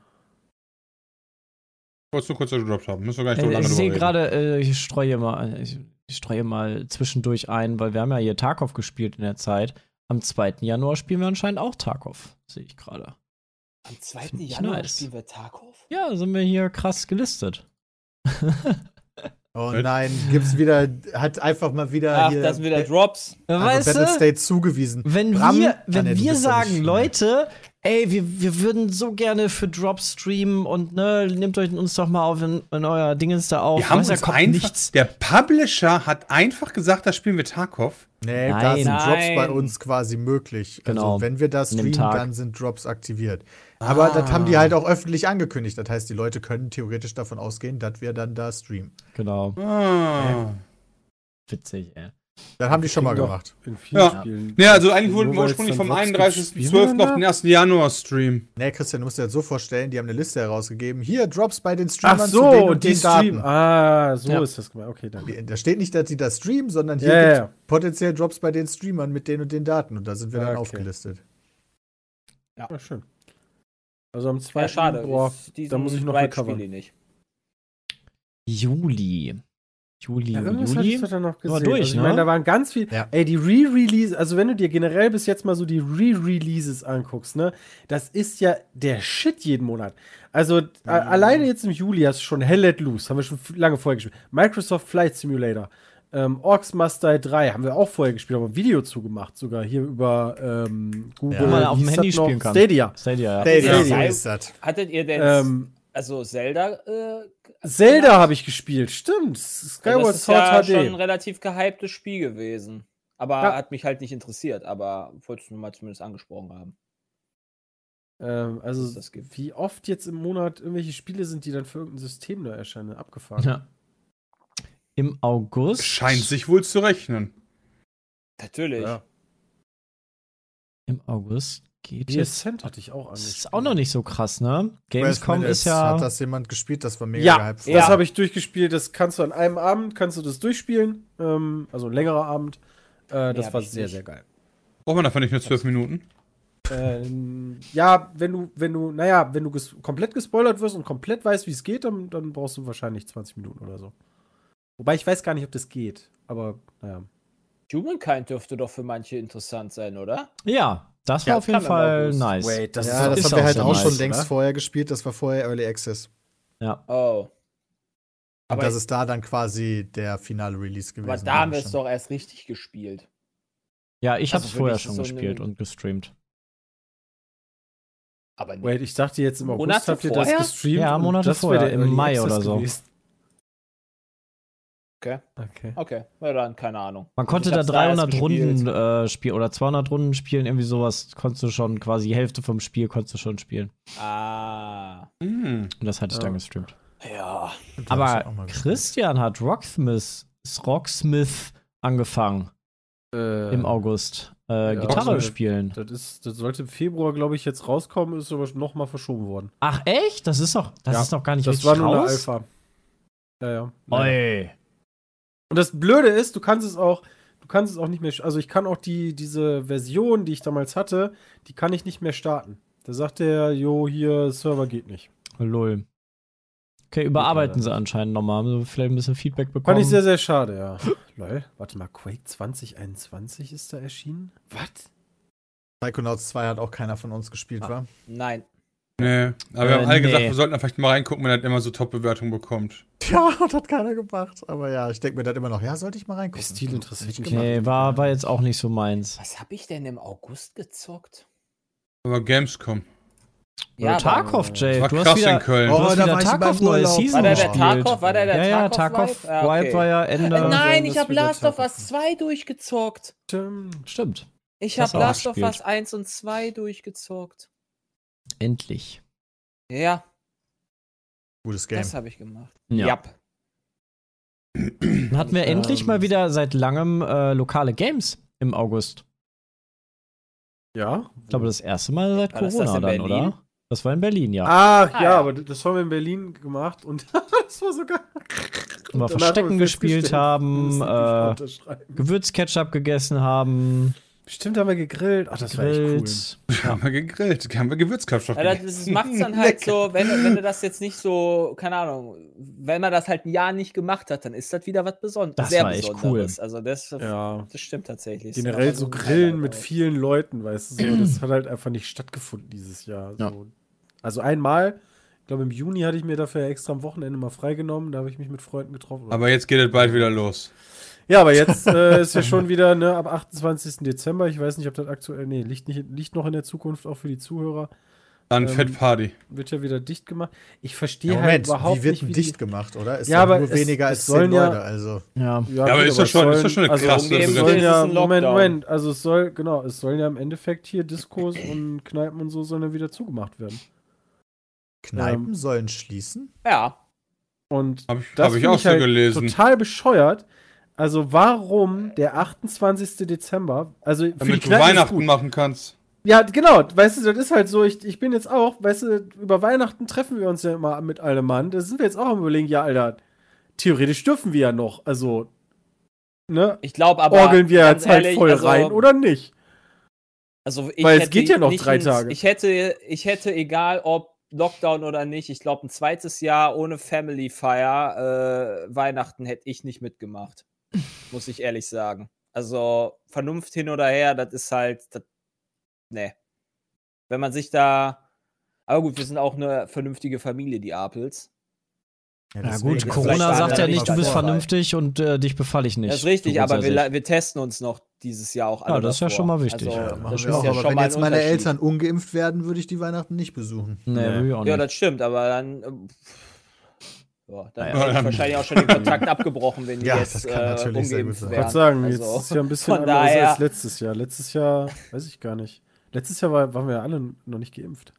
[SPEAKER 5] Wolltest du kurz gedroppt haben? Müssen wir gar nicht so
[SPEAKER 1] Äh,
[SPEAKER 5] lange
[SPEAKER 1] ich
[SPEAKER 5] drüber
[SPEAKER 1] sehe
[SPEAKER 5] reden.
[SPEAKER 1] gerade, äh, ich streue mal, ich, ich streue mal zwischendurch ein, weil wir haben ja hier Tarkov gespielt in der Zeit. Am 2. Januar spielen wir anscheinend auch Tarkov, sehe ich gerade.
[SPEAKER 4] Am 2.
[SPEAKER 1] Find ich
[SPEAKER 4] Januar
[SPEAKER 1] nice.
[SPEAKER 4] spielen wir Tarkov?
[SPEAKER 1] Ja, sind wir hier krass gelistet.
[SPEAKER 2] Oh
[SPEAKER 6] Also
[SPEAKER 5] Äh.
[SPEAKER 2] nein, gibt's wieder, hat einfach mal wieder
[SPEAKER 4] Ach,
[SPEAKER 2] hier
[SPEAKER 4] das sind wieder
[SPEAKER 2] Ba-
[SPEAKER 4] Drops.
[SPEAKER 2] also
[SPEAKER 1] weißt
[SPEAKER 2] Battle
[SPEAKER 1] du,
[SPEAKER 2] State zugewiesen.
[SPEAKER 1] wenn
[SPEAKER 2] Bram-
[SPEAKER 1] wir,
[SPEAKER 2] Ah,
[SPEAKER 1] wenn
[SPEAKER 2] nee, du
[SPEAKER 1] wir
[SPEAKER 2] bist ja
[SPEAKER 1] sagen,
[SPEAKER 2] nicht-
[SPEAKER 1] Leute, ey, wir, wir würden so gerne für Drop streamen und ne, nehmt euch uns doch mal auf in, in euer Dingens da auf.
[SPEAKER 5] Wir haben
[SPEAKER 1] Weißt du,
[SPEAKER 5] uns
[SPEAKER 1] da kommt
[SPEAKER 5] einfach,
[SPEAKER 1] nichts.
[SPEAKER 5] Der Publisher hat einfach gesagt, da spielen wir Tarkov.
[SPEAKER 2] Nee, da
[SPEAKER 1] Nein.
[SPEAKER 2] sind Drops bei
[SPEAKER 4] Nein.
[SPEAKER 2] uns quasi möglich.
[SPEAKER 1] Genau.
[SPEAKER 2] Also wenn wir da
[SPEAKER 1] An dem
[SPEAKER 2] streamen,
[SPEAKER 1] Tag.
[SPEAKER 2] dann sind Drops aktiviert. Aber
[SPEAKER 6] Ah.
[SPEAKER 2] das haben die halt auch öffentlich angekündigt. Das heißt, die Leute können theoretisch davon ausgehen, dass wir dann da streamen.
[SPEAKER 1] Genau,
[SPEAKER 5] Ah.
[SPEAKER 1] witzig, ey.
[SPEAKER 2] Das haben die schon mal
[SPEAKER 6] Doch.
[SPEAKER 2] gemacht.
[SPEAKER 6] In vielen
[SPEAKER 5] Ja.
[SPEAKER 6] Spielen.
[SPEAKER 5] Ja, also eigentlich
[SPEAKER 6] Nur
[SPEAKER 5] wollten wir
[SPEAKER 6] weil es
[SPEAKER 5] ursprünglich
[SPEAKER 6] dann
[SPEAKER 5] vom
[SPEAKER 6] Drops gibt, spielen
[SPEAKER 5] 31.12.
[SPEAKER 6] wir
[SPEAKER 5] auf den 1. Januar streamen.
[SPEAKER 2] Nee, Christian, du musst dir das so vorstellen, die haben eine Liste herausgegeben. Hier, Drops bei den Streamern
[SPEAKER 6] Ach
[SPEAKER 2] zu den
[SPEAKER 6] so,
[SPEAKER 2] und
[SPEAKER 6] die
[SPEAKER 2] den Daten.
[SPEAKER 6] Stream. Ah, so
[SPEAKER 1] Ja.
[SPEAKER 6] ist das gemeint. Okay, danke.
[SPEAKER 2] Die- Da steht nicht, dass die das streamen, sondern hier
[SPEAKER 6] Ja, ja,
[SPEAKER 2] gibt's
[SPEAKER 6] ja.
[SPEAKER 2] potenziell Drops bei den Streamern mit den und den Daten. Und da sind wir dann
[SPEAKER 6] Okay.
[SPEAKER 2] aufgelistet.
[SPEAKER 6] Ah, schön. Also am 2.
[SPEAKER 4] Ja, schade.
[SPEAKER 6] Boah,
[SPEAKER 4] ist diesen
[SPEAKER 6] da muss ich noch
[SPEAKER 4] Ride spiel
[SPEAKER 6] recovern.
[SPEAKER 4] ich nicht.
[SPEAKER 1] Juli. Juli,
[SPEAKER 6] Ja, irgendwas hatte
[SPEAKER 1] Juli.
[SPEAKER 6] ich dann noch
[SPEAKER 1] War
[SPEAKER 6] gesehen.
[SPEAKER 1] durch,
[SPEAKER 6] also ich
[SPEAKER 1] ne?
[SPEAKER 6] meine, da waren ganz viel.
[SPEAKER 2] Ja.
[SPEAKER 6] Ey, die Re-Release, also wenn du dir generell bis jetzt mal so die Re-Releases anguckst, ne, das ist ja der Shit jeden Monat. Also
[SPEAKER 1] Mhm.
[SPEAKER 6] a- alleine jetzt im Juli hast du schon Hell Let Loose, haben wir schon f- lange vorher gespielt. Microsoft Flight Simulator, ähm, Orcs Must Die 3 haben wir auch vorher gespielt, haben ein Video zugemacht, sogar hier über ähm, Google.
[SPEAKER 1] Wo man
[SPEAKER 6] wie
[SPEAKER 1] auf dem
[SPEAKER 6] hieß
[SPEAKER 1] Handy
[SPEAKER 6] das noch?
[SPEAKER 1] spielen kann.
[SPEAKER 6] Stadia.
[SPEAKER 1] Stadia, ja.
[SPEAKER 2] Stadia,
[SPEAKER 4] Stadia.
[SPEAKER 2] so ist das.
[SPEAKER 4] Hattet ihr denn,
[SPEAKER 6] Ähm,
[SPEAKER 4] also Zelda, äh,
[SPEAKER 6] Zelda habe ich gespielt, stimmt. Skyward
[SPEAKER 4] das ist
[SPEAKER 6] Sword
[SPEAKER 4] ja
[SPEAKER 6] HD.
[SPEAKER 4] schon ein relativ gehyptes Spiel gewesen. Aber
[SPEAKER 6] Ja.
[SPEAKER 4] hat mich halt nicht interessiert, aber wollte es nur mal zumindest angesprochen haben.
[SPEAKER 6] Ähm,
[SPEAKER 4] dass es
[SPEAKER 6] also,
[SPEAKER 4] das gibt.
[SPEAKER 6] wie oft jetzt im Monat irgendwelche Spiele sind, die dann für irgendein System neu erscheinen, abgefahren.
[SPEAKER 1] ja. Im August.
[SPEAKER 5] Scheint sich wohl zu rechnen.
[SPEAKER 4] Natürlich.
[SPEAKER 6] Ja.
[SPEAKER 1] Im August geht jetzt.
[SPEAKER 6] DSN hatte ich auch an.
[SPEAKER 1] Das ist auch noch nicht so krass, ne?
[SPEAKER 2] West
[SPEAKER 1] Gamescom
[SPEAKER 2] Minutes,
[SPEAKER 1] ist ja.
[SPEAKER 2] Hat das jemand gespielt? Das war mega
[SPEAKER 6] Ja,
[SPEAKER 2] gehypt.
[SPEAKER 6] das
[SPEAKER 2] von-
[SPEAKER 4] Ja.
[SPEAKER 6] habe ich durchgespielt. Das kannst du an einem Abend, kannst du das durchspielen. Ähm, also ein längerer Abend. Äh, das
[SPEAKER 4] hab
[SPEAKER 6] war
[SPEAKER 4] ich
[SPEAKER 6] sehr,
[SPEAKER 4] nicht.
[SPEAKER 6] sehr geil.
[SPEAKER 5] Braucht man dafür nicht nur zwölf Minuten?
[SPEAKER 6] Ähm, ja, wenn du, wenn du, naja, wenn du ges komplett gespoilert wirst und komplett weißt, wie es geht, dann, dann brauchst du wahrscheinlich 20 Minuten oder so. Wobei ich weiß gar nicht, ob das geht. Aber, naja.
[SPEAKER 4] Humankind dürfte doch für manche interessant sein, oder?
[SPEAKER 1] Ja, das war
[SPEAKER 4] Ja,
[SPEAKER 1] auf jeden
[SPEAKER 4] kann im
[SPEAKER 1] Fall
[SPEAKER 4] August.
[SPEAKER 1] nice.
[SPEAKER 6] das
[SPEAKER 2] ja, das
[SPEAKER 1] ist
[SPEAKER 2] haben wir
[SPEAKER 1] auch
[SPEAKER 2] halt
[SPEAKER 1] sehr
[SPEAKER 2] auch schon
[SPEAKER 1] nice,
[SPEAKER 2] längst
[SPEAKER 6] oder?
[SPEAKER 2] vorher gespielt. Das war vorher Early Access.
[SPEAKER 1] Ja.
[SPEAKER 4] Oh.
[SPEAKER 2] Und
[SPEAKER 4] Aber,
[SPEAKER 2] das ist da dann quasi der finale Release gewesen.
[SPEAKER 4] aber da haben wir es doch erst richtig gespielt.
[SPEAKER 1] ja, ich habe es
[SPEAKER 4] Also für
[SPEAKER 1] vorher
[SPEAKER 4] mich
[SPEAKER 1] schon
[SPEAKER 4] ist so
[SPEAKER 1] gespielt
[SPEAKER 4] eine-
[SPEAKER 1] und gestreamt.
[SPEAKER 4] Aber nicht.
[SPEAKER 6] Wait, ich dachte jetzt im August
[SPEAKER 4] Monate
[SPEAKER 6] habt ihr
[SPEAKER 4] vorher?
[SPEAKER 6] das gestreamt.
[SPEAKER 1] Ja,
[SPEAKER 6] und
[SPEAKER 1] Monate
[SPEAKER 6] das wär
[SPEAKER 1] vorher,
[SPEAKER 6] der
[SPEAKER 1] im
[SPEAKER 6] Early
[SPEAKER 1] Mai
[SPEAKER 6] Access
[SPEAKER 1] oder so.
[SPEAKER 6] gewesen.
[SPEAKER 4] Okay.
[SPEAKER 6] Okay.
[SPEAKER 4] Okay, na dann, keine Ahnung.
[SPEAKER 1] Man
[SPEAKER 4] Ich
[SPEAKER 1] konnte da
[SPEAKER 4] hab's erst
[SPEAKER 1] 300 Runden
[SPEAKER 4] gespielt.
[SPEAKER 1] äh, spielen oder 200 Runden spielen, irgendwie sowas. Konntest du schon quasi die Hälfte vom Spiel konntest du schon spielen.
[SPEAKER 4] Ah.
[SPEAKER 5] Hm.
[SPEAKER 1] Und das hatte ich
[SPEAKER 6] Ja.
[SPEAKER 1] dann gestreamt.
[SPEAKER 4] Ja.
[SPEAKER 2] auch
[SPEAKER 1] Aber
[SPEAKER 2] mal gespielt.
[SPEAKER 1] Christian hat Rocksmith, Rocksmith angefangen im August. Äh,
[SPEAKER 6] ja.
[SPEAKER 1] Gitarre
[SPEAKER 6] Rocksmith.
[SPEAKER 1] spielen.
[SPEAKER 6] Äh, Das, ist, das sollte im Februar, glaube ich, jetzt rauskommen, ist aber nochmal verschoben worden.
[SPEAKER 1] Ach echt? Das ist doch, das
[SPEAKER 6] Ja,
[SPEAKER 1] ist doch gar nicht
[SPEAKER 6] Das
[SPEAKER 1] richtig
[SPEAKER 6] war nur eine
[SPEAKER 1] raus?
[SPEAKER 6] Alpha. Ja, ja. Leider.
[SPEAKER 1] Oi.
[SPEAKER 6] Und das Blöde ist, du kannst es auch, du kannst es auch nicht mehr, sch- also ich kann auch die, diese Version, die ich damals hatte, die kann ich nicht mehr starten. Da sagt der, jo, hier, Server geht nicht.
[SPEAKER 1] Lol. Okay,
[SPEAKER 6] leider
[SPEAKER 1] überarbeiten sie anscheinend nochmal. Haben sie vielleicht ein bisschen Feedback bekommen.
[SPEAKER 6] Fand ich sehr, sehr schade, ja. Lol, warte mal, Quake 2021 ist da erschienen? Was?
[SPEAKER 2] Psychonauts 2 hat auch keiner von uns gespielt,
[SPEAKER 6] Ah.
[SPEAKER 2] war.
[SPEAKER 4] Nein.
[SPEAKER 5] Nee. Aber wir
[SPEAKER 1] Äh,
[SPEAKER 5] haben alle
[SPEAKER 1] nee.
[SPEAKER 5] gesagt, wir sollten da vielleicht mal reingucken, wenn er immer so Top-Bewertungen bekommt.
[SPEAKER 2] Ja, das hat keiner gemacht. Aber ja, ich denke mir das immer noch. Ja, sollte ich mal reingucken.
[SPEAKER 6] Stil interessiert mich
[SPEAKER 1] Nee, war, war jetzt auch nicht so meins.
[SPEAKER 4] Was habe ich denn im August gezockt?
[SPEAKER 5] Aber Gamescom.
[SPEAKER 1] Ja,
[SPEAKER 4] aber-
[SPEAKER 1] Tarkov, Jay.
[SPEAKER 5] war
[SPEAKER 1] du hast
[SPEAKER 5] krass
[SPEAKER 1] wieder,
[SPEAKER 5] in Köln.
[SPEAKER 1] Du hast
[SPEAKER 2] Oh, da
[SPEAKER 1] wieder
[SPEAKER 2] war ich beim
[SPEAKER 1] Tarkov neue
[SPEAKER 2] Urlaub.
[SPEAKER 1] Season
[SPEAKER 4] War der der
[SPEAKER 1] gespielt.
[SPEAKER 4] Tarkov? War der der
[SPEAKER 1] ja, ja, Tarkov
[SPEAKER 4] Tarkov-Vibe? Ah, okay.
[SPEAKER 1] Vibe war ja Ende.
[SPEAKER 4] Äh,
[SPEAKER 6] sein,
[SPEAKER 4] nein,
[SPEAKER 6] dass
[SPEAKER 4] ich habe
[SPEAKER 6] wir da
[SPEAKER 4] Last of
[SPEAKER 6] Tarkov
[SPEAKER 4] Us 2 durchgezockt.
[SPEAKER 6] Stimmt.
[SPEAKER 1] Stimmt.
[SPEAKER 4] Ich
[SPEAKER 1] Das
[SPEAKER 4] habe
[SPEAKER 1] auch
[SPEAKER 4] Last of
[SPEAKER 1] gespielt.
[SPEAKER 4] Us 1 und 2 durchgezockt.
[SPEAKER 1] Endlich.
[SPEAKER 4] Ja,
[SPEAKER 2] Gutes Game.
[SPEAKER 4] das habe ich gemacht.
[SPEAKER 1] Ja.
[SPEAKER 4] Japp.
[SPEAKER 1] Dann hatten wir
[SPEAKER 6] Ähm,
[SPEAKER 1] endlich mal wieder seit langem äh, lokale Games im August.
[SPEAKER 6] Ja?
[SPEAKER 1] Ich glaube, das erste Mal seit
[SPEAKER 4] War das
[SPEAKER 1] Corona
[SPEAKER 4] das in
[SPEAKER 1] dann,
[SPEAKER 4] Berlin?
[SPEAKER 1] oder? Das war in Berlin, ja.
[SPEAKER 6] Ach ja,
[SPEAKER 4] Ah, ja.
[SPEAKER 6] aber das haben wir in Berlin gemacht und das war sogar.
[SPEAKER 1] Wo wir Verstecken gespielt haben, äh, Gewürzketchup gegessen haben,
[SPEAKER 6] Bestimmt haben wir gegrillt. Ach, das war echt cool.
[SPEAKER 1] gegrillt.
[SPEAKER 5] Haben wir gegrillt. Haben wir Gewürzkopfstoff
[SPEAKER 4] Ja, das, das macht's dann halt so, wenn, wenn du das jetzt nicht so, keine Ahnung, wenn man das halt ein Jahr nicht gemacht hat, dann ist das wieder was Besonderes.
[SPEAKER 1] Das war echt cool.
[SPEAKER 4] Also das,
[SPEAKER 6] Ja.
[SPEAKER 4] das stimmt tatsächlich. Das
[SPEAKER 6] Generell
[SPEAKER 4] macht
[SPEAKER 6] so
[SPEAKER 4] man
[SPEAKER 6] Grillen
[SPEAKER 4] ein
[SPEAKER 6] mit
[SPEAKER 4] Highlight aus.
[SPEAKER 6] vielen Leuten, weißt du, so, das hat halt einfach nicht stattgefunden dieses Jahr. So.
[SPEAKER 2] Ja.
[SPEAKER 6] Also einmal, ich glaube im Juni hatte ich mir dafür extra am Wochenende mal freigenommen, da habe ich mich mit Freunden getroffen.
[SPEAKER 5] Aber jetzt geht es bald wieder los.
[SPEAKER 6] Ja, aber jetzt äh, ist ja schon wieder ne, ab 28. Dezember. Ich weiß nicht, ob das aktuell. Nee, liegt, nicht, liegt noch in der Zukunft, auch für die Zuhörer.
[SPEAKER 5] Dann
[SPEAKER 6] Ähm,
[SPEAKER 5] Fat Party.
[SPEAKER 6] Wird ja wieder dicht gemacht. Ich verstehe
[SPEAKER 2] Ja,
[SPEAKER 6] halt
[SPEAKER 2] Moment,
[SPEAKER 6] überhaupt
[SPEAKER 2] wie wird
[SPEAKER 6] nicht.
[SPEAKER 2] denn
[SPEAKER 6] wie
[SPEAKER 2] dicht gemacht, oder? Ist
[SPEAKER 6] Ja,
[SPEAKER 2] ja,
[SPEAKER 6] aber
[SPEAKER 2] nur
[SPEAKER 6] es-
[SPEAKER 2] weniger
[SPEAKER 6] es
[SPEAKER 2] als zehn
[SPEAKER 6] sollen ja-
[SPEAKER 2] Leute, also.
[SPEAKER 1] Ja.
[SPEAKER 6] die,
[SPEAKER 5] Ja, aber
[SPEAKER 6] gut,
[SPEAKER 5] ist das schon-
[SPEAKER 6] es
[SPEAKER 5] ist das schon eine
[SPEAKER 6] also,
[SPEAKER 5] krasse-
[SPEAKER 6] es
[SPEAKER 5] Umgeben
[SPEAKER 6] sollen
[SPEAKER 4] will, ist es
[SPEAKER 6] ja,
[SPEAKER 4] ein
[SPEAKER 6] Moment,
[SPEAKER 4] Lockdown.
[SPEAKER 6] Moment. Also es soll, genau, es sollen ja im Endeffekt hier Diskos und Kneipen und so sollen ja wieder zugemacht werden.
[SPEAKER 2] Kneipen
[SPEAKER 6] Ähm,
[SPEAKER 2] sollen schließen?
[SPEAKER 4] Ja.
[SPEAKER 6] Und
[SPEAKER 5] Habe ich,
[SPEAKER 6] das
[SPEAKER 5] hab ich
[SPEAKER 6] find
[SPEAKER 5] auch so
[SPEAKER 6] halt
[SPEAKER 5] gelesen.
[SPEAKER 6] Total bescheuert. Also warum der 28. Dezember? Also für die
[SPEAKER 5] Damit du
[SPEAKER 6] Kneipen ist
[SPEAKER 5] Weihnachten
[SPEAKER 6] gut.
[SPEAKER 5] machen kannst.
[SPEAKER 6] Ja, genau. Weißt du, das ist halt so. Ich, ich bin jetzt auch, weißt du, über Weihnachten treffen wir uns ja immer mit allem Mann. Da sind wir jetzt auch am Überlegen, ja, Alter, theoretisch dürfen wir ja noch. Also, ne?
[SPEAKER 4] Ich glaube aber.
[SPEAKER 6] Orgeln wir
[SPEAKER 4] ganz
[SPEAKER 6] jetzt halt
[SPEAKER 4] ehrlich,
[SPEAKER 6] voll
[SPEAKER 4] also-
[SPEAKER 6] rein oder nicht?
[SPEAKER 4] Also ich
[SPEAKER 6] Weil es
[SPEAKER 4] hätte
[SPEAKER 6] geht ja noch
[SPEAKER 4] nicht
[SPEAKER 6] drei
[SPEAKER 4] ins-
[SPEAKER 6] Tage.
[SPEAKER 4] Ich hätte, ich hätte, egal ob Lockdown oder nicht, ich glaube, ein zweites Jahr ohne Family Fire äh, Weihnachten hätte ich nicht mitgemacht. muss ich ehrlich sagen. Also Vernunft hin oder her, das ist halt, das, nee. Wenn man sich da, aber gut, wir sind auch eine vernünftige Familie, die Apels.
[SPEAKER 1] Ja
[SPEAKER 2] deswegen
[SPEAKER 1] gut,
[SPEAKER 2] ist
[SPEAKER 1] Corona
[SPEAKER 2] vielleicht
[SPEAKER 1] sagt ja
[SPEAKER 2] einer
[SPEAKER 1] nicht, du bist
[SPEAKER 2] vorbei.
[SPEAKER 1] vernünftig und äh, dich befalle ich nicht.
[SPEAKER 4] das ist richtig,
[SPEAKER 1] Du
[SPEAKER 4] aber wir,
[SPEAKER 1] grundsätzlich.
[SPEAKER 4] la- wir testen uns noch dieses Jahr auch alle.
[SPEAKER 1] das ist ja
[SPEAKER 4] davor.
[SPEAKER 1] schon mal wichtig.
[SPEAKER 4] Also,
[SPEAKER 1] Ja,
[SPEAKER 2] Ja, machen
[SPEAKER 4] das
[SPEAKER 2] wir
[SPEAKER 4] ist
[SPEAKER 2] auch,
[SPEAKER 4] ja
[SPEAKER 2] aber
[SPEAKER 4] schon
[SPEAKER 2] wenn
[SPEAKER 4] mal ein
[SPEAKER 2] jetzt meine
[SPEAKER 4] Unterschied.
[SPEAKER 2] Eltern ungeimpft werden, würde ich die Weihnachten nicht besuchen.
[SPEAKER 1] Nee, will ich auch
[SPEAKER 4] Ja,
[SPEAKER 1] nicht.
[SPEAKER 4] das stimmt, aber dann. ähm, pff, Ja, dann
[SPEAKER 5] Ja,
[SPEAKER 4] hätte ich
[SPEAKER 5] dann-
[SPEAKER 4] wahrscheinlich auch schon den Kontakt abgebrochen, wenn die
[SPEAKER 2] Ja,
[SPEAKER 4] jetzt
[SPEAKER 2] das kann
[SPEAKER 4] äh,
[SPEAKER 2] natürlich sehr
[SPEAKER 4] umgeimpft
[SPEAKER 2] gut sein.
[SPEAKER 6] Ich
[SPEAKER 4] wären.
[SPEAKER 6] wollte sagen, jetzt
[SPEAKER 4] Also,
[SPEAKER 6] ist ja ein bisschen
[SPEAKER 4] von
[SPEAKER 6] anders
[SPEAKER 4] daher-
[SPEAKER 6] als letztes Jahr. Letztes Jahr, weiß ich gar nicht. Letztes Jahr war, waren wir ja alle noch nicht geimpft.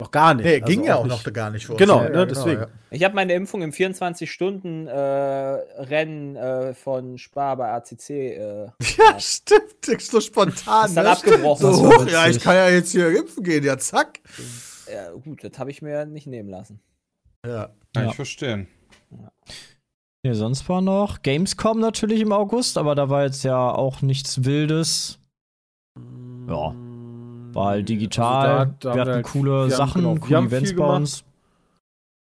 [SPEAKER 6] Noch gar nicht. also
[SPEAKER 2] Nee, ging ja auch
[SPEAKER 6] nicht.
[SPEAKER 2] noch gar nicht vor.
[SPEAKER 6] Genau, ne, deswegen.
[SPEAKER 4] Ich habe meine Impfung im 24-Stunden-Rennen äh, von Spar bei ACC. Äh,
[SPEAKER 2] Ja, stimmt. So spontan.
[SPEAKER 4] Ist dann
[SPEAKER 2] ne?
[SPEAKER 4] abgebrochen.
[SPEAKER 2] So
[SPEAKER 1] Das war
[SPEAKER 2] hoch. Ja, ich
[SPEAKER 1] witzig.
[SPEAKER 2] kann ja jetzt hier impfen gehen. Ja, zack.
[SPEAKER 4] ja, gut, das habe ich mir nicht nehmen lassen.
[SPEAKER 2] Ja.
[SPEAKER 5] Kann
[SPEAKER 1] Ja.
[SPEAKER 5] ich verstehen.
[SPEAKER 1] Nee, sonst war noch Gamescom natürlich im August, aber da war jetzt ja auch nichts Wildes. Ja. War halt digital.
[SPEAKER 6] Also da- da haben
[SPEAKER 1] wir
[SPEAKER 6] wir
[SPEAKER 1] hatten
[SPEAKER 6] halt-
[SPEAKER 1] coole
[SPEAKER 6] wir haben-
[SPEAKER 1] Sachen,
[SPEAKER 6] genau, wir
[SPEAKER 1] coole
[SPEAKER 6] haben
[SPEAKER 1] Events
[SPEAKER 6] viel
[SPEAKER 1] bei
[SPEAKER 6] gemacht.
[SPEAKER 1] uns.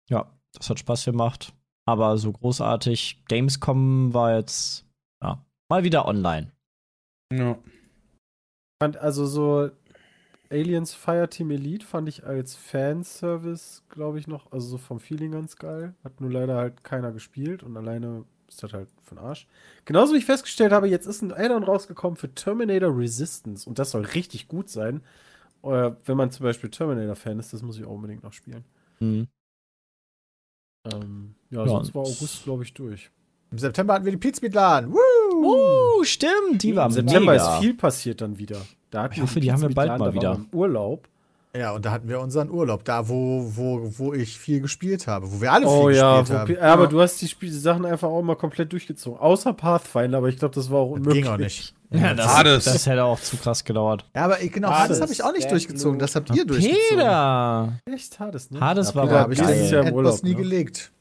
[SPEAKER 1] Ja, das hat Spaß gemacht. Aber so großartig. Gamescom war jetzt ja, mal wieder online.
[SPEAKER 5] Ja.
[SPEAKER 6] Fand also so Aliens Fireteam Elite fand ich als Fanservice, glaube ich, noch, also so vom Feeling ganz geil. Hat nur leider halt keiner gespielt und alleine ist das halt von Arsch. Genauso wie ich festgestellt habe, jetzt ist ein Add-on rausgekommen für Terminator Resistance und das soll richtig gut sein. Äh, wenn man zum Beispiel Terminator-Fan ist, das muss ich auch unbedingt noch spielen.
[SPEAKER 1] Mhm.
[SPEAKER 6] Ähm, ja,
[SPEAKER 1] Ja,
[SPEAKER 6] sonst war
[SPEAKER 1] und-
[SPEAKER 6] August, glaube ich, durch.
[SPEAKER 2] Im September hatten wir die Pizmeatlan. Woo!
[SPEAKER 1] Uh, stimmt, die war
[SPEAKER 6] Im September
[SPEAKER 1] mega.
[SPEAKER 6] ist viel passiert dann wieder. Da hatten
[SPEAKER 1] Ich hoffe, die haben wir
[SPEAKER 6] Pizza
[SPEAKER 1] bald
[SPEAKER 6] mit
[SPEAKER 1] mal
[SPEAKER 6] Laden, da waren
[SPEAKER 1] wieder.
[SPEAKER 6] wir Im Urlaub.
[SPEAKER 2] Ja, und da hatten wir unseren Urlaub. Da, wo, wo, wo ich viel gespielt habe. Wo wir alle viel
[SPEAKER 6] Oh
[SPEAKER 2] gespielt
[SPEAKER 6] ja, wo,
[SPEAKER 2] haben.
[SPEAKER 6] Pi- aber du hast die, Spiel, die Sachen einfach auch mal komplett durchgezogen. Außer Pathfinder, aber ich glaube, das war auch
[SPEAKER 2] Das
[SPEAKER 6] unmöglich.
[SPEAKER 2] ging auch nicht.
[SPEAKER 1] Ja, das,
[SPEAKER 5] Hades.
[SPEAKER 1] das hätte auch zu krass gedauert.
[SPEAKER 2] Ja, aber ich- genau,
[SPEAKER 4] Ah,
[SPEAKER 2] Hades
[SPEAKER 4] das
[SPEAKER 2] habe ich auch nicht
[SPEAKER 4] ist
[SPEAKER 2] durchgezogen. Das habt ihr durchgezogen.
[SPEAKER 1] Peter!
[SPEAKER 6] Echt Hades, ne?
[SPEAKER 1] Hades war
[SPEAKER 2] Da
[SPEAKER 1] aber
[SPEAKER 2] habe ich
[SPEAKER 1] geil.
[SPEAKER 2] dieses Jahr
[SPEAKER 6] Im
[SPEAKER 2] etwas
[SPEAKER 6] Urlaub,
[SPEAKER 2] nie
[SPEAKER 6] ne?
[SPEAKER 2] gelegt.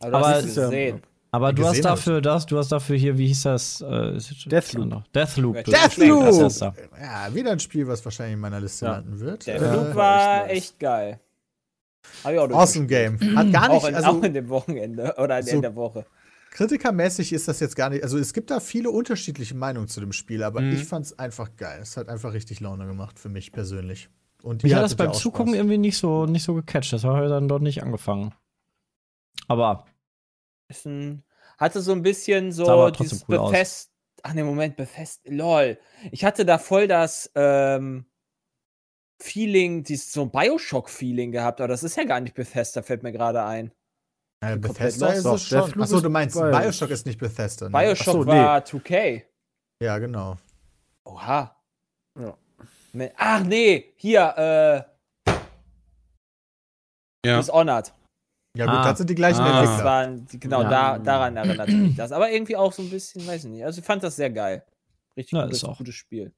[SPEAKER 4] Aber,
[SPEAKER 1] Aber-
[SPEAKER 4] das
[SPEAKER 6] ist ja-
[SPEAKER 1] Aber du hast
[SPEAKER 2] gesehen habe.
[SPEAKER 1] dafür das, du hast dafür hier, wie hieß das? Äh, ist das
[SPEAKER 6] Deathloop.
[SPEAKER 1] andere? Deathloop. du-
[SPEAKER 2] Deathloop!
[SPEAKER 1] Das ist da.
[SPEAKER 2] Ja, wieder ein Spiel, was wahrscheinlich in meiner Liste
[SPEAKER 6] Ja.
[SPEAKER 2] landen wird.
[SPEAKER 4] Der
[SPEAKER 2] Äh,
[SPEAKER 4] Flug
[SPEAKER 6] echt
[SPEAKER 4] war
[SPEAKER 6] nice.
[SPEAKER 4] echt geil. Ah, Hab ich auch
[SPEAKER 2] awesome
[SPEAKER 4] durchgespielt.
[SPEAKER 2] Game. Hat gar nicht,
[SPEAKER 4] Auch in,
[SPEAKER 2] also
[SPEAKER 4] auch in dem Wochenende oder in
[SPEAKER 2] so-
[SPEAKER 4] der Woche.
[SPEAKER 2] kritikermäßig ist das jetzt gar nicht. Also es gibt da viele unterschiedliche Meinungen zu dem Spiel, aber ich fand es einfach geil. Es hat einfach richtig Laune gemacht für mich persönlich. Und
[SPEAKER 1] Mich
[SPEAKER 2] ihr
[SPEAKER 1] hat das
[SPEAKER 2] hattet
[SPEAKER 1] beim
[SPEAKER 2] ja auch
[SPEAKER 1] Zugucken
[SPEAKER 2] Spaß.
[SPEAKER 1] irgendwie nicht so, nicht so gecatcht. Das habe ich dann dort nicht angefangen. Aber
[SPEAKER 4] Ist ein, hatte so ein bisschen
[SPEAKER 1] Sah
[SPEAKER 4] so
[SPEAKER 1] aber trotzdem
[SPEAKER 4] dieses
[SPEAKER 1] cool aus.
[SPEAKER 4] Befest. Ach ne, Moment, Befest. Lol. Ich hatte da voll das ähm, Feeling, dieses, so ein Bioshock-Feeling gehabt, aber das ist ja gar nicht Bethesda, fällt mir gerade ein. komplett
[SPEAKER 2] Ja, Äh, Bethesda
[SPEAKER 4] lost.
[SPEAKER 2] ist
[SPEAKER 6] Doch,
[SPEAKER 2] es schon.
[SPEAKER 6] Deathloop
[SPEAKER 2] Achso,
[SPEAKER 6] ist
[SPEAKER 2] du meinst,
[SPEAKER 6] Bioshock.
[SPEAKER 2] Bioshock ist nicht Bethesda. Ne?
[SPEAKER 4] Bioshock
[SPEAKER 6] Ach so, nee.
[SPEAKER 4] war 2K.
[SPEAKER 2] Ja, genau.
[SPEAKER 4] Oha.
[SPEAKER 6] Ja.
[SPEAKER 4] Me- Ach nee, hier, äh,
[SPEAKER 5] Ja.
[SPEAKER 4] Dishonored.
[SPEAKER 2] Ja gut,
[SPEAKER 1] Ah.
[SPEAKER 2] das sind die gleichen
[SPEAKER 5] Ah.
[SPEAKER 4] Das
[SPEAKER 2] Entwickler.
[SPEAKER 4] waren, die- genau,
[SPEAKER 6] Ja.
[SPEAKER 4] da, daran erinnert mich das. Aber irgendwie auch so ein bisschen, weiß ich nicht. Also ich fand das sehr geil. Richtig
[SPEAKER 1] Na,
[SPEAKER 4] gutes,
[SPEAKER 1] ist auch.
[SPEAKER 4] gutes Spiel.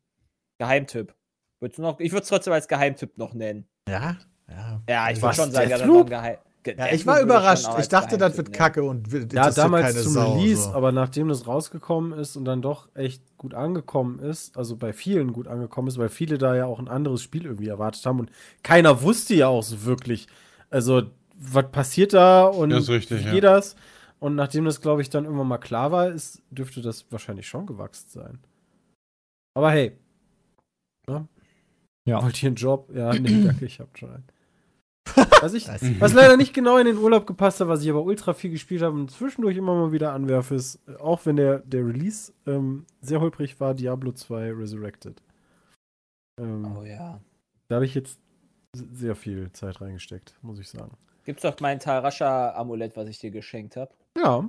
[SPEAKER 4] Geheimtipp. Würdest du noch, ich würde es trotzdem als Geheimtipp noch nennen.
[SPEAKER 2] Ja, ja.
[SPEAKER 4] Ja, ich würde
[SPEAKER 6] Was,
[SPEAKER 4] schon sagen, ja, das war
[SPEAKER 6] Deathloop?
[SPEAKER 4] ein Geheim. Ge-
[SPEAKER 2] Ja, ich
[SPEAKER 4] Deathloop
[SPEAKER 2] war
[SPEAKER 4] würde schon ne?
[SPEAKER 2] überrascht.
[SPEAKER 4] auch
[SPEAKER 2] Ich
[SPEAKER 4] als
[SPEAKER 2] dachte, das
[SPEAKER 4] Geheimtipp
[SPEAKER 2] wird
[SPEAKER 4] nehmen.
[SPEAKER 2] kacke und wird
[SPEAKER 6] Ja,
[SPEAKER 2] interessiert
[SPEAKER 6] damals
[SPEAKER 2] keine
[SPEAKER 6] zum
[SPEAKER 2] Sau, also
[SPEAKER 6] Release,
[SPEAKER 2] so.
[SPEAKER 6] aber nachdem das rausgekommen ist und dann doch echt gut angekommen ist, also bei vielen gut angekommen ist, weil viele da ja auch ein anderes Spiel irgendwie erwartet haben und keiner wusste ja auch so wirklich, also was passiert da und
[SPEAKER 5] Das ist richtig,
[SPEAKER 6] wie
[SPEAKER 5] ja.
[SPEAKER 6] geht das? Und nachdem das, glaube ich, dann irgendwann mal klar war, ist, dürfte das wahrscheinlich schon gewachsen sein. Aber hey. Ne?
[SPEAKER 1] Ja.
[SPEAKER 6] Wollt ihr einen Job? Ja, nee, danke, ich hab schon einen. Was, ich, was leider nicht genau in den Urlaub gepasst hat, was ich aber ultra viel gespielt habe und zwischendurch immer mal wieder anwerfe, ist, äh, auch wenn der, der Release ähm, sehr holprig war, Diablo 2 Resurrected. Ähm,
[SPEAKER 4] Oh ja.
[SPEAKER 6] Da habe ich jetzt s- sehr viel Zeit reingesteckt, muss ich sagen.
[SPEAKER 4] Gibt's doch mein Tarascha-Amulett, was ich dir geschenkt habe.
[SPEAKER 6] Ja,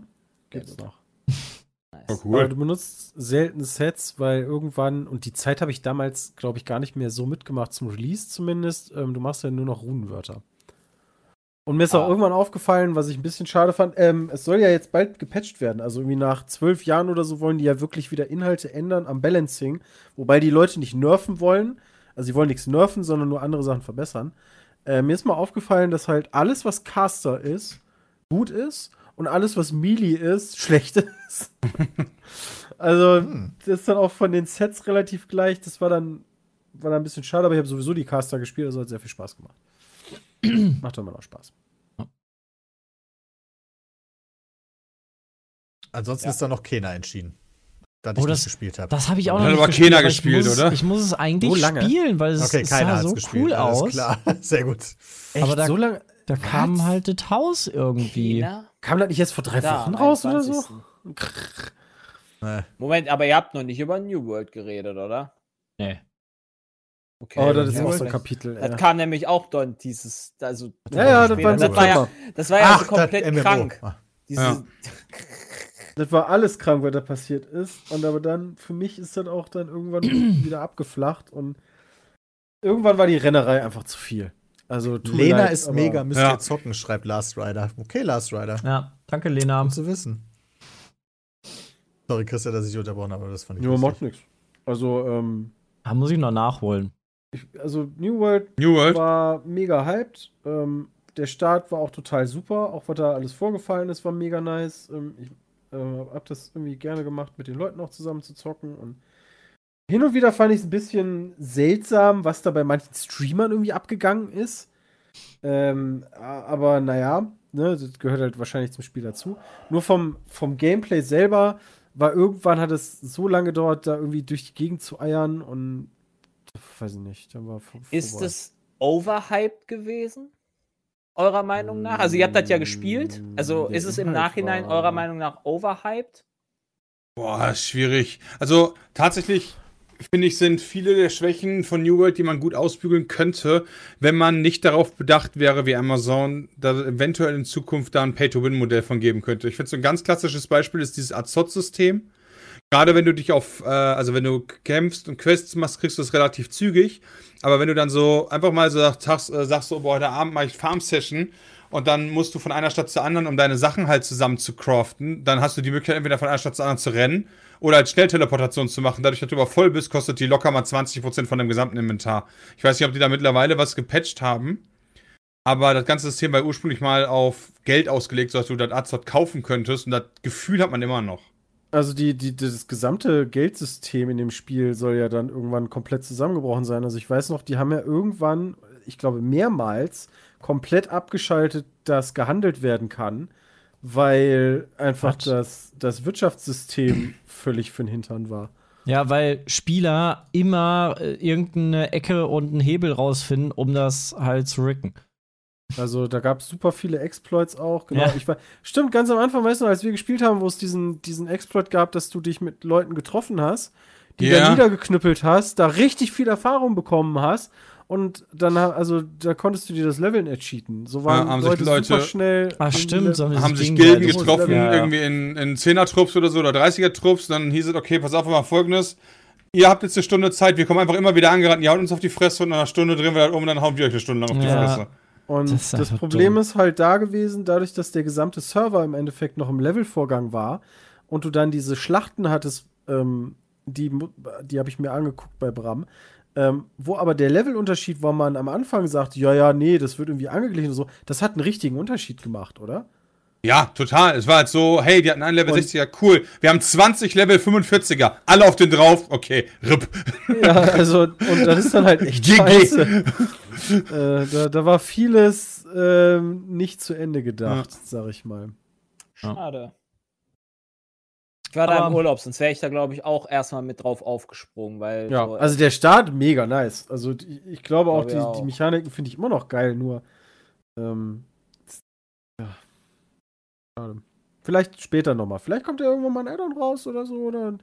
[SPEAKER 6] gibt's
[SPEAKER 4] gut.
[SPEAKER 6] noch.
[SPEAKER 5] Oh,
[SPEAKER 4] Nice.
[SPEAKER 6] Aber
[SPEAKER 5] cool.
[SPEAKER 6] du benutzt selten Sets, weil irgendwann, und die Zeit habe ich damals, glaube ich, gar nicht mehr so mitgemacht, zum Release zumindest. Ähm, du machst ja nur noch Runenwörter. Und mir ist auch
[SPEAKER 4] Ah.
[SPEAKER 6] irgendwann aufgefallen, was ich ein bisschen schade fand, ähm, es soll ja jetzt bald gepatcht werden. Also irgendwie nach zwölf Jahren oder so wollen die ja wirklich wieder Inhalte ändern am Balancing. Wobei die Leute nicht nerven wollen. Also sie wollen nichts nerven, sondern nur andere Sachen verbessern. Äh, mir ist mal aufgefallen, dass halt alles, was Caster ist, gut ist und alles, was Melee ist, schlecht ist. also, das ist dann auch von den Sets relativ gleich. Das war dann, war dann ein bisschen schade, aber ich habe sowieso die Caster gespielt, also hat sehr viel Spaß gemacht. Macht doch immer noch Spaß.
[SPEAKER 2] Ansonsten
[SPEAKER 4] Ja.
[SPEAKER 2] ist da noch keiner entschieden, da ich
[SPEAKER 1] Oh,
[SPEAKER 2] das
[SPEAKER 1] das-
[SPEAKER 2] gespielt habe.
[SPEAKER 1] Das habe ich auch
[SPEAKER 5] Hat
[SPEAKER 1] noch
[SPEAKER 5] aber
[SPEAKER 1] nicht
[SPEAKER 5] keiner
[SPEAKER 1] aber ich
[SPEAKER 5] gespielt,
[SPEAKER 1] muss, es-
[SPEAKER 5] oder?
[SPEAKER 1] Ich muss es eigentlich
[SPEAKER 6] So lange?
[SPEAKER 1] spielen, weil es,
[SPEAKER 2] Okay,
[SPEAKER 1] es
[SPEAKER 2] keiner
[SPEAKER 1] sah
[SPEAKER 2] hat es
[SPEAKER 1] so
[SPEAKER 2] gespielt.
[SPEAKER 1] cool
[SPEAKER 2] Alles
[SPEAKER 1] aus.
[SPEAKER 2] klar, sehr gut.
[SPEAKER 1] Aber da-
[SPEAKER 6] so lange
[SPEAKER 1] Da kam
[SPEAKER 6] Was?
[SPEAKER 1] halt das Haus irgendwie.
[SPEAKER 4] China?
[SPEAKER 6] kam das nicht jetzt vor drei
[SPEAKER 4] Da, am
[SPEAKER 6] Wochen raus oder so?
[SPEAKER 4] 21..
[SPEAKER 6] Krrr.
[SPEAKER 4] Moment, aber ihr habt noch nicht über New World geredet, oder?
[SPEAKER 1] Nee.
[SPEAKER 4] Okay.
[SPEAKER 6] Oh, das ist
[SPEAKER 4] New
[SPEAKER 6] auch
[SPEAKER 4] World.
[SPEAKER 6] so ein Kapitel.
[SPEAKER 4] Das
[SPEAKER 6] ey.
[SPEAKER 4] kam nämlich auch dann dieses, also
[SPEAKER 6] Ja, ja, das war, im
[SPEAKER 4] das war ja,
[SPEAKER 6] September.
[SPEAKER 4] das war ja so
[SPEAKER 2] das
[SPEAKER 4] komplett
[SPEAKER 2] MMO.
[SPEAKER 4] krank.
[SPEAKER 2] Ah,
[SPEAKER 4] Diese,
[SPEAKER 5] Ja.
[SPEAKER 6] das war alles krank, was da passiert ist. Und aber dann, für mich ist das auch dann irgendwann wieder abgeflacht und irgendwann war die Rennerei einfach zu viel. Also, tut mir
[SPEAKER 2] Lena
[SPEAKER 6] leid,
[SPEAKER 2] ist
[SPEAKER 6] aber-
[SPEAKER 2] mega, müsst
[SPEAKER 5] Ja.
[SPEAKER 2] ihr zocken, schreibt Last Rider. Okay, Last Rider,
[SPEAKER 1] Ja, danke Lena.
[SPEAKER 2] um zu wissen. Sorry, Christian, dass ich dich unterbrochen habe, aber das fand ich
[SPEAKER 6] Ja,
[SPEAKER 2] lustig.
[SPEAKER 6] macht nichts. Also, ähm,
[SPEAKER 1] Da Ah, muss ich noch nachholen.
[SPEAKER 6] ich, also New World
[SPEAKER 5] New World.
[SPEAKER 6] war mega hyped. Ähm, der Start war auch total super. Auch was da alles vorgefallen ist, war mega nice. Ähm, ich äh, hab das irgendwie gerne gemacht, mit den Leuten auch zusammen zu zocken. Und hin und wieder fand ich es ein bisschen seltsam, was da bei manchen Streamern irgendwie abgegangen ist. Ähm, a- aber naja, ne, das gehört halt wahrscheinlich zum Spiel dazu. Nur vom, vom Gameplay selber war irgendwann hat es so lange gedauert, da irgendwie durch die Gegend zu eiern und weiß ich nicht. Dann war vor-
[SPEAKER 4] ist
[SPEAKER 6] vorbei.
[SPEAKER 4] es overhyped gewesen? Eurer Meinung nach? Also, ihr habt das ja gespielt. Also,
[SPEAKER 6] Mm,
[SPEAKER 4] ist es im
[SPEAKER 6] Inhalt
[SPEAKER 4] Nachhinein
[SPEAKER 6] war-
[SPEAKER 4] eurer Meinung nach overhyped?
[SPEAKER 5] Boah, schwierig. Also tatsächlich finde ich, sind viele der Schwächen von New World, die man gut ausbügeln könnte, wenn man nicht darauf bedacht wäre, wie Amazon, dass es eventuell in Zukunft da ein Pay-to-Win-Modell von geben könnte. Ich finde, so ein ganz klassisches Beispiel ist dieses Azot-System. Gerade wenn du dich auf, äh, also wenn du kämpfst und Quests machst, kriegst du es relativ zügig. Aber wenn du dann so einfach mal so sagst, äh, sagst so, boah, heute Abend mache ich Farm-Session und dann musst du von einer Stadt zur anderen, um deine Sachen halt zusammen zu craften, dann hast du die Möglichkeit, entweder von einer Stadt zur anderen zu rennen oder halt Schnellteleportation zu machen. Dadurch, dass du aber voll bist, kostet die locker mal 20% von deinem gesamten Inventar. Ich weiß nicht, ob die da mittlerweile was gepatcht haben. Aber das ganze System war ursprünglich mal auf Geld ausgelegt, sodass du das Azot kaufen könntest. Und das Gefühl hat man immer noch.
[SPEAKER 6] Also die, die, das gesamte Geldsystem in dem Spiel soll ja dann irgendwann komplett zusammengebrochen sein. Also ich weiß noch, die haben ja irgendwann, ich glaube mehrmals, komplett abgeschaltet, dass gehandelt werden kann, weil einfach
[SPEAKER 1] Was?
[SPEAKER 6] das, das Wirtschaftssystem völlig für den Hintern war.
[SPEAKER 1] Ja, weil Spieler immer äh, irgendeine Ecke und einen Hebel rausfinden, um das halt zu ricken.
[SPEAKER 6] Also da gab es super viele Exploits auch. Genau.
[SPEAKER 1] Ja.
[SPEAKER 6] Ich war, stimmt, ganz am Anfang, weißt du, noch, als wir gespielt haben, wo es diesen, diesen Exploit gab, dass du dich mit Leuten getroffen hast, die
[SPEAKER 5] Ja.
[SPEAKER 6] da niedergeknüppelt hast, da richtig viel Erfahrung bekommen hast. Und dann, ha- also, da konntest du dir das Leveln ercheaten. So waren
[SPEAKER 5] Ja, haben sich
[SPEAKER 6] Leute,
[SPEAKER 5] Leute-
[SPEAKER 6] super schnell.
[SPEAKER 1] Ah,
[SPEAKER 6] irgendwie
[SPEAKER 1] stimmt.
[SPEAKER 6] Le-
[SPEAKER 1] haben
[SPEAKER 5] haben sich
[SPEAKER 1] Ding
[SPEAKER 5] Gilden
[SPEAKER 1] beide-
[SPEAKER 6] getroffen.
[SPEAKER 5] getroffen,
[SPEAKER 6] Ja, ja.
[SPEAKER 5] irgendwie in, in 10er-Trupps oder so oder 30er-Trupps. Dann hieß es, okay, pass auf, wir machen folgendes. Ihr habt jetzt eine Stunde Zeit, wir kommen einfach immer wieder angerannt, ihr haut uns auf die Fresse und in einer Stunde drehen wir halt um und dann hauen wir euch eine Stunde lang auf die
[SPEAKER 1] Ja.
[SPEAKER 5] Fresse.
[SPEAKER 6] Und
[SPEAKER 1] Das ist
[SPEAKER 6] das,
[SPEAKER 1] einfach
[SPEAKER 6] Problem
[SPEAKER 1] dumm.
[SPEAKER 6] ist halt da gewesen, dadurch, dass der gesamte Server im Endeffekt noch im Levelvorgang war und du dann diese Schlachten hattest, ähm, die, mu- die habe ich mir angeguckt bei Bram, ähm, wo aber der Levelunterschied, wo man am Anfang sagt, ja, ja, nee, das wird irgendwie angeglichen und so, das hat einen richtigen Unterschied gemacht, oder?
[SPEAKER 5] Ja, total. Es war halt so, hey, die hatten einen Level
[SPEAKER 6] Und-
[SPEAKER 5] 60er, cool. Wir haben 20 Level 45er, alle auf den drauf. Okay, RIP.
[SPEAKER 6] Ja, also, und das ist dann halt echt
[SPEAKER 5] GG.
[SPEAKER 6] scheiße. äh, da, da war vieles ähm, nicht zu Ende gedacht, sag ich mal.
[SPEAKER 1] Ja.
[SPEAKER 4] Schade. Ich war da
[SPEAKER 1] Aber-
[SPEAKER 4] im Urlaub, sonst wäre ich da, glaube ich, auch erstmal mit drauf aufgesprungen, weil.
[SPEAKER 6] Ja,
[SPEAKER 4] so-
[SPEAKER 6] also der Start mega nice. Also die- ich glaube auch,
[SPEAKER 4] Glaube
[SPEAKER 6] die,
[SPEAKER 4] ich auch.
[SPEAKER 6] die Mechaniken finde ich immer noch geil, nur Ähm, ja. Schade. Vielleicht später nochmal. Vielleicht kommt ja irgendwann mal ein Addon raus oder so. Oder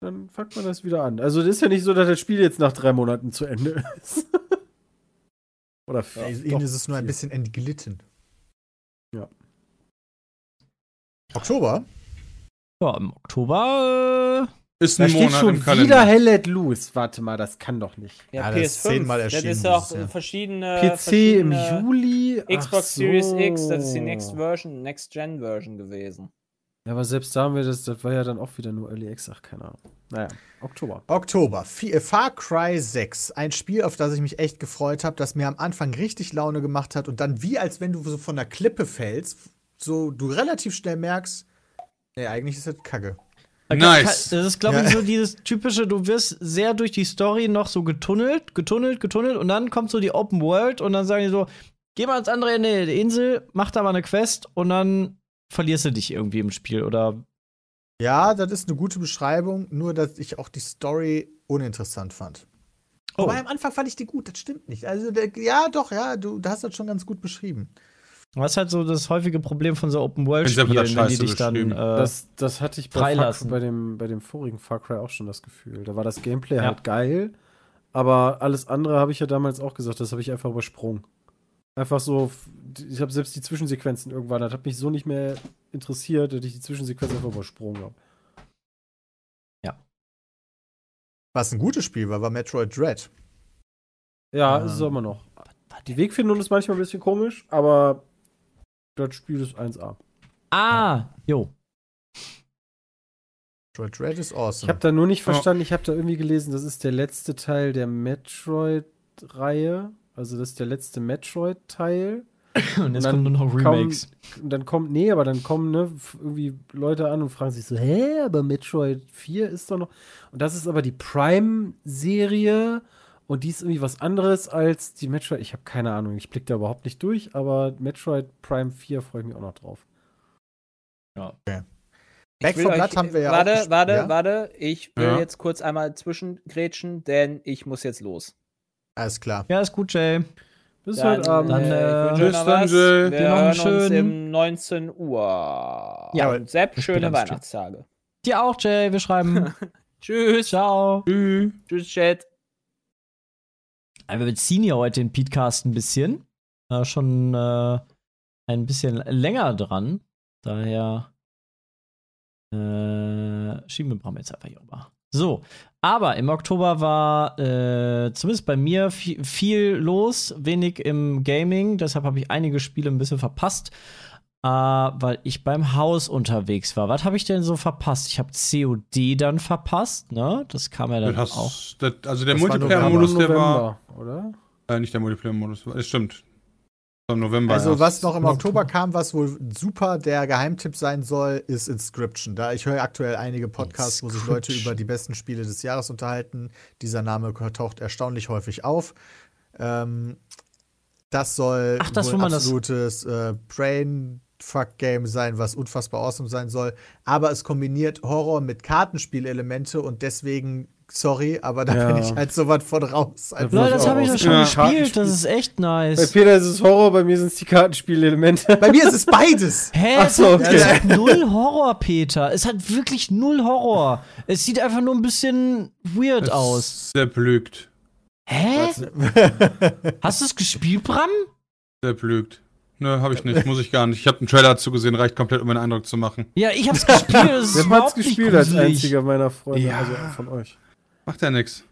[SPEAKER 6] dann fängt man das wieder an. Also, das ist ja nicht so, dass das Spiel jetzt nach drei Monaten zu Ende ist. oder
[SPEAKER 2] Ja,
[SPEAKER 6] vielleicht.
[SPEAKER 2] Ihnen ist es nur ein bisschen entglitten.
[SPEAKER 6] Ja.
[SPEAKER 2] Oktober?
[SPEAKER 1] Ja, im Oktober. Äh,
[SPEAKER 5] Ist
[SPEAKER 6] Da
[SPEAKER 5] ein
[SPEAKER 6] steht
[SPEAKER 5] Monat
[SPEAKER 6] schon
[SPEAKER 5] im
[SPEAKER 6] wieder
[SPEAKER 5] Kalender.
[SPEAKER 6] Hell at Loose. Warte mal, das kann doch nicht.
[SPEAKER 2] Ja,
[SPEAKER 4] Ja,
[SPEAKER 2] das ist
[SPEAKER 4] PS5.
[SPEAKER 2] zehnmal
[SPEAKER 4] das
[SPEAKER 2] erschienen
[SPEAKER 4] ist ja auch
[SPEAKER 2] dieses Jahr.
[SPEAKER 4] verschiedene.
[SPEAKER 6] PC im
[SPEAKER 4] Äh, verschiedene
[SPEAKER 6] Juli. Ach
[SPEAKER 4] Xbox Series
[SPEAKER 6] so.
[SPEAKER 4] X, das ist die Next Version, Next Gen Version gewesen.
[SPEAKER 6] Ja, aber selbst da haben wir das, das war ja dann auch wieder nur Early X, ach, keine Ahnung. Naja, Oktober.
[SPEAKER 2] Oktober. Fi- äh, Far Cry 6. Ein Spiel, auf das ich mich echt gefreut habe, das mir am Anfang richtig Laune gemacht hat und dann wie als wenn du so von der Klippe fällst, so du relativ schnell merkst, nee, eigentlich ist das Kacke.
[SPEAKER 5] Nice.
[SPEAKER 1] Das ist, glaube ich,
[SPEAKER 2] Ja.
[SPEAKER 1] so dieses typische, du wirst sehr durch die Story noch so getunnelt, getunnelt, getunnelt und dann kommt so die Open World und dann sagen die so, geh mal ans andere Ende der Insel, mach da mal eine Quest und dann verlierst du dich irgendwie im Spiel oder
[SPEAKER 2] Ja, das ist eine gute Beschreibung, nur dass ich auch die Story uninteressant fand.
[SPEAKER 1] Oh.
[SPEAKER 2] Aber am Anfang fand ich die gut, das stimmt nicht. Also, der, ja, doch, ja, du, du hast das schon ganz gut beschrieben.
[SPEAKER 1] Du hast halt so das häufige Problem von so Open
[SPEAKER 5] Wenn sie
[SPEAKER 1] World-Spielen,
[SPEAKER 5] einfach
[SPEAKER 1] wenn
[SPEAKER 5] das
[SPEAKER 1] die
[SPEAKER 5] Scheiße
[SPEAKER 1] dich dann.
[SPEAKER 5] beschrieben.
[SPEAKER 1] Äh,
[SPEAKER 6] Das, das hatte ich bei, Far
[SPEAKER 1] Freilassen.
[SPEAKER 6] Cry, bei, dem, bei dem vorigen Far Cry auch schon das Gefühl. Da war das Gameplay
[SPEAKER 1] Ja.
[SPEAKER 6] halt geil, aber alles andere habe ich ja damals auch gesagt, das habe ich einfach übersprungen. Einfach so, f- ich habe selbst die Zwischensequenzen irgendwann, das hat mich so nicht mehr interessiert, dass ich die Zwischensequenzen einfach übersprungen habe.
[SPEAKER 2] Was ein gutes Spiel war, war Metroid Dread.
[SPEAKER 6] Ja,
[SPEAKER 1] Ah.
[SPEAKER 6] ist es immer noch. Die Wegfindung ist manchmal ein bisschen komisch, aber das Spiel ist 1A.
[SPEAKER 1] ah, jo.
[SPEAKER 2] Metroid Dread ist
[SPEAKER 6] Ich habe
[SPEAKER 2] awesome.
[SPEAKER 6] da nur nicht verstanden, ich habe da irgendwie gelesen, das ist der letzte Teil der Metroid-Reihe. Also das ist der letzte Metroid-Teil.
[SPEAKER 1] Und jetzt
[SPEAKER 6] dann
[SPEAKER 1] kommen nur noch
[SPEAKER 6] kaum-
[SPEAKER 1] Remakes.
[SPEAKER 6] Und dann kommt, nee, aber dann kommen ne, f- irgendwie Leute an und fragen sich so, hä, aber Metroid 4 ist doch noch. Und das ist aber die Prime-Serie und die ist irgendwie was anderes als die Metroid. Ich habe keine Ahnung, ich blicke da überhaupt nicht durch, aber Metroid Prime 4 freue ich mich auch noch drauf.
[SPEAKER 2] Back
[SPEAKER 4] will
[SPEAKER 2] for
[SPEAKER 4] euch-
[SPEAKER 2] Blood haben wir ja auch
[SPEAKER 4] Warte,
[SPEAKER 2] gespielt,
[SPEAKER 4] warte,
[SPEAKER 2] ja?
[SPEAKER 4] warte. Ich will
[SPEAKER 5] Ja.
[SPEAKER 4] jetzt kurz einmal zwischengrätschen, denn ich muss jetzt los.
[SPEAKER 2] Alles klar.
[SPEAKER 1] Ja, ist gut, Jay.
[SPEAKER 6] Bis
[SPEAKER 4] Dann,
[SPEAKER 6] heute Abend.
[SPEAKER 1] Dann, äh,
[SPEAKER 4] ich wünsche
[SPEAKER 5] Tschüss,
[SPEAKER 4] euch noch was.
[SPEAKER 5] Sanjay.
[SPEAKER 4] Wir
[SPEAKER 1] Dir noch einen
[SPEAKER 4] hören uns
[SPEAKER 1] schönen-
[SPEAKER 4] um 19 Uhr.
[SPEAKER 1] Ja.
[SPEAKER 4] Und Sepp,
[SPEAKER 1] Bis später,
[SPEAKER 4] schöne
[SPEAKER 1] bis später.
[SPEAKER 4] Weihnachtstage.
[SPEAKER 1] Dir auch, Jay. Wir schreiben.
[SPEAKER 4] Tschüss.
[SPEAKER 1] Ciao.
[SPEAKER 4] Tschüss, Chat.
[SPEAKER 1] Aber wir beziehen ja heute den Podcast ein bisschen. Äh, schon äh, ein bisschen länger dran. Daher äh, schieben wir Bram jetzt einfach hier rüber. So, aber im Oktober war äh, zumindest bei mir vi- viel los, wenig im Gaming. Deshalb habe ich einige Spiele ein bisschen verpasst, äh, weil ich beim Haus unterwegs war. Was habe ich denn so verpasst? Ich habe COD dann verpasst, ne? Das kam ja dann
[SPEAKER 5] Das hast,
[SPEAKER 1] auch.
[SPEAKER 5] das, also der
[SPEAKER 2] Das war
[SPEAKER 5] Multiplayer-Modus, der war.
[SPEAKER 6] oder?
[SPEAKER 5] Äh, nicht der Multiplayer-Modus, das stimmt. Im November.
[SPEAKER 2] Also,
[SPEAKER 5] erst.
[SPEAKER 2] was noch im Oktober kam, was wohl super der Geheimtipp sein soll, ist Inscription. Da ich höre aktuell einige Podcasts, wo sich Leute
[SPEAKER 1] Inscription.
[SPEAKER 2] über die besten Spiele des Jahres unterhalten. Dieser Name taucht erstaunlich häufig auf. Ähm, das soll
[SPEAKER 1] Ach, das,
[SPEAKER 2] wohl
[SPEAKER 1] wo man das-
[SPEAKER 2] absolutes äh, Brain-Fuck-Game sein, was unfassbar awesome sein soll. Aber es kombiniert Horror mit Kartenspielelemente und deswegen, sorry, aber da
[SPEAKER 6] Ja.
[SPEAKER 2] bin ich halt so was von raus. Also,
[SPEAKER 1] Leute, das
[SPEAKER 6] auch
[SPEAKER 1] habe ich
[SPEAKER 6] aus-
[SPEAKER 1] doch schon
[SPEAKER 5] Ja,
[SPEAKER 1] gespielt.
[SPEAKER 6] Kartenspiel.
[SPEAKER 1] Das ist echt
[SPEAKER 6] Bei
[SPEAKER 1] nice.
[SPEAKER 6] Peter ist es Horror, bei mir sind es die Kartenspielelemente.
[SPEAKER 2] Bei mir ist es beides.
[SPEAKER 1] Hä?
[SPEAKER 6] Ach so, okay.
[SPEAKER 1] Es hat null Horror, Peter. Es hat wirklich null Horror. Es sieht einfach nur ein bisschen weird
[SPEAKER 5] Das
[SPEAKER 1] aus.
[SPEAKER 5] Der blügt.
[SPEAKER 1] Hä? Hast du es gespielt, Bram?
[SPEAKER 5] Der blügt. Ne, habe ich nicht, muss ich gar nicht. Ich habe einen Trailer dazu gesehen, reicht komplett, um einen Eindruck zu machen.
[SPEAKER 1] Ja, ich hab's gespielt. Es ist
[SPEAKER 6] Wer hat's
[SPEAKER 1] überhaupt nicht
[SPEAKER 6] gespielt als
[SPEAKER 1] gruselig.
[SPEAKER 6] einziger meiner Freunde,
[SPEAKER 5] Ja.
[SPEAKER 6] also von euch?
[SPEAKER 5] Macht ja nix.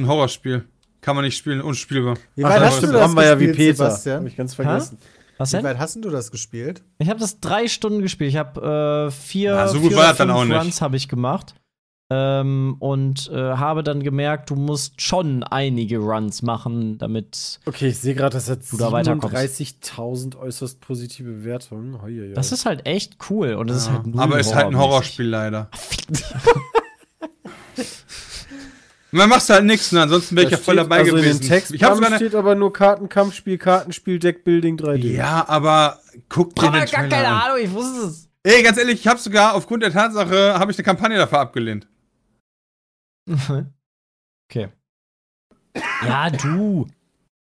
[SPEAKER 5] Ein Horrorspiel. Kann man nicht spielen, unspielbar.
[SPEAKER 2] Wie
[SPEAKER 5] Ach,
[SPEAKER 2] weit
[SPEAKER 5] das
[SPEAKER 2] hast du
[SPEAKER 5] stimmt,
[SPEAKER 2] das
[SPEAKER 6] haben wir ja wie
[SPEAKER 2] gespielt,
[SPEAKER 6] Peter. Hab
[SPEAKER 2] Sebastian?
[SPEAKER 6] ich ganz vergessen.
[SPEAKER 1] Was
[SPEAKER 2] Wie
[SPEAKER 1] denn?
[SPEAKER 2] weit hast denn du das gespielt?
[SPEAKER 1] Ich habe das drei Stunden gespielt. Ich habe äh, vier,
[SPEAKER 5] Ja, so gut
[SPEAKER 1] vier
[SPEAKER 5] war
[SPEAKER 1] oder
[SPEAKER 5] das dann
[SPEAKER 1] fünf
[SPEAKER 5] auch nicht.
[SPEAKER 1] Runs habe ich gemacht. Ähm, und äh, habe dann gemerkt, du musst schon einige Runs machen, damit
[SPEAKER 6] Okay, ich sehe gerade, das hat
[SPEAKER 1] Du da weiterkommst.
[SPEAKER 6] 37.000 äußerst positive Bewertungen. Hoi, hoi, hoi.
[SPEAKER 1] Das ist halt echt cool und es ist halt null
[SPEAKER 5] Aber ist halt ein
[SPEAKER 1] horrormäßig.
[SPEAKER 5] Horrorspiel leider. Man macht halt nichts, ne? ansonsten wäre ich
[SPEAKER 6] Da
[SPEAKER 5] ja voll
[SPEAKER 6] steht
[SPEAKER 5] dabei
[SPEAKER 6] also
[SPEAKER 5] gewesen.
[SPEAKER 6] In den Text
[SPEAKER 5] ich habe sogar eine,
[SPEAKER 6] steht aber nur Kartenkampfspiel, Kartenspiel, Deckbuilding 3D.
[SPEAKER 5] Ja, aber guck dir
[SPEAKER 1] Bram
[SPEAKER 5] den
[SPEAKER 1] hat gar
[SPEAKER 5] Trailer
[SPEAKER 1] keine
[SPEAKER 5] an.
[SPEAKER 1] Ahnung, ich wusste es.
[SPEAKER 5] Ey, ganz ehrlich, ich habe sogar aufgrund der Tatsache habe ich eine Kampagne dafür abgelehnt.
[SPEAKER 1] okay. Ja, du.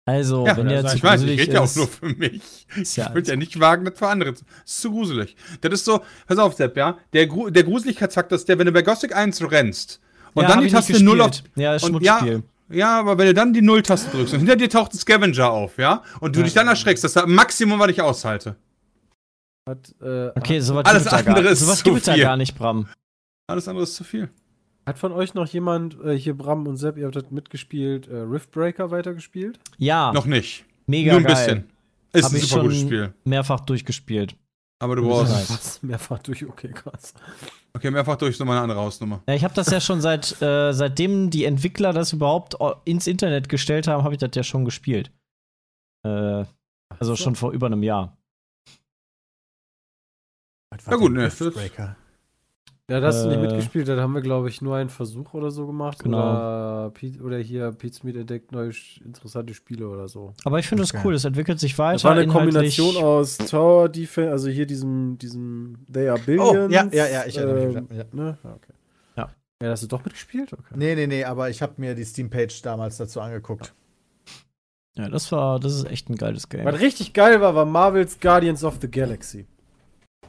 [SPEAKER 1] Also,
[SPEAKER 5] Ja,
[SPEAKER 1] wenn der
[SPEAKER 6] also
[SPEAKER 1] zu
[SPEAKER 6] ich
[SPEAKER 5] Ich weiß, ich
[SPEAKER 1] gruselig
[SPEAKER 5] rede ja auch
[SPEAKER 1] ist-
[SPEAKER 5] nur für mich.
[SPEAKER 1] Ist ja
[SPEAKER 5] ich würde ja
[SPEAKER 1] alles.
[SPEAKER 5] nicht wagen, das für andere zu. Das ist zu gruselig. Das ist so, pass auf, Sepp, ja. Der, Gru der Gruseligkeitsfaktor ist der, wenn du bei Gothic 1 rennst und
[SPEAKER 1] Ja,
[SPEAKER 5] dann
[SPEAKER 1] hab
[SPEAKER 5] die
[SPEAKER 1] ich nicht
[SPEAKER 5] Taste 0 auf.
[SPEAKER 1] gespielt. Ja, ist
[SPEAKER 5] und-
[SPEAKER 1] Schmutzspiel.
[SPEAKER 5] Ja, ja, aber wenn du dann die Null-Taste drückst und hinter dir taucht ein Scavenger auf, ja, und du dich
[SPEAKER 1] genau.
[SPEAKER 5] dann erschreckst, das ist das Maximum, was ich aushalte.
[SPEAKER 6] Hat, äh,
[SPEAKER 1] Okay, sowas
[SPEAKER 5] Alles
[SPEAKER 1] gibt es da
[SPEAKER 5] andere
[SPEAKER 1] gar,
[SPEAKER 5] ist
[SPEAKER 1] sowas
[SPEAKER 5] zu
[SPEAKER 1] gibt es da
[SPEAKER 5] viel.
[SPEAKER 1] gar nicht, Bram.
[SPEAKER 5] Alles andere ist zu viel.
[SPEAKER 6] hat von euch noch jemand, äh, hier Bram und Sepp, ihr habt das mitgespielt, äh, Riftbreaker weitergespielt?
[SPEAKER 1] Ja,
[SPEAKER 5] Noch nicht.
[SPEAKER 1] Ah. mega
[SPEAKER 5] Nur ein
[SPEAKER 1] geil.
[SPEAKER 5] bisschen. Ist
[SPEAKER 1] Hab
[SPEAKER 5] ein
[SPEAKER 1] ich
[SPEAKER 5] super
[SPEAKER 1] schon
[SPEAKER 5] gutes Spiel.
[SPEAKER 1] mehrfach durchgespielt.
[SPEAKER 5] Aber du
[SPEAKER 1] bisschen
[SPEAKER 5] brauchst.
[SPEAKER 1] rein.
[SPEAKER 6] Was? Mehrfach durch, okay, krass.
[SPEAKER 5] Okay, mehrfach durch, so mal eine andere Hausnummer.
[SPEAKER 1] Ja, ich habe das ja schon seit äh, seitdem die Entwickler das überhaupt o- ins Internet gestellt haben, habe ich das ja schon gespielt. Äh, also schon vor über einem Jahr.
[SPEAKER 2] Was
[SPEAKER 5] Na gut,
[SPEAKER 2] denn
[SPEAKER 5] ne,
[SPEAKER 2] Riftbreaker?
[SPEAKER 6] Ja, da hast du nicht
[SPEAKER 1] Äh.
[SPEAKER 6] mitgespielt, da haben wir, glaube ich, nur einen Versuch oder so gemacht.
[SPEAKER 1] Genau.
[SPEAKER 6] Oder, Pete- oder hier, Pete's Meet entdeckt neue sch- interessante Spiele oder so.
[SPEAKER 1] Aber ich finde das
[SPEAKER 2] Okay.
[SPEAKER 1] cool, es entwickelt sich weiter.
[SPEAKER 6] Das war eine
[SPEAKER 1] inhaltlich.
[SPEAKER 6] Kombination aus Tower Defense, also hier diesem, diesem They Are
[SPEAKER 2] Oh,
[SPEAKER 6] Billions.
[SPEAKER 2] ja, ja, ja, ich erinnere mich.
[SPEAKER 6] ähm,
[SPEAKER 2] wieder, ja.
[SPEAKER 6] Ne? Ja, okay.
[SPEAKER 1] Ja.
[SPEAKER 6] Ja, hast du doch mitgespielt? Okay.
[SPEAKER 2] Nee, nee, nee, aber ich habe mir die Steam-Page damals dazu angeguckt.
[SPEAKER 1] Ja, das war, das ist echt ein geiles Game.
[SPEAKER 6] Was richtig geil war, war Marvel's Guardians of the Galaxy.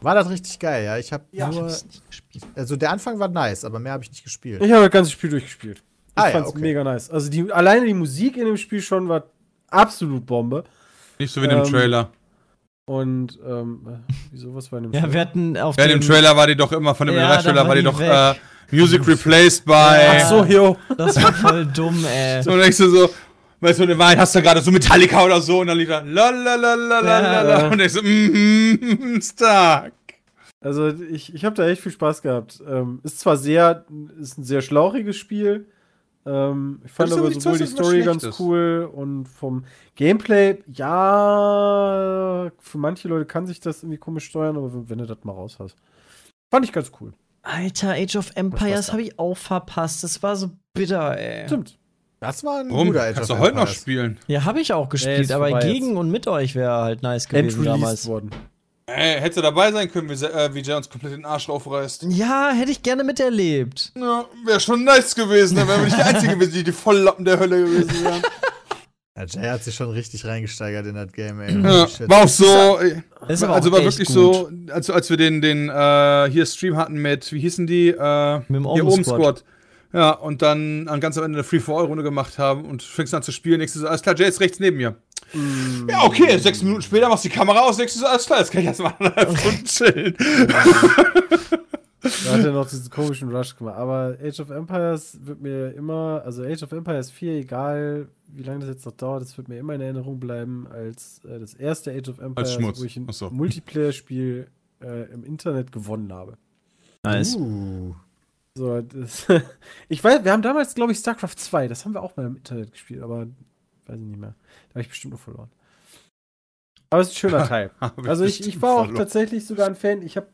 [SPEAKER 2] War das richtig geil, ja? Ich habe
[SPEAKER 1] Ich
[SPEAKER 2] nur.
[SPEAKER 1] hab's nicht gespielt.
[SPEAKER 2] Also der Anfang war nice, aber mehr habe ich nicht gespielt.
[SPEAKER 6] Ich habe das ganze Spiel durchgespielt. Ich
[SPEAKER 2] Ah, ja,
[SPEAKER 6] fand's
[SPEAKER 2] okay.
[SPEAKER 6] mega nice. Also die, alleine die Musik in dem Spiel schon war absolut Bombe.
[SPEAKER 5] Nicht so wie in dem
[SPEAKER 6] Ähm,
[SPEAKER 5] Trailer.
[SPEAKER 6] Und ähm, äh, wieso was war in dem
[SPEAKER 1] Ja,
[SPEAKER 6] Spiel?
[SPEAKER 1] wir hatten auf
[SPEAKER 5] Ja, in
[SPEAKER 1] dem
[SPEAKER 5] dem Trailer war die doch immer, von dem
[SPEAKER 1] Ja,
[SPEAKER 5] ja,
[SPEAKER 1] da
[SPEAKER 5] Trailer
[SPEAKER 1] war
[SPEAKER 5] war die
[SPEAKER 1] die
[SPEAKER 5] doch
[SPEAKER 1] weg.
[SPEAKER 5] äh, Music Replaced by.
[SPEAKER 1] Ja.
[SPEAKER 6] Ach so, jo.
[SPEAKER 1] Das war voll dumm, ey.
[SPEAKER 5] So, und denkst du so, weißt du, in der Wahrheit hast du gerade so Metallica oder so und dann lief da la la la la la la la
[SPEAKER 6] Ja.
[SPEAKER 5] und denkst so, mm, mm, stark.
[SPEAKER 6] Also ich, ich habe da echt viel Spaß gehabt. Ähm, ist zwar sehr, ist ein sehr schlauchiges Spiel. Ähm, ich fand
[SPEAKER 5] Das ist
[SPEAKER 6] aber
[SPEAKER 5] aber nicht so,
[SPEAKER 6] sowohl die
[SPEAKER 5] dass es was
[SPEAKER 6] Story ganz
[SPEAKER 5] Schlechtes.
[SPEAKER 6] cool und vom Gameplay, ja, für manche Leute kann sich das irgendwie komisch steuern, aber wenn, wenn du das mal raus hast. Fand ich ganz cool.
[SPEAKER 1] Alter, Age of Empires habe ich auch verpasst. Das war so bitter, ey.
[SPEAKER 6] Stimmt.
[SPEAKER 2] Das war ein
[SPEAKER 5] Warum?
[SPEAKER 2] guter Age
[SPEAKER 5] Kannst
[SPEAKER 2] of
[SPEAKER 5] du heute noch
[SPEAKER 2] Empires.
[SPEAKER 5] spielen?
[SPEAKER 1] Ja, habe ich auch gespielt,
[SPEAKER 6] ist
[SPEAKER 1] aber
[SPEAKER 6] vorbei
[SPEAKER 1] gegen
[SPEAKER 6] jetzt.
[SPEAKER 1] und mit euch wäre halt nice gewesen
[SPEAKER 6] End-released
[SPEAKER 1] damals.
[SPEAKER 6] worden.
[SPEAKER 5] Ey, hättest du dabei sein können, wie, Se- äh, wie Jay uns komplett den Arsch raufreißt.
[SPEAKER 1] Ja, hätte ich gerne miterlebt.
[SPEAKER 5] Ja, wäre schon nice gewesen, dann wären wir nicht die Einzige gewesen, die die Volllappen der Hölle gewesen wären.
[SPEAKER 2] Ja, Jay hat sich schon richtig reingesteigert in das Game, ey. Holy
[SPEAKER 5] Ja,
[SPEAKER 2] Oh, shit.
[SPEAKER 5] war auch so. äh,
[SPEAKER 1] Ist aber
[SPEAKER 5] also
[SPEAKER 1] auch
[SPEAKER 5] war
[SPEAKER 1] echt
[SPEAKER 5] wirklich
[SPEAKER 1] gut.
[SPEAKER 5] so, als, als wir den, den äh, hier Stream hatten mit, wie hießen die? Äh,
[SPEAKER 1] Mit dem
[SPEAKER 5] hier
[SPEAKER 1] Oben
[SPEAKER 5] oben
[SPEAKER 1] Squad.
[SPEAKER 5] Squad. Ja, und dann an ganz am Ende eine Free-for-All-Runde gemacht haben und fängst an zu spielen. Nächstes so, alles klar, Jay ist rechts neben mir.
[SPEAKER 6] Mm.
[SPEAKER 5] Ja, okay, sechs Minuten später machst du die Kamera aus, nächstes so, alles klar, jetzt kann ich erstmal anderthalb Stunden chillen.
[SPEAKER 6] Da hat er noch diesen komischen Rush gemacht. Aber Age of Empires wird mir immer, also Age of Empires 4, egal wie lange das jetzt noch dauert, das wird mir immer in Erinnerung bleiben als äh, das erste Age of Empires,
[SPEAKER 5] Schmutz.
[SPEAKER 6] wo ich ein
[SPEAKER 5] Ach so.
[SPEAKER 6] Multiplayer-Spiel äh, im Internet gewonnen habe.
[SPEAKER 1] Nice.
[SPEAKER 2] Uh,
[SPEAKER 6] So, das, ich weiß, wir haben damals, glaube ich, StarCraft 2, das haben wir auch mal im Internet gespielt, aber weiß ich nicht mehr. Da habe ich bestimmt nur verloren. Aber es ist ein schöner Teil. Also ich, ich war auch tatsächlich sogar ein Fan. Ich habe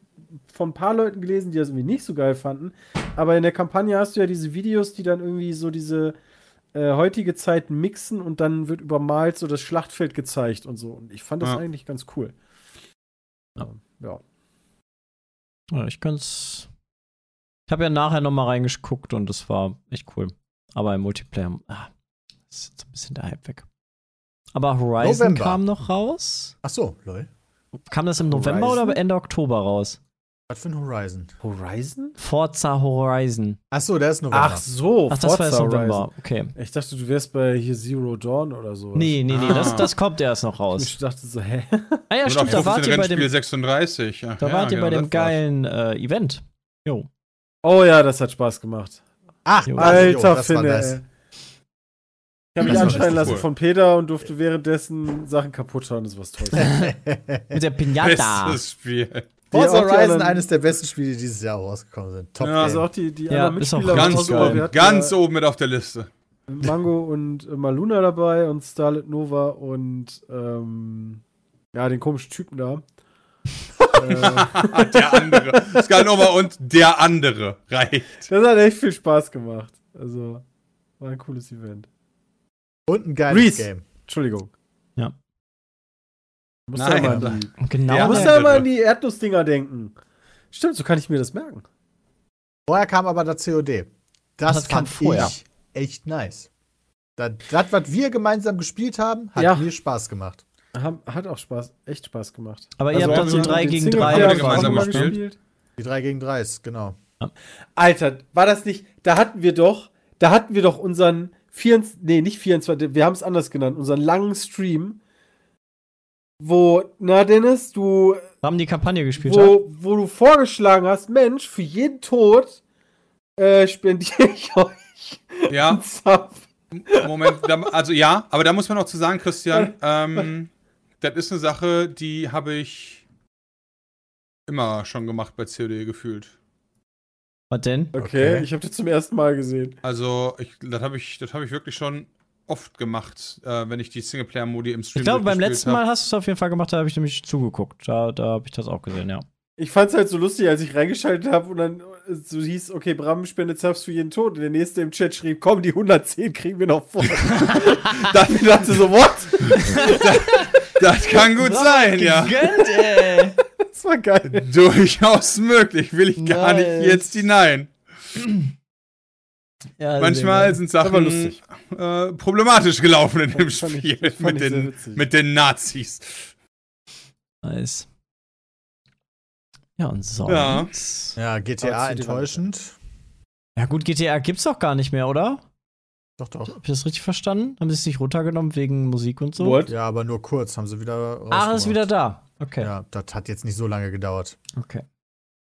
[SPEAKER 6] von ein paar Leuten gelesen, die das irgendwie nicht so geil fanden. Aber in der Kampagne hast du ja diese Videos, die dann irgendwie so diese äh, heutige Zeit mixen und dann wird übermalt so das Schlachtfeld gezeigt und so. Und ich fand das
[SPEAKER 5] Ja.
[SPEAKER 6] eigentlich ganz cool. Ähm,
[SPEAKER 1] Ja.
[SPEAKER 6] Ja.
[SPEAKER 1] Ja, ich kann's. Ich habe ja nachher nochmal reingeguckt und es war echt cool. Aber im Multiplayer ah, ist jetzt ein bisschen der Hype weg. Aber Horizon
[SPEAKER 2] November.
[SPEAKER 1] kam noch raus.
[SPEAKER 2] ach so, lol.
[SPEAKER 1] Kam das im November
[SPEAKER 6] Horizon?
[SPEAKER 1] oder Ende Oktober raus?
[SPEAKER 2] Was für ein Horizon?
[SPEAKER 6] Horizon?
[SPEAKER 1] Forza Horizon.
[SPEAKER 2] Ach so, der ist November.
[SPEAKER 6] Ach so,
[SPEAKER 1] Ach, das war jetzt
[SPEAKER 6] Forza
[SPEAKER 1] November.
[SPEAKER 6] Horizon.
[SPEAKER 1] Okay.
[SPEAKER 6] Ich dachte, du wärst bei hier Zero Dawn oder so.
[SPEAKER 1] Nee, nee, nee, das,
[SPEAKER 5] Ah.
[SPEAKER 1] das kommt erst noch
[SPEAKER 6] Ich
[SPEAKER 1] raus.
[SPEAKER 6] dachte so, hä?
[SPEAKER 1] Ah
[SPEAKER 5] Genau,
[SPEAKER 1] ja, stimmt, da wart ihr bei
[SPEAKER 5] Rennspiel
[SPEAKER 1] dem,
[SPEAKER 5] 36. Ach
[SPEAKER 1] da
[SPEAKER 5] ja,
[SPEAKER 1] wart ihr
[SPEAKER 5] genau,
[SPEAKER 1] bei
[SPEAKER 5] das
[SPEAKER 1] dem
[SPEAKER 5] war's.
[SPEAKER 1] geilen äh, Event. Jo.
[SPEAKER 6] Oh ja, das hat Spaß gemacht.
[SPEAKER 2] Ach,
[SPEAKER 1] Jo.
[SPEAKER 2] Alter,
[SPEAKER 6] Alter,
[SPEAKER 2] das war
[SPEAKER 6] Finne.
[SPEAKER 2] nice.
[SPEAKER 6] ey. Ich habe
[SPEAKER 5] Das war
[SPEAKER 6] mich anschreien
[SPEAKER 5] Also, richtig
[SPEAKER 6] lassen
[SPEAKER 5] cool.
[SPEAKER 6] von Peter und durfte währenddessen Sachen kaputt hauen. Das war was Tolles.
[SPEAKER 1] Mit der Pinata.
[SPEAKER 5] Bestes Spiel.
[SPEAKER 2] Forza
[SPEAKER 6] auch die
[SPEAKER 2] Horizon,
[SPEAKER 6] anderen-
[SPEAKER 2] eines der besten Spiele, die dieses Jahr rausgekommen sind. Top
[SPEAKER 5] Ja,
[SPEAKER 2] ja,
[SPEAKER 6] Also auch die, die
[SPEAKER 1] Ja,
[SPEAKER 6] anderen
[SPEAKER 1] ist auch
[SPEAKER 6] Mitspieler.
[SPEAKER 1] richtig
[SPEAKER 6] waren
[SPEAKER 5] Ganz
[SPEAKER 1] geil.
[SPEAKER 6] super. Wir
[SPEAKER 5] oben,
[SPEAKER 6] hatten
[SPEAKER 5] ganz
[SPEAKER 6] ja
[SPEAKER 5] oben mit auf der Liste.
[SPEAKER 6] Mango und äh, Maluna dabei und Starlet Nova und ähm, ja, den komischen Typen da. äh,
[SPEAKER 5] Ah, der andere. Scanova und der andere reicht.
[SPEAKER 6] das hat echt viel Spaß gemacht. Also, war ein cooles Event.
[SPEAKER 2] Und ein geiles
[SPEAKER 6] Reese.
[SPEAKER 2] Game.
[SPEAKER 6] Entschuldigung.
[SPEAKER 1] Ja.
[SPEAKER 6] Muss
[SPEAKER 5] Nein,
[SPEAKER 6] ja mal
[SPEAKER 5] aber-
[SPEAKER 6] an die,
[SPEAKER 1] Genau.
[SPEAKER 5] Ja,
[SPEAKER 6] man muss
[SPEAKER 5] nein.
[SPEAKER 6] ja mal an die Erdnussdinger denken. Stimmt, so kann ich mir das merken.
[SPEAKER 2] Vorher kam aber das COD. Das,
[SPEAKER 1] Das kam
[SPEAKER 2] fand
[SPEAKER 1] vorher.
[SPEAKER 2] ich echt nice. Das, das, was wir gemeinsam gespielt haben, hat
[SPEAKER 6] Ja.
[SPEAKER 2] mir Spaß gemacht.
[SPEAKER 6] Ham- Hat auch Spaß, echt Spaß gemacht.
[SPEAKER 1] Aber ihr
[SPEAKER 6] Also
[SPEAKER 1] habt dann
[SPEAKER 6] haben
[SPEAKER 1] so
[SPEAKER 6] wir
[SPEAKER 1] drei
[SPEAKER 6] den
[SPEAKER 1] gegen
[SPEAKER 6] Single-
[SPEAKER 1] drei.
[SPEAKER 6] haben wir
[SPEAKER 5] gemeinsam
[SPEAKER 6] mal
[SPEAKER 5] gespielt.
[SPEAKER 2] Die 3 gegen 3 ist, genau.
[SPEAKER 6] Alter, war das nicht, da hatten wir doch, da hatten wir doch unseren 24, nee, nicht 24, wir haben es anders genannt, unseren langen Stream, wo, na Dennis, du,
[SPEAKER 1] Haben die Kampagne gespielt? ja?
[SPEAKER 6] wo, wo du vorgeschlagen hast, Mensch, für jeden Tod äh, spendiere ich euch
[SPEAKER 5] Ja,
[SPEAKER 6] einen Zapf.
[SPEAKER 5] Moment, da, also ja, aber da muss man auch zu sagen, Christian, ähm, das ist eine Sache, die habe ich immer schon gemacht bei COD gefühlt.
[SPEAKER 1] Was denn?
[SPEAKER 2] Okay, Okay.
[SPEAKER 6] ich habe das zum ersten Mal gesehen.
[SPEAKER 5] Also, ich, das habe ich, das habe ich wirklich schon oft gemacht, äh, wenn ich die Singleplayer-Modi im Stream
[SPEAKER 1] Ich glaube, beim
[SPEAKER 5] durchgespielt
[SPEAKER 1] letzten
[SPEAKER 5] hab.
[SPEAKER 1] Mal hast du es auf jeden Fall gemacht, da habe ich nämlich zugeguckt. Da, da habe ich das auch gesehen, ja.
[SPEAKER 6] Ich fand's halt so lustig, als ich reingeschaltet habe und dann so hieß, okay, Bram spendet Zaps für jeden Tod. Und der nächste im Chat schrieb, komm, die 110 kriegen wir noch vor. da hab ich gedacht so, what?
[SPEAKER 5] Das kann gut sein, ja.
[SPEAKER 1] Gönnt, ey.
[SPEAKER 6] Das war geil.
[SPEAKER 5] Durchaus möglich, will ich gar
[SPEAKER 1] Nice.
[SPEAKER 5] nicht jetzt hinein.
[SPEAKER 1] Ja,
[SPEAKER 5] Manchmal sind
[SPEAKER 6] Das war
[SPEAKER 5] Sachen
[SPEAKER 6] lustig.
[SPEAKER 5] äh, problematisch gelaufen in dem
[SPEAKER 6] Das fand ich-
[SPEAKER 5] Spiel
[SPEAKER 6] das fand
[SPEAKER 5] mit,
[SPEAKER 6] ich sehr
[SPEAKER 5] den,
[SPEAKER 6] witzig.
[SPEAKER 5] mit den Nazis.
[SPEAKER 1] Nice. Ja, und sonst.
[SPEAKER 5] Ja.
[SPEAKER 1] Ja,
[SPEAKER 2] Ja, GTA
[SPEAKER 6] Aber zu dir
[SPEAKER 2] enttäuschend.
[SPEAKER 1] gut, GTA gibt's doch gar nicht mehr, oder?
[SPEAKER 2] Doch, doch.
[SPEAKER 1] Hab ich das richtig verstanden? Haben sie es nicht runtergenommen wegen Musik und so?
[SPEAKER 2] Ja, aber nur kurz haben sie wieder raus.
[SPEAKER 1] Ah, ist wieder da. Okay.
[SPEAKER 2] Ja, das hat jetzt nicht so lange gedauert.
[SPEAKER 1] okay.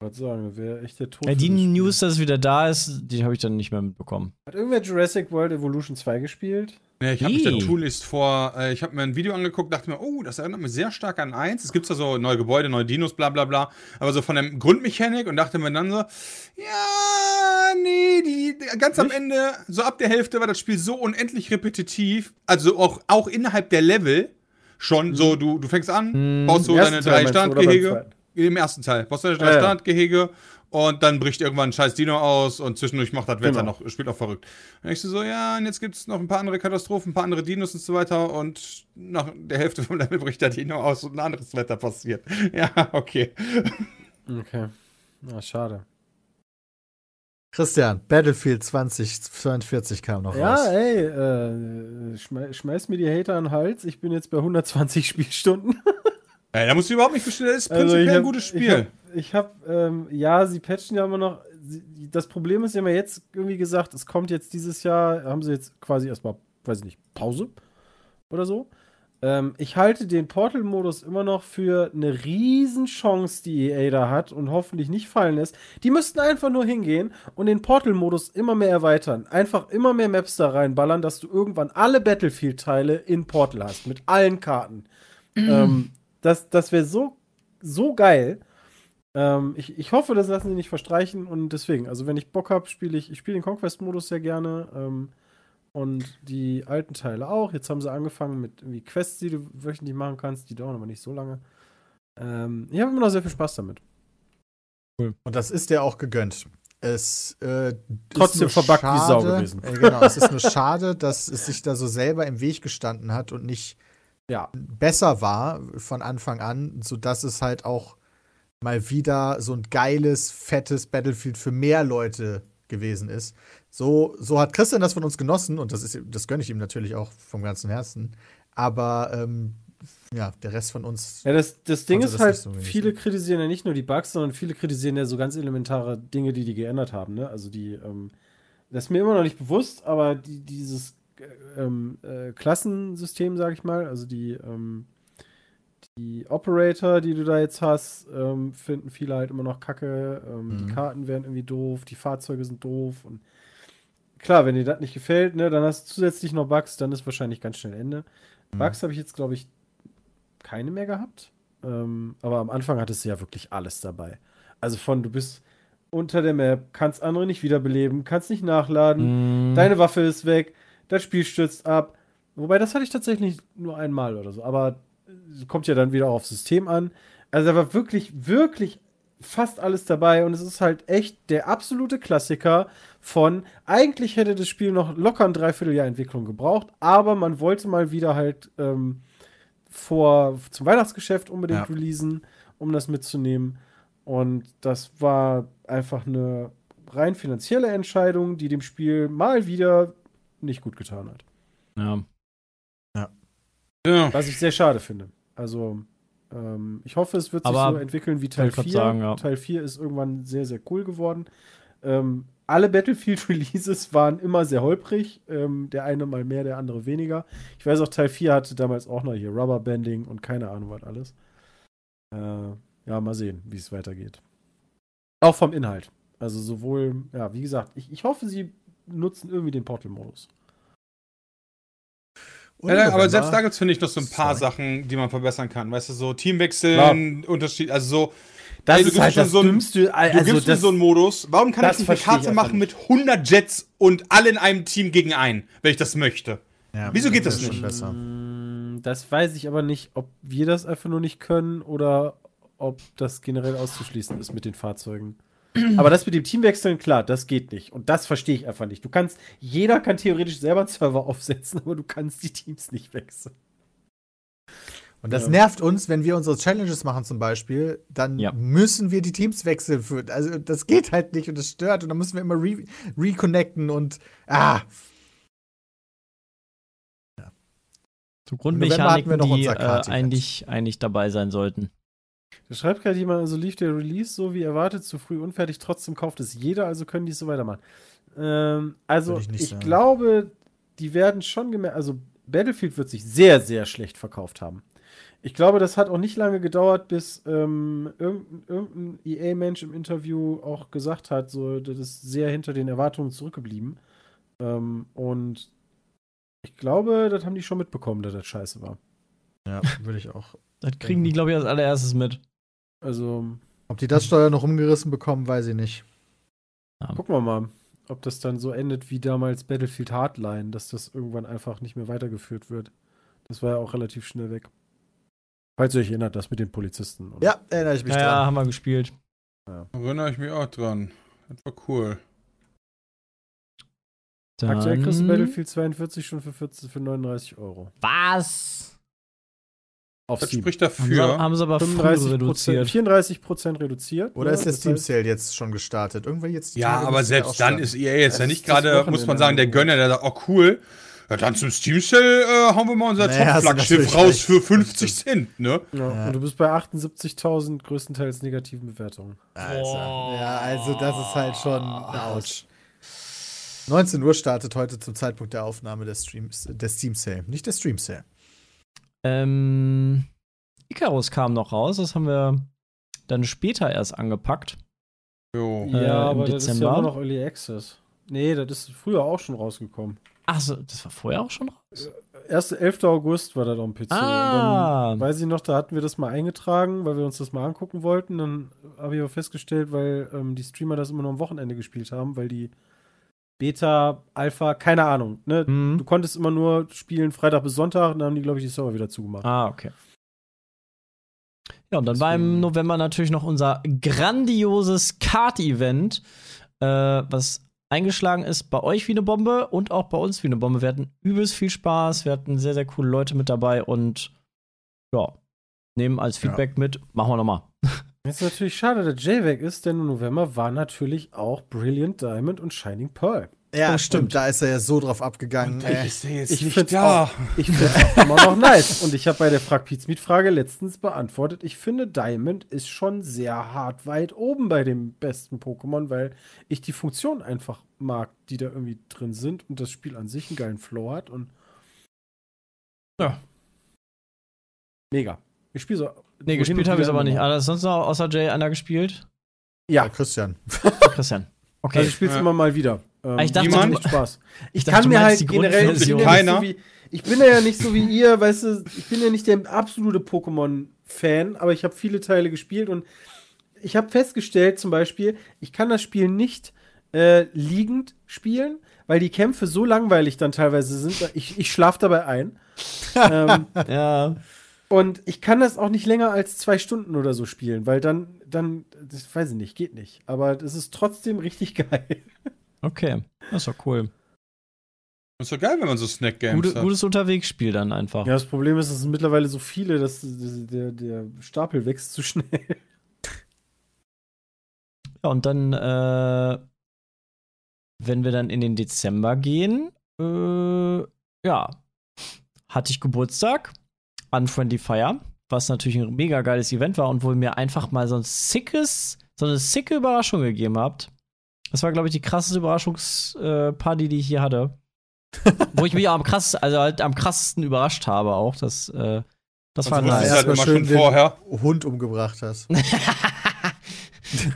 [SPEAKER 6] Ich wollte sagen, das wäre echt der Tod.
[SPEAKER 1] Ja,
[SPEAKER 6] für
[SPEAKER 1] die
[SPEAKER 6] das Spiel.
[SPEAKER 1] News, dass es wieder da ist, die habe ich dann nicht mehr mitbekommen.
[SPEAKER 6] Hat irgendwer Jurassic World Evolution 2 gespielt?
[SPEAKER 5] Ja, ich habe mich
[SPEAKER 1] Ih.
[SPEAKER 5] da tunlichst vor, äh, ich habe mir ein Video angeguckt, dachte mir, oh, das erinnert mich sehr stark an eins. Es gibt ja so neue Gebäude, neue Dinos, bla bla bla. Aber so von der Grundmechanik und dachte mir dann so, ja, nee, die, die- ganz am Ende, so ab der Hälfte war das Spiel so unendlich repetitiv. Also auch, auch innerhalb der Level schon so, du, du fängst an, baust so
[SPEAKER 6] Mhm. Im ersten
[SPEAKER 5] deine
[SPEAKER 6] Teil
[SPEAKER 5] drei
[SPEAKER 6] meinst du, oder beim
[SPEAKER 5] Standgehege.
[SPEAKER 6] zweiten?
[SPEAKER 5] Im ersten Teil. Baust deine drei
[SPEAKER 6] Ah, ja.
[SPEAKER 5] Standgehege und dann bricht irgendwann ein scheiß Dino aus und zwischendurch macht das Wetter
[SPEAKER 6] Genau.
[SPEAKER 5] noch, spielt auch verrückt. Und ich so, so, ja, und jetzt gibt es noch ein paar andere Katastrophen, ein paar andere Dinos und so weiter und nach der Hälfte vom Level bricht der Dino aus und ein anderes Wetter passiert. Ja, okay.
[SPEAKER 6] Okay. Na, schade.
[SPEAKER 2] Christian, Battlefield 2042 kam noch
[SPEAKER 6] Ja,
[SPEAKER 2] raus.
[SPEAKER 6] ey, äh, schmei schmeiß mir die Hater an den Hals. Ich bin jetzt bei 120 Spielstunden.
[SPEAKER 5] Ey, Äh, da musst du überhaupt nicht bestellen, das ist
[SPEAKER 6] Also,
[SPEAKER 5] prinzipiell
[SPEAKER 6] ich
[SPEAKER 5] ein
[SPEAKER 6] hab-
[SPEAKER 5] gutes
[SPEAKER 6] Ich
[SPEAKER 5] Spiel.
[SPEAKER 6] habe, ich hab, ähm, ja, sie patchen ja immer noch. Sie, das Problem ist ja immer jetzt irgendwie gesagt, es kommt jetzt dieses Jahr, haben sie jetzt quasi erstmal, weiß ich nicht, Pause oder so. Ähm, ich halte den Portal-Modus immer noch für eine Riesenchance, die EA da hat und hoffentlich nicht fallen lässt. Die müssten einfach nur hingehen und den Portal-Modus immer mehr erweitern. Einfach immer mehr Maps da reinballern, dass du irgendwann alle Battlefield-Teile in Portal hast, mit allen Karten. ähm, das das wäre so, so geil. Ähm, ich, ich hoffe, das lassen sie nicht verstreichen und deswegen, also wenn ich Bock habe, spiele ich, ich spiele den Conquest-Modus sehr gerne ähm, und die alten Teile auch. Jetzt haben sie angefangen mit irgendwie Quests, die du wöchentlich machen kannst, die dauern aber nicht so lange. Ähm, ich habe immer noch sehr viel Spaß damit.
[SPEAKER 2] Und das ist dir auch gegönnt. Es äh,
[SPEAKER 6] Trotzdem
[SPEAKER 2] nur
[SPEAKER 6] verbuggt wie Sau
[SPEAKER 2] schade-
[SPEAKER 6] gewesen.
[SPEAKER 2] Äh, genau, es ist nur schade, dass es sich da so selber im Weg gestanden hat und nicht
[SPEAKER 6] Ja.
[SPEAKER 2] besser war von Anfang an, sodass es halt auch mal wieder so ein geiles, fettes Battlefield für mehr Leute gewesen ist. So, so hat Christian das von uns genossen und das, ist, das gönne ich ihm natürlich auch vom ganzen Herzen. Aber ähm, ja, der Rest von uns
[SPEAKER 6] Ja, das, das Ding
[SPEAKER 2] Konnte
[SPEAKER 6] ist
[SPEAKER 2] Also das
[SPEAKER 6] halt,
[SPEAKER 2] nicht so ne? genießen.
[SPEAKER 6] viele kritisieren ja nicht nur die Bugs, sondern viele kritisieren ja so ganz elementare Dinge, die die geändert haben. Ne? Also die, ähm, das ist mir immer noch nicht bewusst, aber die, dieses äh, ähm, äh, Klassensystem, sag ich mal, also die, ähm, die Operator, die du da jetzt hast, ähm, finden viele halt immer noch kacke. Ähm, Die
[SPEAKER 2] Mhm.
[SPEAKER 6] Karten werden irgendwie doof, die Fahrzeuge sind doof und klar, wenn dir das nicht gefällt, ne, dann hast du zusätzlich noch Bugs, dann ist wahrscheinlich ganz schnell Ende.
[SPEAKER 2] Mhm.
[SPEAKER 6] Bugs habe ich jetzt, glaube ich, keine mehr gehabt. Ähm, aber am Anfang hattest du ja wirklich alles dabei. Also von du bist unter der Map, kannst andere nicht wiederbeleben, kannst nicht nachladen, deine Waffe ist weg, das Spiel stürzt ab. Wobei, das hatte ich tatsächlich nur einmal oder so. Aber äh, kommt ja dann wieder auch aufs System an. Also da war wirklich, wirklich fast alles dabei und es ist halt echt der absolute Klassiker von eigentlich hätte das Spiel noch locker ein Dreivierteljahr Entwicklung gebraucht, aber man wollte mal wieder halt ähm, vor zum Weihnachtsgeschäft unbedingt
[SPEAKER 5] Ja.
[SPEAKER 6] releasen, um das mitzunehmen. Und das war einfach eine rein finanzielle Entscheidung, die dem Spiel mal wieder nicht gut getan hat.
[SPEAKER 1] Ja.
[SPEAKER 5] Ja.
[SPEAKER 6] Was ich sehr schade finde. Also, ähm, ich hoffe, es wird sich
[SPEAKER 1] Aber-
[SPEAKER 6] so entwickeln wie
[SPEAKER 1] wollte
[SPEAKER 6] Teil
[SPEAKER 1] grad
[SPEAKER 6] 4.
[SPEAKER 1] sagen, ja.
[SPEAKER 6] Teil 4 ist irgendwann sehr, sehr cool geworden. Ähm, alle Battlefield-Releases waren immer sehr holprig. Ähm, der eine mal mehr, der andere weniger. Ich weiß auch, Teil 4 hatte damals auch noch hier Rubberbanding und keine Ahnung, was alles. Äh, ja, mal sehen, wie es weitergeht. Auch vom Inhalt. Also sowohl, ja, wie gesagt, ich, ich hoffe, sie nutzen irgendwie den Portal-Modus.
[SPEAKER 2] Und
[SPEAKER 5] ja,
[SPEAKER 2] im
[SPEAKER 5] aber
[SPEAKER 2] November-
[SPEAKER 5] selbst da gibt es, finde ich, noch so ein paar
[SPEAKER 2] Sorry.
[SPEAKER 5] Sachen, die man verbessern kann. Weißt du, so Teamwechseln,
[SPEAKER 6] Klar.
[SPEAKER 5] Unterschied, also so,
[SPEAKER 6] Das
[SPEAKER 5] Ey, du
[SPEAKER 6] ist
[SPEAKER 5] gibst
[SPEAKER 6] halt
[SPEAKER 5] mir
[SPEAKER 6] das
[SPEAKER 5] so ein-
[SPEAKER 6] dümmste.
[SPEAKER 5] du
[SPEAKER 6] also
[SPEAKER 5] gibst mir
[SPEAKER 6] das,
[SPEAKER 5] so einen Modus. Warum kann
[SPEAKER 6] das
[SPEAKER 5] ich nicht eine
[SPEAKER 6] verstehe ich
[SPEAKER 5] Karte
[SPEAKER 6] einfach
[SPEAKER 5] machen mit 100 Jets und alle in einem Team gegen einen, wenn ich das möchte?
[SPEAKER 2] Ja,
[SPEAKER 5] Wieso geht das
[SPEAKER 2] ist schon
[SPEAKER 5] nicht?
[SPEAKER 2] Besser.
[SPEAKER 6] Mm, Das weiß ich aber nicht, ob wir das einfach nur nicht können oder ob das generell auszuschließen ist mit den Fahrzeugen. Aber das mit dem Teamwechseln, klar, das geht nicht. Und das verstehe ich einfach nicht. Du kannst, jeder kann theoretisch selber einen Server aufsetzen, aber du kannst die Teams nicht wechseln.
[SPEAKER 2] Und das
[SPEAKER 6] Ja.
[SPEAKER 2] nervt uns, wenn wir unsere Challenges machen zum Beispiel, dann
[SPEAKER 1] Ja.
[SPEAKER 2] müssen wir die Teams wechseln. Für, also das geht halt nicht und das stört und dann müssen wir immer re reconnecten und ah,
[SPEAKER 1] So
[SPEAKER 2] November hatten
[SPEAKER 1] Grundmechaniken,
[SPEAKER 2] wir noch
[SPEAKER 1] die
[SPEAKER 2] unser
[SPEAKER 1] äh,
[SPEAKER 2] Kart-Event.
[SPEAKER 1] eigentlich, eigentlich dabei sein sollten.
[SPEAKER 6] Da schreibt gerade jemand, also lief der Release so wie erwartet, zu früh unfertig, trotzdem kauft es jeder, also können die es so weitermachen. Ähm, also
[SPEAKER 2] Würde
[SPEAKER 6] ich,
[SPEAKER 2] ich nicht sagen.
[SPEAKER 6] glaube, die werden schon gemerkt, also Battlefield wird sich sehr, sehr schlecht verkauft haben. Ich glaube, das hat auch nicht lange gedauert, bis ähm, irgendein, irgendein EA-Mensch im Interview auch gesagt hat, so, das ist sehr hinter den Erwartungen zurückgeblieben. Ähm, und ich glaube, das haben die schon mitbekommen, dass das scheiße war.
[SPEAKER 2] ja, würde ich auch.
[SPEAKER 1] Das kriegen die, glaube ich, als allererstes mit.
[SPEAKER 6] Also,
[SPEAKER 2] Ob die das Steuer noch umgerissen bekommen, weiß ich nicht.
[SPEAKER 6] Gucken wir mal, ob das dann so endet wie damals Battlefield Hardline, dass das irgendwann einfach nicht mehr weitergeführt wird. Das war ja auch relativ schnell weg. Falls ihr euch erinnert, das mit den Polizisten. und-
[SPEAKER 2] Ja, erinnere ich mich
[SPEAKER 1] Ja, ja,
[SPEAKER 2] dran.
[SPEAKER 1] haben wir gespielt.
[SPEAKER 5] Erinnere ich mich auch dran. Das war cool.
[SPEAKER 6] Aktuell kriegst du
[SPEAKER 1] Dann-
[SPEAKER 6] Battlefield 42 schon für, 14, für 39 Euro.
[SPEAKER 1] Was?
[SPEAKER 6] Auf
[SPEAKER 5] Das
[SPEAKER 6] Steam.
[SPEAKER 5] spricht
[SPEAKER 1] Haben sie,
[SPEAKER 5] dafür.
[SPEAKER 1] haben sie aber früh
[SPEAKER 6] 35
[SPEAKER 1] reduziert.
[SPEAKER 6] 34 Prozent reduziert.
[SPEAKER 2] Oder
[SPEAKER 6] ne?
[SPEAKER 2] ist der
[SPEAKER 6] Das
[SPEAKER 2] Steam
[SPEAKER 6] heißt-
[SPEAKER 2] Sale jetzt schon gestartet? Irgendwann jetzt? die
[SPEAKER 5] Ja,
[SPEAKER 2] Tage
[SPEAKER 5] aber
[SPEAKER 2] muss
[SPEAKER 5] selbst dann
[SPEAKER 2] aussteigen.
[SPEAKER 5] ist EA jetzt ja
[SPEAKER 6] Das
[SPEAKER 5] nicht
[SPEAKER 6] ist das
[SPEAKER 5] gerade, muss man
[SPEAKER 6] Wochenende. ne?
[SPEAKER 5] sagen, der Gönner, der sagt, oh cool, ja, dann zum Steam Sale äh, hauen wir mal unser
[SPEAKER 2] Naja, hast du
[SPEAKER 5] Top-Flaggschiff
[SPEAKER 2] natürlich
[SPEAKER 5] raus
[SPEAKER 2] recht.
[SPEAKER 5] für 50 Cent, ne?
[SPEAKER 6] Ja.
[SPEAKER 2] Ja.
[SPEAKER 6] genau. Und du bist bei 78.000 größtenteils negativen Bewertungen.
[SPEAKER 2] Also, ja, also das ist halt schon. Autsch. 19 Uhr startet heute zum Zeitpunkt der Aufnahme des Streams, der Steam Sale. Nicht der Stream Sale.
[SPEAKER 1] Ähm, Icarus kam noch raus, das haben wir dann später erst angepackt.
[SPEAKER 5] Jo.
[SPEAKER 1] Äh,
[SPEAKER 6] ja,
[SPEAKER 1] im
[SPEAKER 6] aber das ist ja
[SPEAKER 1] Dezember?
[SPEAKER 6] immer noch Early Access. Nee, das ist früher auch schon rausgekommen.
[SPEAKER 1] Achso, das war vorher auch schon raus?
[SPEAKER 6] Äh, 1. 11. August war das auf dem PC.
[SPEAKER 1] Ah.
[SPEAKER 6] Und dann, weiß ich noch, da hatten wir das mal eingetragen, weil wir uns das mal angucken wollten. Dann habe ich aber festgestellt, weil ähm, die Streamer das immer nur am Wochenende gespielt haben, weil die Beta, Alpha, keine Ahnung. Ne?
[SPEAKER 1] Mhm.
[SPEAKER 6] Du konntest immer nur spielen Freitag bis Sonntag und dann haben die, glaube ich, die Server wieder zugemacht.
[SPEAKER 1] Ah, okay. Ja, und dann war
[SPEAKER 6] Deswegen-
[SPEAKER 1] im November natürlich noch unser grandioses Kart-Event, äh, was eingeschlagen ist bei euch wie eine Bombe und auch bei uns wie eine Bombe. Wir hatten übelst viel Spaß, wir hatten sehr, sehr coole Leute mit dabei und ja, nehmen als Feedback mit, machen wir nochmal.
[SPEAKER 6] Jetzt ist natürlich schade, dass Jay weg ist, denn im November war natürlich auch Brilliant Diamond und Shining Pearl.
[SPEAKER 2] Ja,
[SPEAKER 1] Das
[SPEAKER 2] stimmt.
[SPEAKER 1] stimmt.
[SPEAKER 2] Da ist er ja so drauf abgegangen. ey.
[SPEAKER 5] ist der jetzt
[SPEAKER 6] ich find's auch- Ich finde es immer noch nice. Und ich habe bei der Frag Pizza Meet Frage letztens beantwortet, ich finde Diamond ist schon sehr hart weit oben bei dem besten Pokémon, weil ich die Funktion einfach mag, die da irgendwie drin sind und das Spiel an sich einen geilen Flow hat und
[SPEAKER 1] Ja.
[SPEAKER 6] Mega. Ich spiele so.
[SPEAKER 1] Nee, gespielt habe ich es aber nicht. Alles sonst noch außer Jay einer gespielt?
[SPEAKER 2] Ja, Christian.
[SPEAKER 1] Christian. Okay.
[SPEAKER 6] Also ich spiele es
[SPEAKER 5] Ja.
[SPEAKER 6] immer mal wieder. Ähm,
[SPEAKER 1] Ah, ich dachte,
[SPEAKER 6] macht
[SPEAKER 5] du-
[SPEAKER 6] echt Spaß. Ich
[SPEAKER 1] dachte,
[SPEAKER 6] kann
[SPEAKER 1] du
[SPEAKER 6] mir halt
[SPEAKER 1] meinst die
[SPEAKER 6] generell ich bin,
[SPEAKER 1] Grundversion.
[SPEAKER 6] ja nicht so
[SPEAKER 5] Keiner?
[SPEAKER 6] wie, ich bin ja nicht so wie ihr, weißt du, ich bin ja nicht der absolute Pokémon-Fan, aber ich habe viele Teile gespielt und ich habe festgestellt, zum Beispiel, ich kann das Spiel nicht äh, liegend spielen, weil die Kämpfe so langweilig dann teilweise sind. Ich, ich schlafe dabei ein. ähm,
[SPEAKER 1] ja.
[SPEAKER 6] und ich kann das auch nicht länger als zwei Stunden oder so spielen, weil dann, dann, das weiß ich nicht, geht nicht. Aber es ist trotzdem richtig geil.
[SPEAKER 1] Okay. Das war cool.
[SPEAKER 5] Ist doch geil, wenn man so Snack-Games
[SPEAKER 1] Gute,
[SPEAKER 5] hat.
[SPEAKER 1] gutes Unterwegsspiel dann einfach.
[SPEAKER 6] Ja, das Problem ist, es sind mittlerweile so viele, dass dass der, der Stapel wächst zu schnell.
[SPEAKER 1] Ja, und dann, äh, wenn wir dann in den Dezember gehen, äh, ja, hatte ich Geburtstag an Friendly Fire, was natürlich ein mega geiles Event war und wo ihr mir einfach mal so ein sickes, so eine sicke Überraschung gegeben habt. Das war, glaube ich, die krasseste Überraschungsparty, die ich hier hatte. wo ich mich am krassesten, also halt am krassesten überrascht habe auch. Das, äh, das war
[SPEAKER 5] du wusstest
[SPEAKER 1] nice.
[SPEAKER 5] halt
[SPEAKER 2] Erstmal
[SPEAKER 5] immer
[SPEAKER 2] schön
[SPEAKER 5] schon
[SPEAKER 2] den-
[SPEAKER 5] vorher.
[SPEAKER 2] Hund umgebracht hast.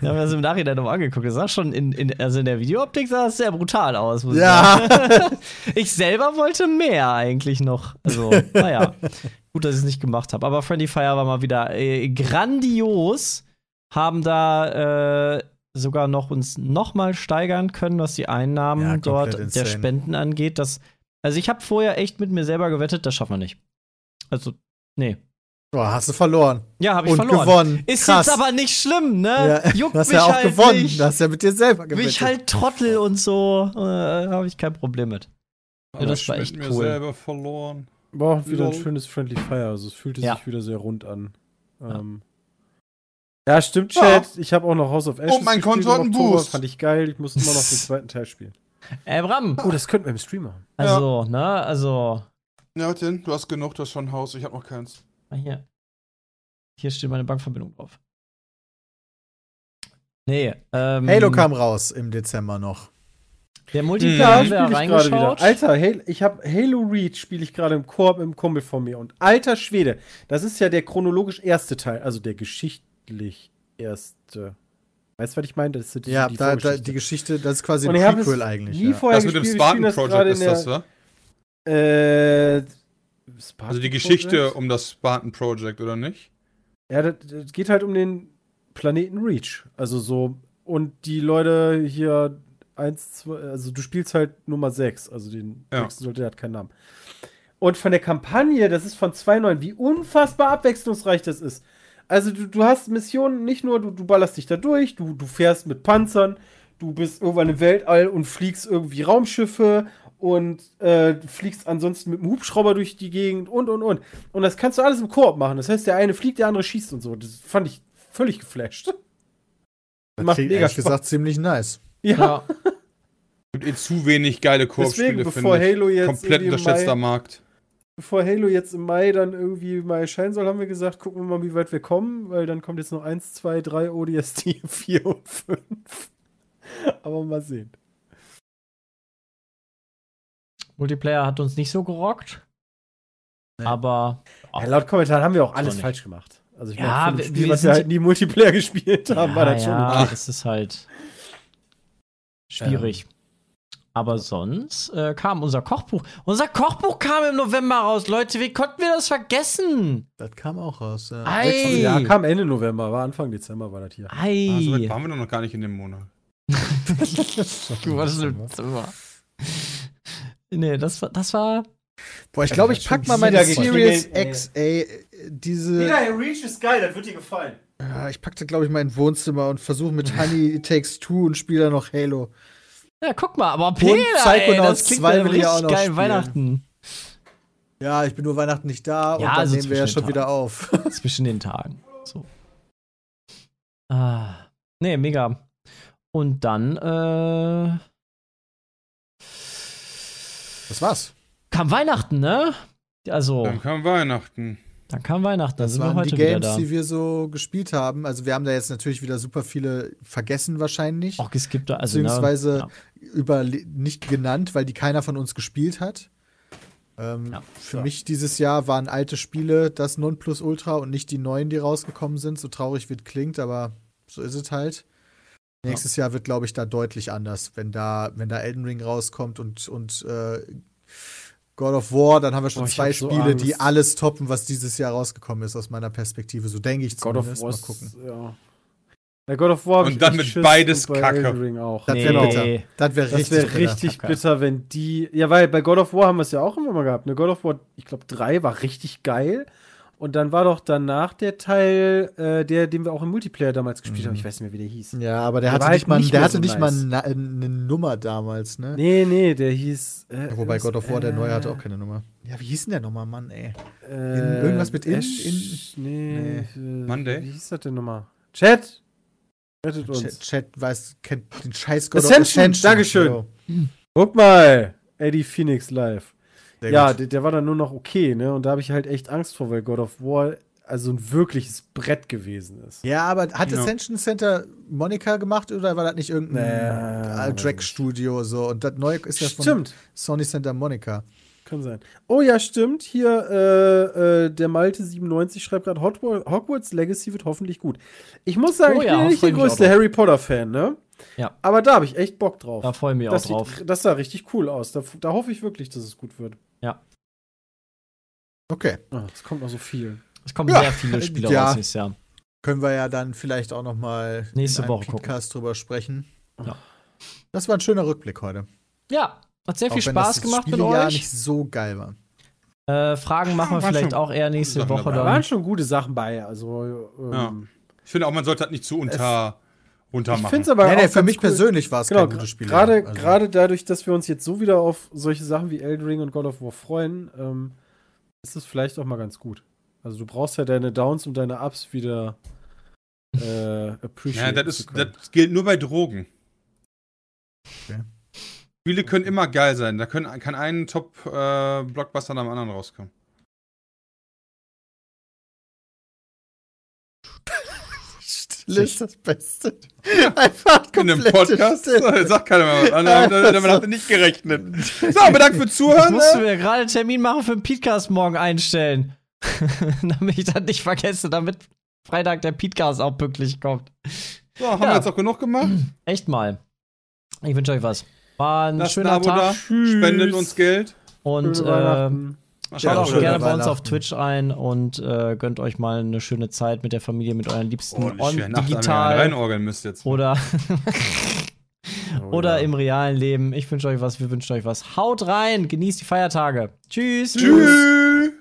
[SPEAKER 1] Wir haben das im Nachhinein nochmal angeguckt. Das sah schon in, in, also in der Videooptik sah das sehr brutal aus. muss ich
[SPEAKER 2] Ja.
[SPEAKER 1] sagen. ich selber wollte mehr eigentlich noch. Also, naja. Gut, dass ich es nicht gemacht habe. Aber Friendly Fire war mal wieder äh, grandios. Haben da äh, sogar noch uns nochmal steigern können, was die Einnahmen
[SPEAKER 2] Ja, komplett
[SPEAKER 1] dort der
[SPEAKER 2] insane.
[SPEAKER 1] Spenden angeht. Das, also ich habe vorher echt mit mir selber gewettet, das schaffen wir nicht. Also, nee.
[SPEAKER 2] Boah, hast du verloren.
[SPEAKER 1] Ja, habe ich
[SPEAKER 2] und
[SPEAKER 1] verloren.
[SPEAKER 2] gewonnen.
[SPEAKER 1] Ist
[SPEAKER 2] Krass.
[SPEAKER 1] jetzt aber nicht schlimm, ne?
[SPEAKER 2] ja,
[SPEAKER 1] Juckt
[SPEAKER 2] du hast
[SPEAKER 1] mich
[SPEAKER 2] ja auch
[SPEAKER 1] halt
[SPEAKER 2] gewonnen.
[SPEAKER 1] nicht.
[SPEAKER 2] Du hast ja mit dir selber
[SPEAKER 1] Bin
[SPEAKER 2] gewettet.
[SPEAKER 1] ich halt Trottel und so, äh, habe ich kein Problem mit. Ja,
[SPEAKER 5] Aber
[SPEAKER 1] das
[SPEAKER 5] ich
[SPEAKER 1] war
[SPEAKER 5] bin
[SPEAKER 1] echt
[SPEAKER 5] mir
[SPEAKER 1] cool.
[SPEAKER 5] selber verloren.
[SPEAKER 6] Boah, wieder ein
[SPEAKER 5] Lol.
[SPEAKER 6] schönes Friendly Fire. Also es fühlte
[SPEAKER 1] Ja.
[SPEAKER 6] sich wieder sehr rund an.
[SPEAKER 1] Ja.
[SPEAKER 6] Ähm, ja. stimmt,
[SPEAKER 5] Ja.
[SPEAKER 6] Chat. Ich habe auch noch House of Ashes
[SPEAKER 5] Und mein
[SPEAKER 6] gespielt
[SPEAKER 5] Konto hat
[SPEAKER 6] im
[SPEAKER 5] einen
[SPEAKER 6] Oktober.
[SPEAKER 5] Boost.
[SPEAKER 6] Fand ich geil. Ich muss immer noch den zweiten Teil spielen.
[SPEAKER 1] Ey, Äh, Bram,
[SPEAKER 6] Oh, das könnten wir im Stream machen.
[SPEAKER 1] also, ne, also,
[SPEAKER 5] Ja, was denn? Du hast genug, du hast schon ein Haus, ich hab noch keins.
[SPEAKER 1] mal hier. Hier steht meine Bankverbindung drauf. Nee, ähm.
[SPEAKER 2] Halo kam raus im Dezember noch.
[SPEAKER 1] Der
[SPEAKER 5] Ja,
[SPEAKER 1] Multiplayer Mhm. haben wir
[SPEAKER 6] Hm. spiel
[SPEAKER 1] da
[SPEAKER 6] gerade wieder.
[SPEAKER 1] reingeschaut.
[SPEAKER 6] Alter, Halo, ich habe Halo Reach spiele ich gerade im Koop im Kumpel von mir. Und alter Schwede, das ist ja der chronologisch erste Teil, also der geschichtlich erste. Weißt du, was ich meine? Das ist
[SPEAKER 2] Ja, da, da,
[SPEAKER 6] Vorgeschichte.
[SPEAKER 2] die Geschichte, das ist quasi ein
[SPEAKER 6] Und ich hab
[SPEAKER 2] Prequel
[SPEAKER 6] es
[SPEAKER 2] eigentlich.
[SPEAKER 6] nie
[SPEAKER 2] Ja.
[SPEAKER 6] vorher
[SPEAKER 5] das mit dem
[SPEAKER 6] gespielt. Ich spiel das gerade
[SPEAKER 5] Spartan-Project ist
[SPEAKER 6] in der-
[SPEAKER 5] das, ne?
[SPEAKER 6] Äh,
[SPEAKER 5] Also die Geschichte um das Spartan-Project, oder nicht?
[SPEAKER 6] Ja, das, das geht halt um den Planeten Reach. Also so. Und die Leute hier eins, zwei, also du spielst halt Nummer 6, also den
[SPEAKER 5] Ja.
[SPEAKER 6] nächsten Soldat der hat keinen Namen. Und von der Kampagne, das ist von 2.9, wie unfassbar abwechslungsreich das ist. Also du, du hast Missionen, nicht nur du, du ballerst dich da durch, du, du fährst mit Panzern, du bist irgendwann im Weltall und fliegst irgendwie Raumschiffe und äh, fliegst ansonsten mit dem Hubschrauber durch die Gegend und und und. Und das kannst du alles im Koop machen. Das heißt, der eine fliegt, der andere schießt und so. Das fand ich völlig geflasht.
[SPEAKER 2] Das
[SPEAKER 6] macht
[SPEAKER 2] klingt
[SPEAKER 6] mega
[SPEAKER 2] ehrlich
[SPEAKER 6] Spaß.
[SPEAKER 2] gesagt ziemlich nice.
[SPEAKER 6] Ja,
[SPEAKER 1] Ja.
[SPEAKER 5] Gibt eh zu wenig geile
[SPEAKER 6] deswegen,
[SPEAKER 5] Koop-Spiele,
[SPEAKER 6] bevor
[SPEAKER 5] finde ich.
[SPEAKER 6] Halo jetzt
[SPEAKER 5] Komplett
[SPEAKER 6] irgendwie im Mai-
[SPEAKER 5] unterschätzter Markt.
[SPEAKER 6] bevor Halo jetzt im Mai dann irgendwie mal erscheinen soll, haben wir gesagt, gucken wir mal, wie weit wir kommen, weil dann kommt jetzt noch 1, 2, 3 ODST 4 und 5. Aber mal sehen.
[SPEAKER 1] Multiplayer hat uns nicht so gerockt.
[SPEAKER 2] Nee.
[SPEAKER 1] Aber.
[SPEAKER 6] Ja, laut Kommentaren haben wir auch alles
[SPEAKER 1] nicht.
[SPEAKER 6] falsch gemacht. Also ich
[SPEAKER 1] Ja,
[SPEAKER 6] meine, für ein
[SPEAKER 1] wir-
[SPEAKER 6] Spiel,
[SPEAKER 1] wir
[SPEAKER 6] was
[SPEAKER 1] sind
[SPEAKER 6] wir
[SPEAKER 1] ja-
[SPEAKER 6] halt nie Multiplayer gespielt haben, war das schon
[SPEAKER 1] ja,
[SPEAKER 6] okay.
[SPEAKER 1] das ist halt. Schwierig. Aber sonst äh, kam unser Kochbuch. Unser Kochbuch kam im November raus, Leute. Wie konnten wir das vergessen?
[SPEAKER 2] Das kam auch raus. Ja.
[SPEAKER 1] Ei.
[SPEAKER 6] Ja, kam Ende November, war Anfang Dezember war das hier.
[SPEAKER 1] Ei.
[SPEAKER 5] Ah, so weit waren wir doch noch gar nicht in dem Monat.
[SPEAKER 1] Du warst im
[SPEAKER 2] ne?
[SPEAKER 1] Zimmer. Nee, das war, das war.
[SPEAKER 2] Boah, ich glaube, ich pack mal meine
[SPEAKER 6] wieder geklingelt,
[SPEAKER 2] Series
[SPEAKER 6] ey.
[SPEAKER 2] X, ey. äh, Diese.
[SPEAKER 6] Reach ist geil, das wird dir gefallen.
[SPEAKER 2] Ja, ich packte, glaube ich, mein Wohnzimmer und versuche mit Honey Takes Two und spiele dann noch Halo.
[SPEAKER 1] Ja, guck mal, aber Peter, ey,
[SPEAKER 2] Psychonauts
[SPEAKER 1] das klingt
[SPEAKER 2] 2
[SPEAKER 1] nach einem
[SPEAKER 2] will ich auch
[SPEAKER 1] richtig
[SPEAKER 2] noch
[SPEAKER 1] geilen
[SPEAKER 2] spielen.
[SPEAKER 1] Weihnachten.
[SPEAKER 2] Ja, ich bin nur Weihnachten nicht da und
[SPEAKER 1] Ja,
[SPEAKER 2] dann
[SPEAKER 1] also
[SPEAKER 2] nehmen wir ja
[SPEAKER 1] zwischen den Tagen.
[SPEAKER 2] schon wieder auf.
[SPEAKER 1] Zwischen den Tagen. So. Ah. Nee, mega. Und dann, äh.
[SPEAKER 2] Das war's.
[SPEAKER 1] Kam Weihnachten, ne? Also,
[SPEAKER 5] Dann kam Weihnachten.
[SPEAKER 1] dann kam Weihnachten. Dann
[SPEAKER 2] Das
[SPEAKER 1] sind wir
[SPEAKER 2] waren die
[SPEAKER 1] heute wieder
[SPEAKER 2] Games,
[SPEAKER 1] da.
[SPEAKER 2] die wir so gespielt haben. Also wir haben da jetzt natürlich wieder super viele vergessen wahrscheinlich.
[SPEAKER 1] Auch geskippt, also.
[SPEAKER 2] beziehungsweise
[SPEAKER 1] ne?
[SPEAKER 2] über nicht genannt, weil die keiner von uns gespielt hat. Ähm,
[SPEAKER 1] Ja,
[SPEAKER 2] für
[SPEAKER 1] so.
[SPEAKER 2] mich dieses Jahr waren alte Spiele das Nonplusultra und nicht die neuen, die rausgekommen sind. So traurig wie es klingt, aber so ist es halt. Nächstes Jahr wird, glaube ich, da deutlich anders, wenn da, wenn da Elden Ring rauskommt und, und äh, God of War, dann haben wir schon
[SPEAKER 6] Boah, Oh, ich
[SPEAKER 2] zwei
[SPEAKER 6] hab so
[SPEAKER 2] Spiele, die
[SPEAKER 6] Angst.
[SPEAKER 2] alles toppen, was dieses Jahr rausgekommen ist, aus meiner Perspektive. So denke ich
[SPEAKER 6] God of
[SPEAKER 2] zumindest.
[SPEAKER 6] War.
[SPEAKER 2] Mal
[SPEAKER 6] ist-
[SPEAKER 2] gucken.
[SPEAKER 6] Ja. Bei God of War hab
[SPEAKER 5] Und
[SPEAKER 6] ich
[SPEAKER 5] dann
[SPEAKER 6] echt
[SPEAKER 5] mit
[SPEAKER 6] Schiss
[SPEAKER 5] beides
[SPEAKER 6] und bei
[SPEAKER 5] Kacke.
[SPEAKER 6] Elden Ring auch.
[SPEAKER 2] Das
[SPEAKER 1] Nee.
[SPEAKER 2] wäre bitter. Das wäre
[SPEAKER 6] Das
[SPEAKER 2] richtig,
[SPEAKER 6] wäre
[SPEAKER 2] bitter.
[SPEAKER 6] richtig
[SPEAKER 1] Kacke.
[SPEAKER 6] bitter, wenn die. Ja, weil bei God of War haben wir es ja auch immer mal gehabt. Ne? God of War, ich glaube, 3 war richtig geil. Und dann war doch danach der Teil, äh, der, den wir auch im Multiplayer damals gespielt
[SPEAKER 1] Mhm.
[SPEAKER 6] haben. Ich weiß nicht mehr, wie der hieß.
[SPEAKER 2] Ja, aber der
[SPEAKER 6] Der
[SPEAKER 2] hatte
[SPEAKER 6] war halt
[SPEAKER 2] nicht mal,
[SPEAKER 6] nicht
[SPEAKER 2] der
[SPEAKER 6] mehr
[SPEAKER 2] hatte
[SPEAKER 6] so
[SPEAKER 2] nicht mal
[SPEAKER 6] nice.
[SPEAKER 2] na- äh, eine Nummer damals, ne?
[SPEAKER 6] Nee, nee, der hieß. Äh,
[SPEAKER 2] Wobei
[SPEAKER 6] irgendwas-
[SPEAKER 2] God of War, der neue, hatte
[SPEAKER 6] äh,
[SPEAKER 2] auch keine Nummer. Ja, wie hieß denn der nochmal, Mann, ey?
[SPEAKER 6] Äh,
[SPEAKER 2] irgendwas mit in-
[SPEAKER 6] Ash- nee, äh,
[SPEAKER 5] Monday?
[SPEAKER 6] Wie hieß das denn nochmal? Chat! Rettet
[SPEAKER 2] Chat,
[SPEAKER 6] uns.
[SPEAKER 2] Chat weiß, kennt den scheiß God of
[SPEAKER 6] Ascension, Dankeschön.
[SPEAKER 2] Jo.
[SPEAKER 6] Guck mal! Eddie Phoenix live.
[SPEAKER 2] Sehr
[SPEAKER 6] ja,
[SPEAKER 2] gut.
[SPEAKER 6] der, der war dann nur noch okay, ne? Und da habe ich halt echt Angst vor, weil God of War also ein wirkliches Brett gewesen ist.
[SPEAKER 2] Ja, aber hat
[SPEAKER 1] Genau.
[SPEAKER 5] Ja.
[SPEAKER 2] Ascension Center Monika gemacht oder war das nicht irgendein
[SPEAKER 6] Nee,
[SPEAKER 2] äh, Drag-Studio so? Und das neue ist ja von
[SPEAKER 6] Stimmt,
[SPEAKER 2] Sony Center Monica.
[SPEAKER 6] kann sein. Oh ja, stimmt. Hier, äh, äh, der Malte97 schreibt gerade, Hot- Hogwarts Legacy wird hoffentlich gut. Ich muss sagen,
[SPEAKER 1] Oh
[SPEAKER 6] ich
[SPEAKER 1] ja,
[SPEAKER 6] bin ja nicht
[SPEAKER 1] freu
[SPEAKER 6] der
[SPEAKER 1] ich mich auch
[SPEAKER 6] größte
[SPEAKER 1] drauf.
[SPEAKER 6] Harry Potter-Fan, ne?
[SPEAKER 1] Ja.
[SPEAKER 6] Aber da habe ich echt Bock drauf.
[SPEAKER 1] Da freue ich mich auch
[SPEAKER 6] das,
[SPEAKER 1] drauf.
[SPEAKER 6] Sieht, das sah richtig cool aus. Da, da hoffe ich wirklich, dass es gut wird.
[SPEAKER 2] Okay,
[SPEAKER 6] Ah, es kommt noch so viel.
[SPEAKER 1] Es kommen
[SPEAKER 2] Ja.
[SPEAKER 1] sehr viele Spiele
[SPEAKER 2] Ja.
[SPEAKER 1] raus nächstes Jahr.
[SPEAKER 2] können wir ja dann vielleicht auch noch mal
[SPEAKER 1] Nächste
[SPEAKER 2] in einem
[SPEAKER 1] Woche gucken.
[SPEAKER 2] Podcast drüber sprechen.
[SPEAKER 1] Ja.
[SPEAKER 2] Das war ein schöner Rückblick heute.
[SPEAKER 1] Ja, hat sehr viel
[SPEAKER 2] Auch wenn
[SPEAKER 1] Spaß
[SPEAKER 2] das
[SPEAKER 1] gemacht mit
[SPEAKER 2] Spielejahr
[SPEAKER 1] euch.
[SPEAKER 2] nicht so geil war.
[SPEAKER 1] Äh, Fragen machen wir
[SPEAKER 5] Ja, war
[SPEAKER 1] vielleicht
[SPEAKER 5] schon
[SPEAKER 1] auch eher nächste
[SPEAKER 5] Sachen
[SPEAKER 1] Woche
[SPEAKER 5] dabei.
[SPEAKER 6] Da
[SPEAKER 1] dann.
[SPEAKER 6] waren schon gute Sachen bei. Also, ähm,
[SPEAKER 5] Ich finde auch, man sollte das nicht zu unter, runter
[SPEAKER 6] ich
[SPEAKER 5] machen.
[SPEAKER 6] finde es aber
[SPEAKER 2] Nee,
[SPEAKER 6] auch
[SPEAKER 2] nee, für
[SPEAKER 6] ganz
[SPEAKER 2] mich
[SPEAKER 6] cool.
[SPEAKER 2] persönlich war es
[SPEAKER 6] Genau,
[SPEAKER 2] kein gutes Spiel.
[SPEAKER 6] gerade
[SPEAKER 2] Also,
[SPEAKER 6] gerade dadurch, dass wir uns jetzt so wieder auf solche Sachen wie Elden Ring und God of War freuen, ähm, ist es vielleicht auch mal ganz gut. Also du brauchst ja deine Downs und deine Ups wieder äh,
[SPEAKER 5] Ja,
[SPEAKER 6] appreciate.
[SPEAKER 5] das,
[SPEAKER 6] zu
[SPEAKER 5] ist,
[SPEAKER 6] können.
[SPEAKER 5] das gilt nur bei Drogen.
[SPEAKER 2] Okay.
[SPEAKER 5] Spiele können immer geil sein. Da können, kann ein Top-Blockbuster nach dem anderen rauskommen.
[SPEAKER 2] Stille ist das Beste. Einfach
[SPEAKER 5] In einem
[SPEAKER 2] komplette
[SPEAKER 5] Podcast
[SPEAKER 2] Stille.
[SPEAKER 5] sagt keiner mehr. was. Damit damit hat er nicht gerechnet. So, aber danke fürs
[SPEAKER 1] Ich
[SPEAKER 5] Zuhören.
[SPEAKER 1] musste
[SPEAKER 5] ne?
[SPEAKER 1] mir gerade einen Termin machen für den Podcast morgen einstellen. damit ich das nicht vergesse, damit Freitag der Podcast auch pünktlich kommt.
[SPEAKER 5] So, haben
[SPEAKER 1] Ja.
[SPEAKER 5] wir jetzt auch genug gemacht.
[SPEAKER 1] Echt mal. Ich wünsche euch was. War ein
[SPEAKER 5] Lasst ein
[SPEAKER 1] schöner
[SPEAKER 5] Abo da.
[SPEAKER 1] Tag
[SPEAKER 5] Spendet uns Geld.
[SPEAKER 1] und
[SPEAKER 6] Schöne
[SPEAKER 1] äh,
[SPEAKER 6] Weihnachten.
[SPEAKER 5] Ach,
[SPEAKER 2] Ja,
[SPEAKER 1] schaut auch
[SPEAKER 5] schade.
[SPEAKER 2] schöne
[SPEAKER 1] gerne bei uns
[SPEAKER 2] Weihnachten.
[SPEAKER 1] auf Twitch ein und äh, gönnt euch mal eine schöne Zeit mit der Familie, mit euren Liebsten
[SPEAKER 5] Oh,
[SPEAKER 1] on,
[SPEAKER 5] schwer Nacht, haben wir gerade
[SPEAKER 1] digital
[SPEAKER 5] reinorgeln müsst jetzt.
[SPEAKER 1] oder,
[SPEAKER 6] Oh,
[SPEAKER 1] oder
[SPEAKER 6] ja.
[SPEAKER 1] im realen Leben. Ich wünsche euch was, wir wünschen euch was. Haut rein, genießt die Feiertage. Tschüss.
[SPEAKER 5] Tschüss.